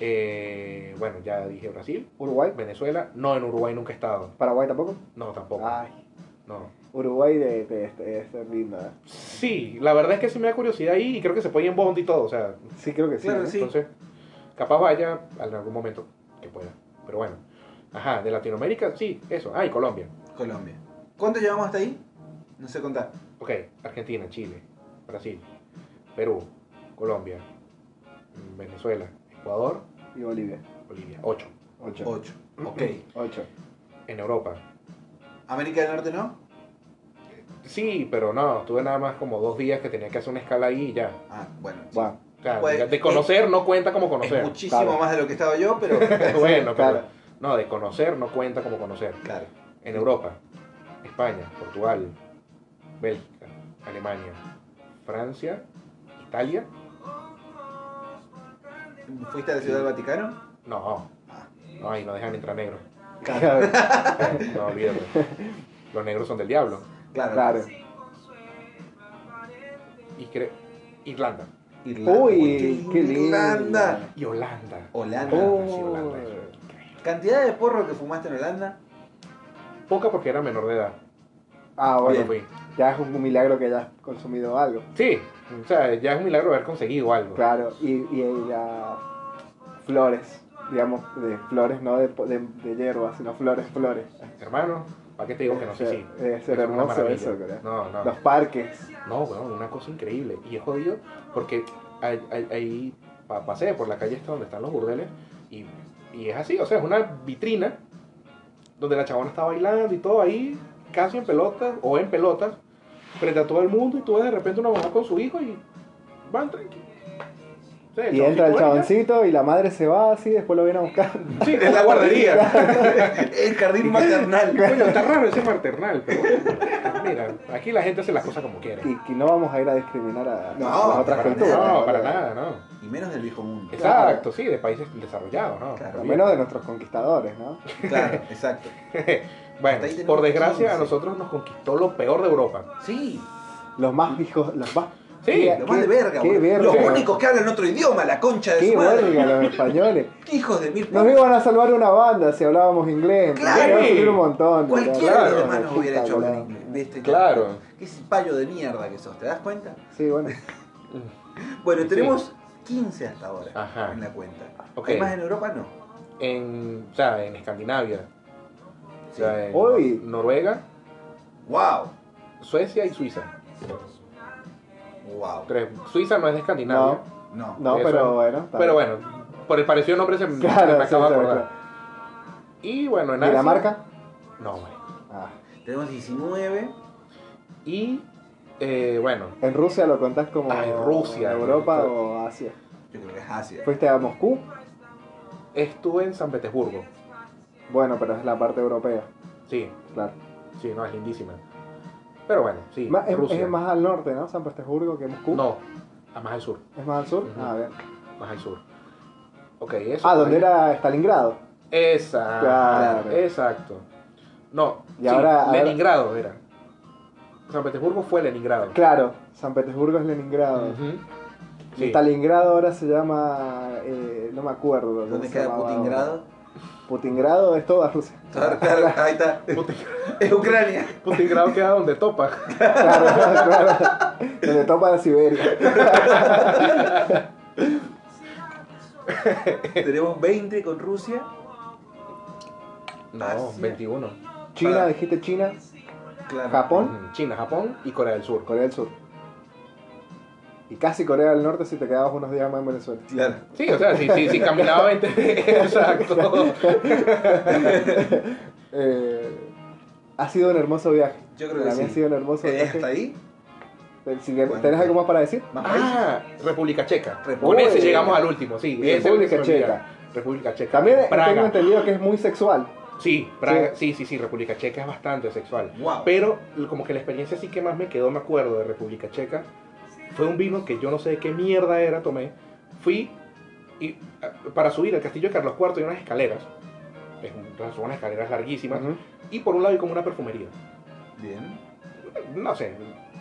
Speaker 6: eh, bueno, ya dije Brasil,
Speaker 4: Uruguay,
Speaker 6: Venezuela. No, en Uruguay nunca he estado.
Speaker 4: Paraguay tampoco.
Speaker 6: No, tampoco.
Speaker 4: Ay,
Speaker 6: No.
Speaker 4: Uruguay de, de, de- es lindo. eh.
Speaker 6: Sí, la verdad es que sí me da curiosidad ahí y creo que se puede ir en Bond y todo, o sea,
Speaker 4: Sí, creo que sí. ¿eh?
Speaker 5: Claro,
Speaker 4: ¿no?
Speaker 5: sí.
Speaker 6: Entonces, capaz vaya en algún momento que pueda. Pero bueno. Ajá, de Latinoamérica, sí, eso. Ah, y Colombia.
Speaker 5: Colombia. ¿Cuánto llevamos hasta ahí? No sé contar.
Speaker 6: Ok, Argentina, Chile, Brasil, Perú, Colombia, mm, Venezuela, Ecuador,
Speaker 4: Y Bolivia,
Speaker 6: Bolivia. Ocho.
Speaker 4: Ocho.
Speaker 5: Ocho. Ok.
Speaker 4: Ocho.
Speaker 6: En Europa.
Speaker 5: América del Norte no.
Speaker 6: Sí, pero no, tuve nada más como dos días que tenía que hacer una escala ahí y ya.
Speaker 5: Ah, bueno. sí.
Speaker 4: Bueno,
Speaker 6: O sea,
Speaker 5: Pues,
Speaker 6: de- de conocer no cuenta como
Speaker 5: Es
Speaker 6: conocer.
Speaker 5: muchísimo
Speaker 4: Claro.
Speaker 5: más de lo que estaba yo,
Speaker 4: <laughs>
Speaker 5: pero.
Speaker 6: bueno,
Speaker 4: claro.
Speaker 6: pero. No, de conocer no cuenta como conocer.
Speaker 5: claro.
Speaker 6: en Europa, España, Portugal, Bélgica, Alemania, Francia, Italia,
Speaker 5: ¿Fuiste a la Ciudad del Vaticano?
Speaker 6: no,
Speaker 5: Ah.
Speaker 6: no, ahí no dejan entrar
Speaker 5: <laughs>
Speaker 6: negros,
Speaker 5: Claro.
Speaker 6: Eh, no olvídate, los negros son del diablo,
Speaker 5: Claro.
Speaker 4: claro.
Speaker 6: y cre- Irlanda,
Speaker 5: Irlanda.
Speaker 4: Uy, qué Oh. lindo.
Speaker 5: Irlanda.
Speaker 6: y Holanda, Ah,
Speaker 5: Holanda.
Speaker 6: sí, Holanda, eso es increíble.
Speaker 5: ¿Cantidad de porro que fumaste en Holanda?
Speaker 6: poca porque era menor de edad,
Speaker 4: Ah,
Speaker 6: cuando
Speaker 4: bueno,
Speaker 6: fui.
Speaker 4: ya es un milagro que hayas consumido algo.
Speaker 6: sí, o sea, ya es un milagro haber conseguido algo,
Speaker 4: Claro, y, y, las flores, digamos, de flores, no de, po- de, de hierbas, sino flores, flores.
Speaker 6: hermano, ¿para qué te digo que no sé si?
Speaker 4: Debe
Speaker 6: Eso
Speaker 4: ser
Speaker 6: es una
Speaker 4: hermoso
Speaker 6: maravilla.
Speaker 4: eso, creo.
Speaker 6: No, no.
Speaker 4: Los parques.
Speaker 6: No, bueno, una cosa increíble. Y es jodido porque ahí pasé por la calle esta donde están los burdeles y, y es así, o sea, es una vitrina donde la chabona está bailando y todo ahí, casi en pelotas o en pelotas, frente a todo el mundo y tú ves de repente una mamá con su hijo y van tranquilos.
Speaker 4: Y entra el chaboncito y la madre se va así, después lo viene a buscar.
Speaker 6: Sí, es la
Speaker 4: <laughs>
Speaker 6: guardería.
Speaker 5: <laughs> El jardín maternal.
Speaker 6: Coño, está raro ese maternal, pero bueno, mira, aquí la gente hace las cosas como quiere.
Speaker 4: Y, que no vamos a ir a discriminar a,
Speaker 5: No,
Speaker 4: a las otras
Speaker 5: para
Speaker 4: culturas.
Speaker 6: No,
Speaker 4: ¿verdad?
Speaker 6: para nada, no.
Speaker 5: Y menos del viejo mundo.
Speaker 6: Exacto, sí, de países desarrollados, ¿no?
Speaker 5: Claro,
Speaker 4: Por lo menos de nuestros conquistadores, ¿no?
Speaker 5: Claro, exacto.
Speaker 6: bueno,
Speaker 5: Hasta ahí tenemos
Speaker 6: por desgracia a
Speaker 5: 15.
Speaker 6: nosotros nos conquistó lo peor de Europa.
Speaker 5: Sí,
Speaker 4: Los más hijos, los más...
Speaker 6: Sí,
Speaker 5: lo más
Speaker 4: Qué-
Speaker 5: de verga,
Speaker 4: qué
Speaker 5: boludo.
Speaker 4: verga,
Speaker 5: Los
Speaker 4: boludo.
Speaker 5: únicos que hablan otro idioma, la concha de
Speaker 4: ¡Qué
Speaker 5: su madre.
Speaker 4: verga los españoles!
Speaker 5: Qué Hijos de mil
Speaker 4: Nos
Speaker 5: putas.
Speaker 4: iban a salvar una banda si hablábamos inglés. entonces
Speaker 5: Claro.
Speaker 4: iban a sufrir un montón.
Speaker 5: Cualquiera de los
Speaker 4: Claro,
Speaker 5: demás nos
Speaker 4: puta,
Speaker 5: hubiera hecho hablar
Speaker 4: claro.
Speaker 5: inglés. De este
Speaker 6: Claro.
Speaker 5: tipo. Qué payo de mierda que sos, ¿te das cuenta?
Speaker 4: Sí, bueno.
Speaker 5: Bueno,
Speaker 6: Sí.
Speaker 5: tenemos 15 hasta ahora
Speaker 6: Ajá.
Speaker 5: en la cuenta.
Speaker 6: Ok.
Speaker 5: Hay más en Europa, no.
Speaker 6: en, o sea, en Escandinavia, o sea, en
Speaker 4: Uy.
Speaker 6: Noruega,
Speaker 5: Wow.
Speaker 6: Suecia y Suiza.
Speaker 5: Wow.
Speaker 6: Tres- Suiza no es de Escandinavia,
Speaker 5: No.
Speaker 4: No,
Speaker 6: Eso.
Speaker 4: pero bueno. está
Speaker 6: pero
Speaker 4: bien.
Speaker 6: bueno, por el parecido nombre se, me- se
Speaker 4: Claro,
Speaker 6: me
Speaker 4: sí,
Speaker 6: acaba de
Speaker 4: sí,
Speaker 6: acordar.
Speaker 4: claro.
Speaker 6: Y bueno, en Asia-
Speaker 4: ¿Dinamarca?
Speaker 6: No, bueno.
Speaker 4: Ah.
Speaker 5: Tenemos 19.
Speaker 6: Y eh, bueno,
Speaker 4: ¿En Rusia lo contás como
Speaker 6: Ay, Ah, Rusia,
Speaker 4: Europa
Speaker 6: Rusia.
Speaker 4: o Asia?
Speaker 5: Yo creo que es Asia.
Speaker 4: ¿Fuiste a Moscú?
Speaker 6: estuve en San Petersburgo.
Speaker 4: Bueno, pero es la parte europea,
Speaker 6: Sí,
Speaker 4: claro.
Speaker 6: sí, no, es lindísima. Pero bueno, sí,
Speaker 4: Ma- es,
Speaker 6: Rusia.
Speaker 4: es más al norte, ¿no? San Petersburgo que Moscú.
Speaker 6: No, a más al sur.
Speaker 4: ¿Es más al sur?
Speaker 6: Ujú.
Speaker 4: Ah, a ver.
Speaker 6: más al sur. Ok, eso.
Speaker 4: Ah, ¿dónde
Speaker 6: Ahí.
Speaker 4: era Stalingrado?
Speaker 6: Exacto.
Speaker 4: Claro.
Speaker 6: Exacto. No,
Speaker 4: Y
Speaker 6: sí,
Speaker 4: ahora- ahora-
Speaker 6: Leningrado era. San Petersburgo fue Leningrado.
Speaker 4: Claro, San Petersburgo es Leningrado.
Speaker 6: Ujú. Sí.
Speaker 4: Stalingrado ahora se llama. eh, no me acuerdo. cómo
Speaker 5: ¿Dónde
Speaker 4: se
Speaker 5: queda
Speaker 4: llamaba ahora.
Speaker 5: Putingrado?
Speaker 4: Putingrado es toda Rusia. <laughs>
Speaker 5: Claro, claro, Ahí está. Es Ucrania.
Speaker 6: Putingrado queda donde topa.
Speaker 4: Claro, claro. Donde topa la Siberia.
Speaker 5: Tenemos 20 con Rusia.
Speaker 6: No,
Speaker 5: Asia.
Speaker 6: 21.
Speaker 4: China,
Speaker 5: Para-
Speaker 4: dijiste China,
Speaker 5: Claro.
Speaker 4: Japón,
Speaker 6: China, Japón y Corea del Sur.
Speaker 4: Corea del Sur. Y casi Corea del Norte si te quedabas unos días más en Venezuela.
Speaker 5: Claro.
Speaker 6: Sí, o sea, si, si,
Speaker 4: <laughs>
Speaker 6: si caminaba 20. Exacto.
Speaker 4: Eh, ha sido un hermoso viaje.
Speaker 5: Yo creo que
Speaker 4: Para mí
Speaker 5: sí.
Speaker 4: ha sido un hermoso
Speaker 5: Eh,
Speaker 4: viaje. Eh,
Speaker 5: hasta ahí.
Speaker 4: Si
Speaker 5: Bueno.
Speaker 4: tenés algo más para decir,
Speaker 5: Más países.
Speaker 6: Ah, República Checa. Con
Speaker 5: República
Speaker 6: ese
Speaker 5: Checa.
Speaker 6: llegamos al último, sí. ese
Speaker 4: República
Speaker 6: se me olvida.
Speaker 4: Checa.
Speaker 6: República Checa.
Speaker 4: también eh, tengo
Speaker 6: Praga.
Speaker 4: entendido que es muy sexual.
Speaker 6: Sí, Praga. Sí. sí, sí, República Checa es bastante sexual.
Speaker 5: Wow.
Speaker 6: Pero como que la experiencia sí que más me quedó, me acuerdo, de República Checa, fue un vino que yo no sé de qué mierda era, tomé. Fui y, ah, para subir al castillo de Carlos IV hay unas escaleras. Es un- Son unas escaleras larguísimas.
Speaker 4: Ujú.
Speaker 6: Y por un lado hay como una perfumería.
Speaker 5: Bien.
Speaker 6: No sé.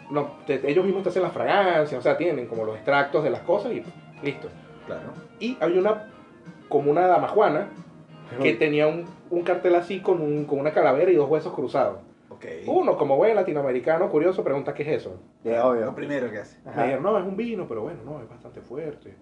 Speaker 6: no, te- ellos mismos te hacen las fragancias, o sea, tienen como los extractos de las cosas y listo.
Speaker 5: Claro.
Speaker 6: Y había una, como una dama juana, que tenía un, un cartel así con, un- con una calavera y dos huesos cruzados.
Speaker 5: Ok.
Speaker 6: Uno, como buen latinoamericano curioso, pregunta qué es eso.
Speaker 4: De
Speaker 5: Lo
Speaker 4: obvio.
Speaker 5: primero que hace.
Speaker 4: Ajá.
Speaker 6: Me dijeron, no, es un vino, pero bueno, no, es bastante fuerte.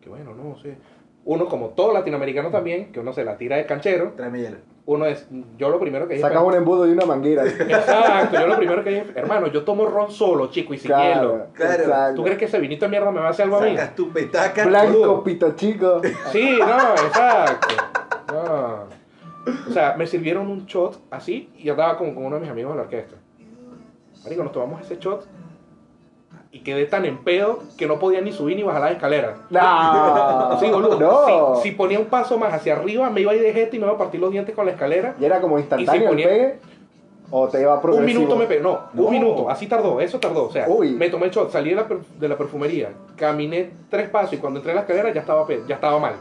Speaker 6: Que bueno, no sé. Uno, como todo latinoamericano también, que uno se la tira de canchero,
Speaker 5: Tráeme hielo.
Speaker 6: uno es, yo lo primero que dije...
Speaker 4: Sacas un embudo y
Speaker 6: <laughs>
Speaker 4: una manguera.
Speaker 6: Exacto, yo lo primero que dije, hermano, yo tomo ron solo, chico, y sin hielo.
Speaker 5: Claro.
Speaker 4: exacto.
Speaker 6: ¿Tú crees que ese vinito de mierda me va a hacer algo a mí?
Speaker 5: Sacas tu petaca.
Speaker 4: Blanco, pito chico.
Speaker 5: <laughs>
Speaker 6: Sí, no, exacto. No. O sea, me sirvieron un shot así y yo estaba con, con uno de mis amigos de la orquesta. Marico, nos tomamos ese shot y quedé tan en pedo que no podía ni subir ni bajar las escaleras.
Speaker 4: No.
Speaker 6: <laughs> Sí, boludo.
Speaker 4: Ah, No.
Speaker 6: Si, si ponía un paso más hacia arriba, me iba a ir de jeta y me iba a partir los dientes con la escalera.
Speaker 4: ¿Y era como instantáneo
Speaker 6: ponía-
Speaker 4: el pegue? ¿O te iba
Speaker 6: Un
Speaker 4: progresivo?
Speaker 6: minuto me pegó. No,
Speaker 5: No.
Speaker 6: un minuto. Así tardó, eso tardó. O sea,
Speaker 4: Uy.
Speaker 6: me tomé el shot, salí de la, per- de la perfumería, caminé tres pasos y cuando entré a la escalera ya estaba, pe- ya estaba mal.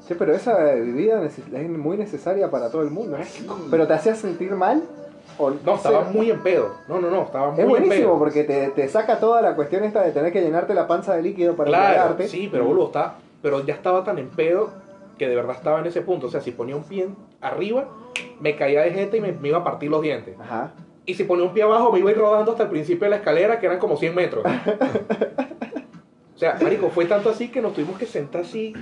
Speaker 4: Sí, pero esa bebida neces- es muy necesaria para todo el mundo. ¿eh? ¿Pero te hacía sentir mal? ¿O
Speaker 6: No, estaba
Speaker 4: sé?
Speaker 6: muy en pedo. No, no, no, estaba muy
Speaker 4: Es
Speaker 6: en pedo.
Speaker 4: buenísimo porque te, te saca toda la cuestión esta de tener que llenarte la panza de líquido para
Speaker 6: Claro,
Speaker 4: embriagarte.
Speaker 6: sí, pero boludo, está, pero ya estaba tan en pedo que de verdad estaba en ese punto. O sea, si ponía un pie arriba, me caía de gente y me, me iba a partir los dientes.
Speaker 4: Ajá.
Speaker 6: Y si ponía un pie abajo, me iba a ir rodando hasta el principio de la escalera, que eran como 100 metros. o sea, marico, fue tanto así que nos tuvimos que sentar así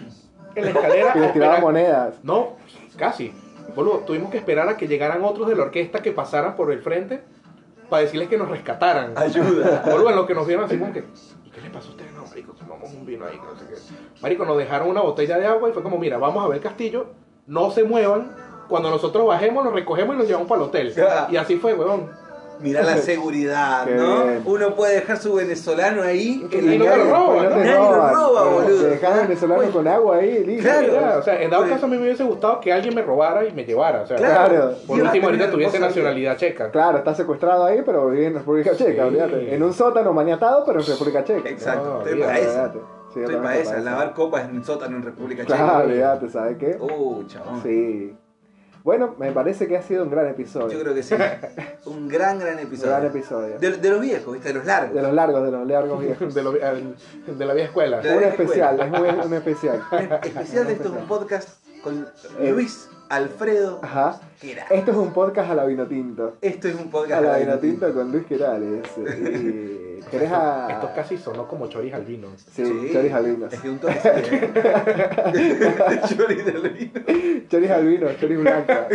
Speaker 6: en la escalera.
Speaker 4: Y
Speaker 6: a
Speaker 4: les
Speaker 6: <laughs>
Speaker 4: tiraba
Speaker 6: esperar-
Speaker 4: monedas.
Speaker 6: No, casi. Boludo, tuvimos que esperar a que llegaran otros de la orquesta que pasaran por el frente para decirles que nos rescataran.
Speaker 5: Ayuda.
Speaker 6: Boludo, en lo que nos vieron así como que, ¿y qué le pasó a ustedes? No, marico, tomamos un vino ahí, que no sé qué. Marico, nos dejaron una botella de agua y fue como, mira, vamos a ver el castillo, no se muevan, cuando nosotros bajemos, los recogemos y los llevamos para el hotel. Y así fue, huevón.
Speaker 5: Mira la
Speaker 4: <laughs>
Speaker 5: seguridad,
Speaker 4: Qué
Speaker 5: ¿no?
Speaker 4: bien.
Speaker 5: Uno puede dejar su venezolano ahí.
Speaker 6: Y no
Speaker 4: nadie-
Speaker 6: te lo roban,
Speaker 4: pues
Speaker 6: ¿no?
Speaker 4: te
Speaker 5: Nadie lo
Speaker 4: roban.
Speaker 5: roba,
Speaker 4: Pero
Speaker 5: boludo.
Speaker 4: Te dejan venezolano
Speaker 5: Pues-
Speaker 4: con agua ahí, listo.
Speaker 5: Claro.
Speaker 4: ya.
Speaker 6: Ya, o sea, en dado caso a mí me hubiese gustado que alguien me robara y me llevara. O sea,
Speaker 4: Claro.
Speaker 6: por
Speaker 5: Dios,
Speaker 6: último ahorita
Speaker 5: qué
Speaker 6: tuviese
Speaker 5: hermosa
Speaker 6: nacionalidad checa.
Speaker 4: Claro, está secuestrado ahí, pero vive en República Checa,
Speaker 6: Sí.
Speaker 4: olvídate. En un sótano maniatado, pero en República Checa.
Speaker 5: Exacto,
Speaker 6: No,
Speaker 5: estoy
Speaker 6: olvídate,
Speaker 5: para esa.
Speaker 4: olvídate. Sí,
Speaker 5: Estoy
Speaker 4: realmente
Speaker 5: para esa.
Speaker 4: para
Speaker 5: Lavar copas en el sótano en República
Speaker 4: Claro,
Speaker 5: Checa.
Speaker 4: olvídate, ¿sabes qué?
Speaker 5: Oh, chabón.
Speaker 4: Sí. Bueno, me parece que ha sido un gran episodio.
Speaker 5: Yo
Speaker 4: <laughs>
Speaker 5: creo que sí. Un gran, gran
Speaker 4: un
Speaker 5: episodio.
Speaker 4: gran episodio.
Speaker 5: De, de los viejos, ¿viste? De los largos.
Speaker 4: De los largos, de los
Speaker 5: <laughs>
Speaker 4: largos
Speaker 6: <laughs>
Speaker 4: viejos.
Speaker 6: De, lo- al- de la vieja escuela.
Speaker 5: De-
Speaker 4: un especial, es muy, un especial. <laughs>
Speaker 5: Especial de esto es un podcast con
Speaker 4: Eh. Ah.
Speaker 5: Luis Alfredo
Speaker 4: Ajá.
Speaker 5: Quera.
Speaker 4: Esto es un podcast a la Vinotinto.
Speaker 5: Esto es un
Speaker 4: A
Speaker 5: podcast
Speaker 4: la
Speaker 5: de la
Speaker 4: Vinotinto con Luis Querales. Y...
Speaker 5: <laughs>
Speaker 4: ¿Querés a...?
Speaker 6: Esto casi sonó como choris al vino.
Speaker 4: Sí, Choris Albinos.
Speaker 5: Es que un toque sí,
Speaker 4: <laughs>
Speaker 5: ¿eh? <laughs> Choris Albinos.
Speaker 4: Choris Albinos, Choris
Speaker 5: <laughs>
Speaker 4: Blanca.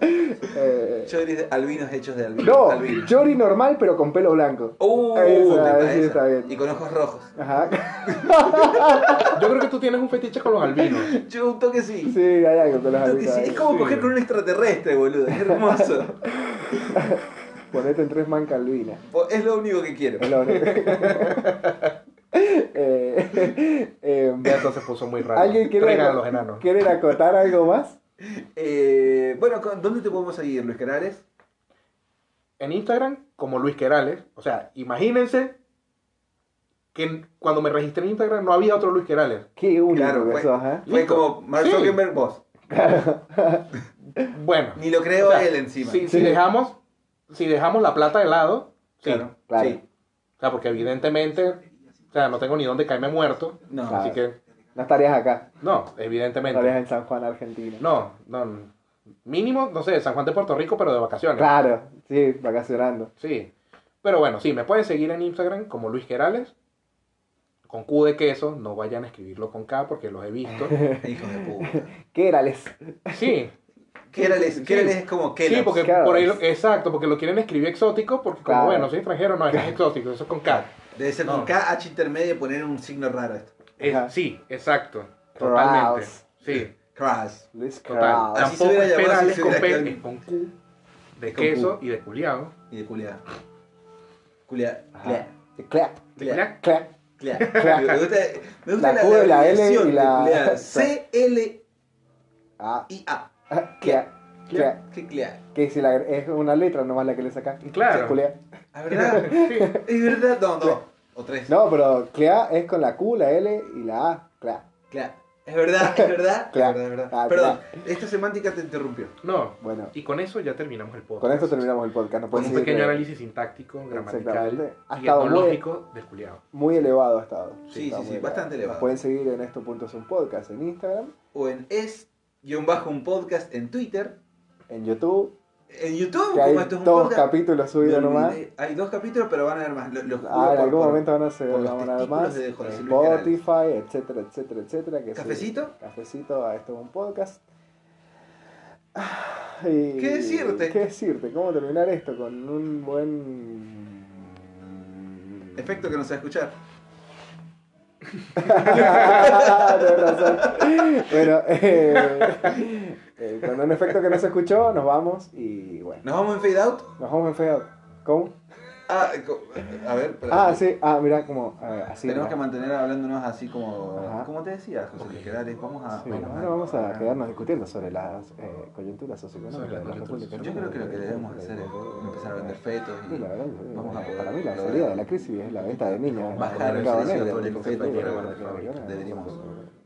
Speaker 4: Eh,
Speaker 5: Choris Albinos hechos de albino.
Speaker 4: no,
Speaker 5: Albino.
Speaker 4: Chori normal, pero con pelo blanco.
Speaker 5: Uh,
Speaker 4: Ahí está,
Speaker 5: te
Speaker 4: ahí sí está bien.
Speaker 5: Y con ojos rojos.
Speaker 4: Ajá.
Speaker 6: Yo creo que tú tienes un fetiche con los albinos.
Speaker 5: Yo un toque sí.
Speaker 4: Sí, hay algo con los
Speaker 5: Un toque
Speaker 4: albinos.
Speaker 5: sí. Es como
Speaker 6: Sí.
Speaker 5: coger con un extraterrestre, boludo. Es hermoso.
Speaker 4: <laughs> Ponete en tres mancas albinas.
Speaker 5: O- Es lo único que quiero.
Speaker 4: Es lo
Speaker 5: <laughs>
Speaker 4: único. Eh, eh,
Speaker 6: Ya entonces puso muy raro.
Speaker 4: ¿Alguien quiere,
Speaker 6: Traigan a los enanos.
Speaker 4: quieren acotar algo más?
Speaker 5: Eh, bueno, con- ¿dónde te podemos seguir, Luis Canales?
Speaker 6: en Instagram como Luis Querales. O sea, imagínense que en- cuando me registré en Instagram no había otro Luis Querales.
Speaker 4: Qué único
Speaker 5: Claro,
Speaker 4: que
Speaker 5: pues. fue-
Speaker 4: sos, ¿eh?
Speaker 5: Fue
Speaker 6: Listo.
Speaker 5: como Mark
Speaker 6: Sí.
Speaker 5: Zuckerberg, vos.
Speaker 6: Bueno,
Speaker 5: Ni lo creo
Speaker 6: O sea,
Speaker 5: él encima.
Speaker 6: si,
Speaker 4: Sí.
Speaker 6: si dejamos, si dejamos la plata de lado, sí.
Speaker 5: claro.
Speaker 4: Claro.
Speaker 5: Sí.
Speaker 6: O sea, porque evidentemente O sea, no tengo ni dónde caerme muerto.
Speaker 5: No.
Speaker 4: Claro.
Speaker 5: <laughs>
Speaker 6: Así que,
Speaker 4: No estarías acá,
Speaker 6: no,
Speaker 4: no
Speaker 6: evidentemente.
Speaker 4: estarías en San Juan, Argentina.
Speaker 6: No, no. Mínimo, no sé, San Juan de Puerto Rico, pero de vacaciones.
Speaker 4: Claro, sí, vacacionando.
Speaker 6: Sí. Pero bueno, sí, me pueden seguir en Instagram como Luis Gerales. Con Q de queso, no vayan a escribirlo con K porque los he
Speaker 4: <laughs>
Speaker 6: visto.
Speaker 5: Hijo de
Speaker 6: <laughs>
Speaker 5: puta.
Speaker 4: ¿Qué era les?
Speaker 6: Sí,
Speaker 5: Kérales,
Speaker 6: Sí.
Speaker 5: Kérales es como Kérales.
Speaker 6: sí, porque
Speaker 4: Kellogg's.
Speaker 6: por ahí lo- exacto, porque lo quieren escribir exótico, porque como
Speaker 4: Claro.
Speaker 6: bueno, soy extranjero, no, es exótico, eso es con K.
Speaker 5: Debe ser
Speaker 6: No.
Speaker 5: con KH intermedio y poner un signo raro esto.
Speaker 6: Es-
Speaker 4: Ajá.
Speaker 6: sí, exacto. Totalmente.
Speaker 4: Kraus.
Speaker 6: Sí.
Speaker 5: Crash.
Speaker 4: Luis
Speaker 6: Total. Ah.
Speaker 4: Kraus.
Speaker 5: Así se
Speaker 6: Tampoco
Speaker 5: hubiera
Speaker 6: es
Speaker 5: llamado, así
Speaker 6: Perales
Speaker 5: se
Speaker 6: con
Speaker 5: hubiera
Speaker 6: P,
Speaker 5: quedado.
Speaker 6: es con Q de
Speaker 5: Con
Speaker 6: queso
Speaker 5: Q.
Speaker 6: y de culiao.
Speaker 5: Y de culiada. Culiada.
Speaker 4: Ajá.
Speaker 5: Culiada.
Speaker 4: De Clap,
Speaker 6: De
Speaker 5: Claro.
Speaker 6: culiao.
Speaker 4: clap. <laughs>
Speaker 5: Culiada. Me gusta, me gusta
Speaker 4: La Q, la L y
Speaker 5: abreviación de
Speaker 4: la-
Speaker 5: culiada. C, L
Speaker 4: Ah,
Speaker 5: y A.
Speaker 4: clap, clap.
Speaker 5: ¿Qué culiada?
Speaker 4: Que si la, es una letra nomás la que le sacan.
Speaker 6: Claro.
Speaker 4: Sí,
Speaker 6: <laughs>
Speaker 4: culea.
Speaker 5: ¿Es verdad?
Speaker 6: Sí.
Speaker 5: ¿Es verdad? No, no. O tres.
Speaker 4: No, pero clea es con la Q, la L y la A. Clea.
Speaker 5: Claro. Es verdad, es verdad.
Speaker 4: Claro.
Speaker 5: Es verdad, es verdad.
Speaker 4: Ah,
Speaker 5: Perdón, esta semántica te interrumpió.
Speaker 6: No.
Speaker 4: Bueno,
Speaker 6: Y con eso ya terminamos el podcast.
Speaker 4: con esto terminamos el podcast.
Speaker 6: Con
Speaker 4: No puede
Speaker 6: un
Speaker 4: ser
Speaker 6: pequeño
Speaker 4: que-
Speaker 6: análisis sintáctico, gramatical
Speaker 4: Exactamente. Ha
Speaker 6: y
Speaker 4: estado muy,
Speaker 6: etnológico del culiao.
Speaker 4: muy elevado ha estado.
Speaker 5: Sí,
Speaker 4: está
Speaker 5: sí,
Speaker 4: muy
Speaker 5: sí, bastante elevado.
Speaker 4: Nos Pueden seguir en estos puntos un podcast en Instagram,
Speaker 5: O en es guión bajo un podcast en Twitter.
Speaker 4: en YouTube.
Speaker 5: En YouTube,
Speaker 4: Que hay
Speaker 5: como esto es un
Speaker 4: dos
Speaker 5: podcast.
Speaker 4: capítulos subidos
Speaker 5: Me
Speaker 4: nomás.
Speaker 5: olvidé. Hay dos capítulos, pero van a haber más. Lo- los juro
Speaker 4: Ah, en
Speaker 5: por-
Speaker 4: algún
Speaker 5: por-
Speaker 4: momento van a ser
Speaker 5: por los
Speaker 4: van a haber
Speaker 5: testículos
Speaker 4: más.
Speaker 5: de José
Speaker 4: en
Speaker 5: Luis Gerales.
Speaker 4: Spotify, etcétera, etcétera, etcétera. que sí,
Speaker 5: ¿Cafecito?
Speaker 4: cafecito a esto es un podcast. Ah, Y-
Speaker 5: ¿Qué decirte?
Speaker 4: ¿Qué decirte? ¿Cómo terminar esto con un buen.
Speaker 5: Efecto
Speaker 4: <laughs>
Speaker 5: que no se va a escuchar.
Speaker 4: Tienes razón. Bueno, eh, eh, con un efecto que no se escuchó, nos vamos y bueno.
Speaker 5: ¿Nos vamos en fade out?
Speaker 4: Nos vamos en feo. ¿Cómo?
Speaker 5: Ah, co- a ver. espera.
Speaker 4: Ah, sí, ah, mirá, como eh, así.
Speaker 5: Tenemos
Speaker 4: mirá.
Speaker 5: que mantener hablándonos así como.
Speaker 4: Ajá.
Speaker 5: ¿Cómo te decía, José Luis Gerales? Vamos a.
Speaker 4: Sí,
Speaker 5: bueno,
Speaker 4: Ah, ahora vamos a quedarnos discutiendo sobre las eh, coyunturas socioeconómicas
Speaker 6: Sobre
Speaker 4: de la
Speaker 6: las
Speaker 4: República.
Speaker 5: Yo creo que lo que debemos hacer es empezar a vender fetos
Speaker 4: Sí, la
Speaker 5: y
Speaker 4: verdad,
Speaker 5: Vamos a
Speaker 4: eh,
Speaker 5: poder-
Speaker 4: para mí la salida de la crisis es la venta de niños. en el
Speaker 5: bajar el
Speaker 4: mercado
Speaker 5: precio de
Speaker 4: negro,
Speaker 5: todo el
Speaker 4: porque
Speaker 5: feto
Speaker 4: sí,
Speaker 5: para
Speaker 4: eh,
Speaker 5: guardar fábrica.
Speaker 4: eh,
Speaker 5: Deberíamos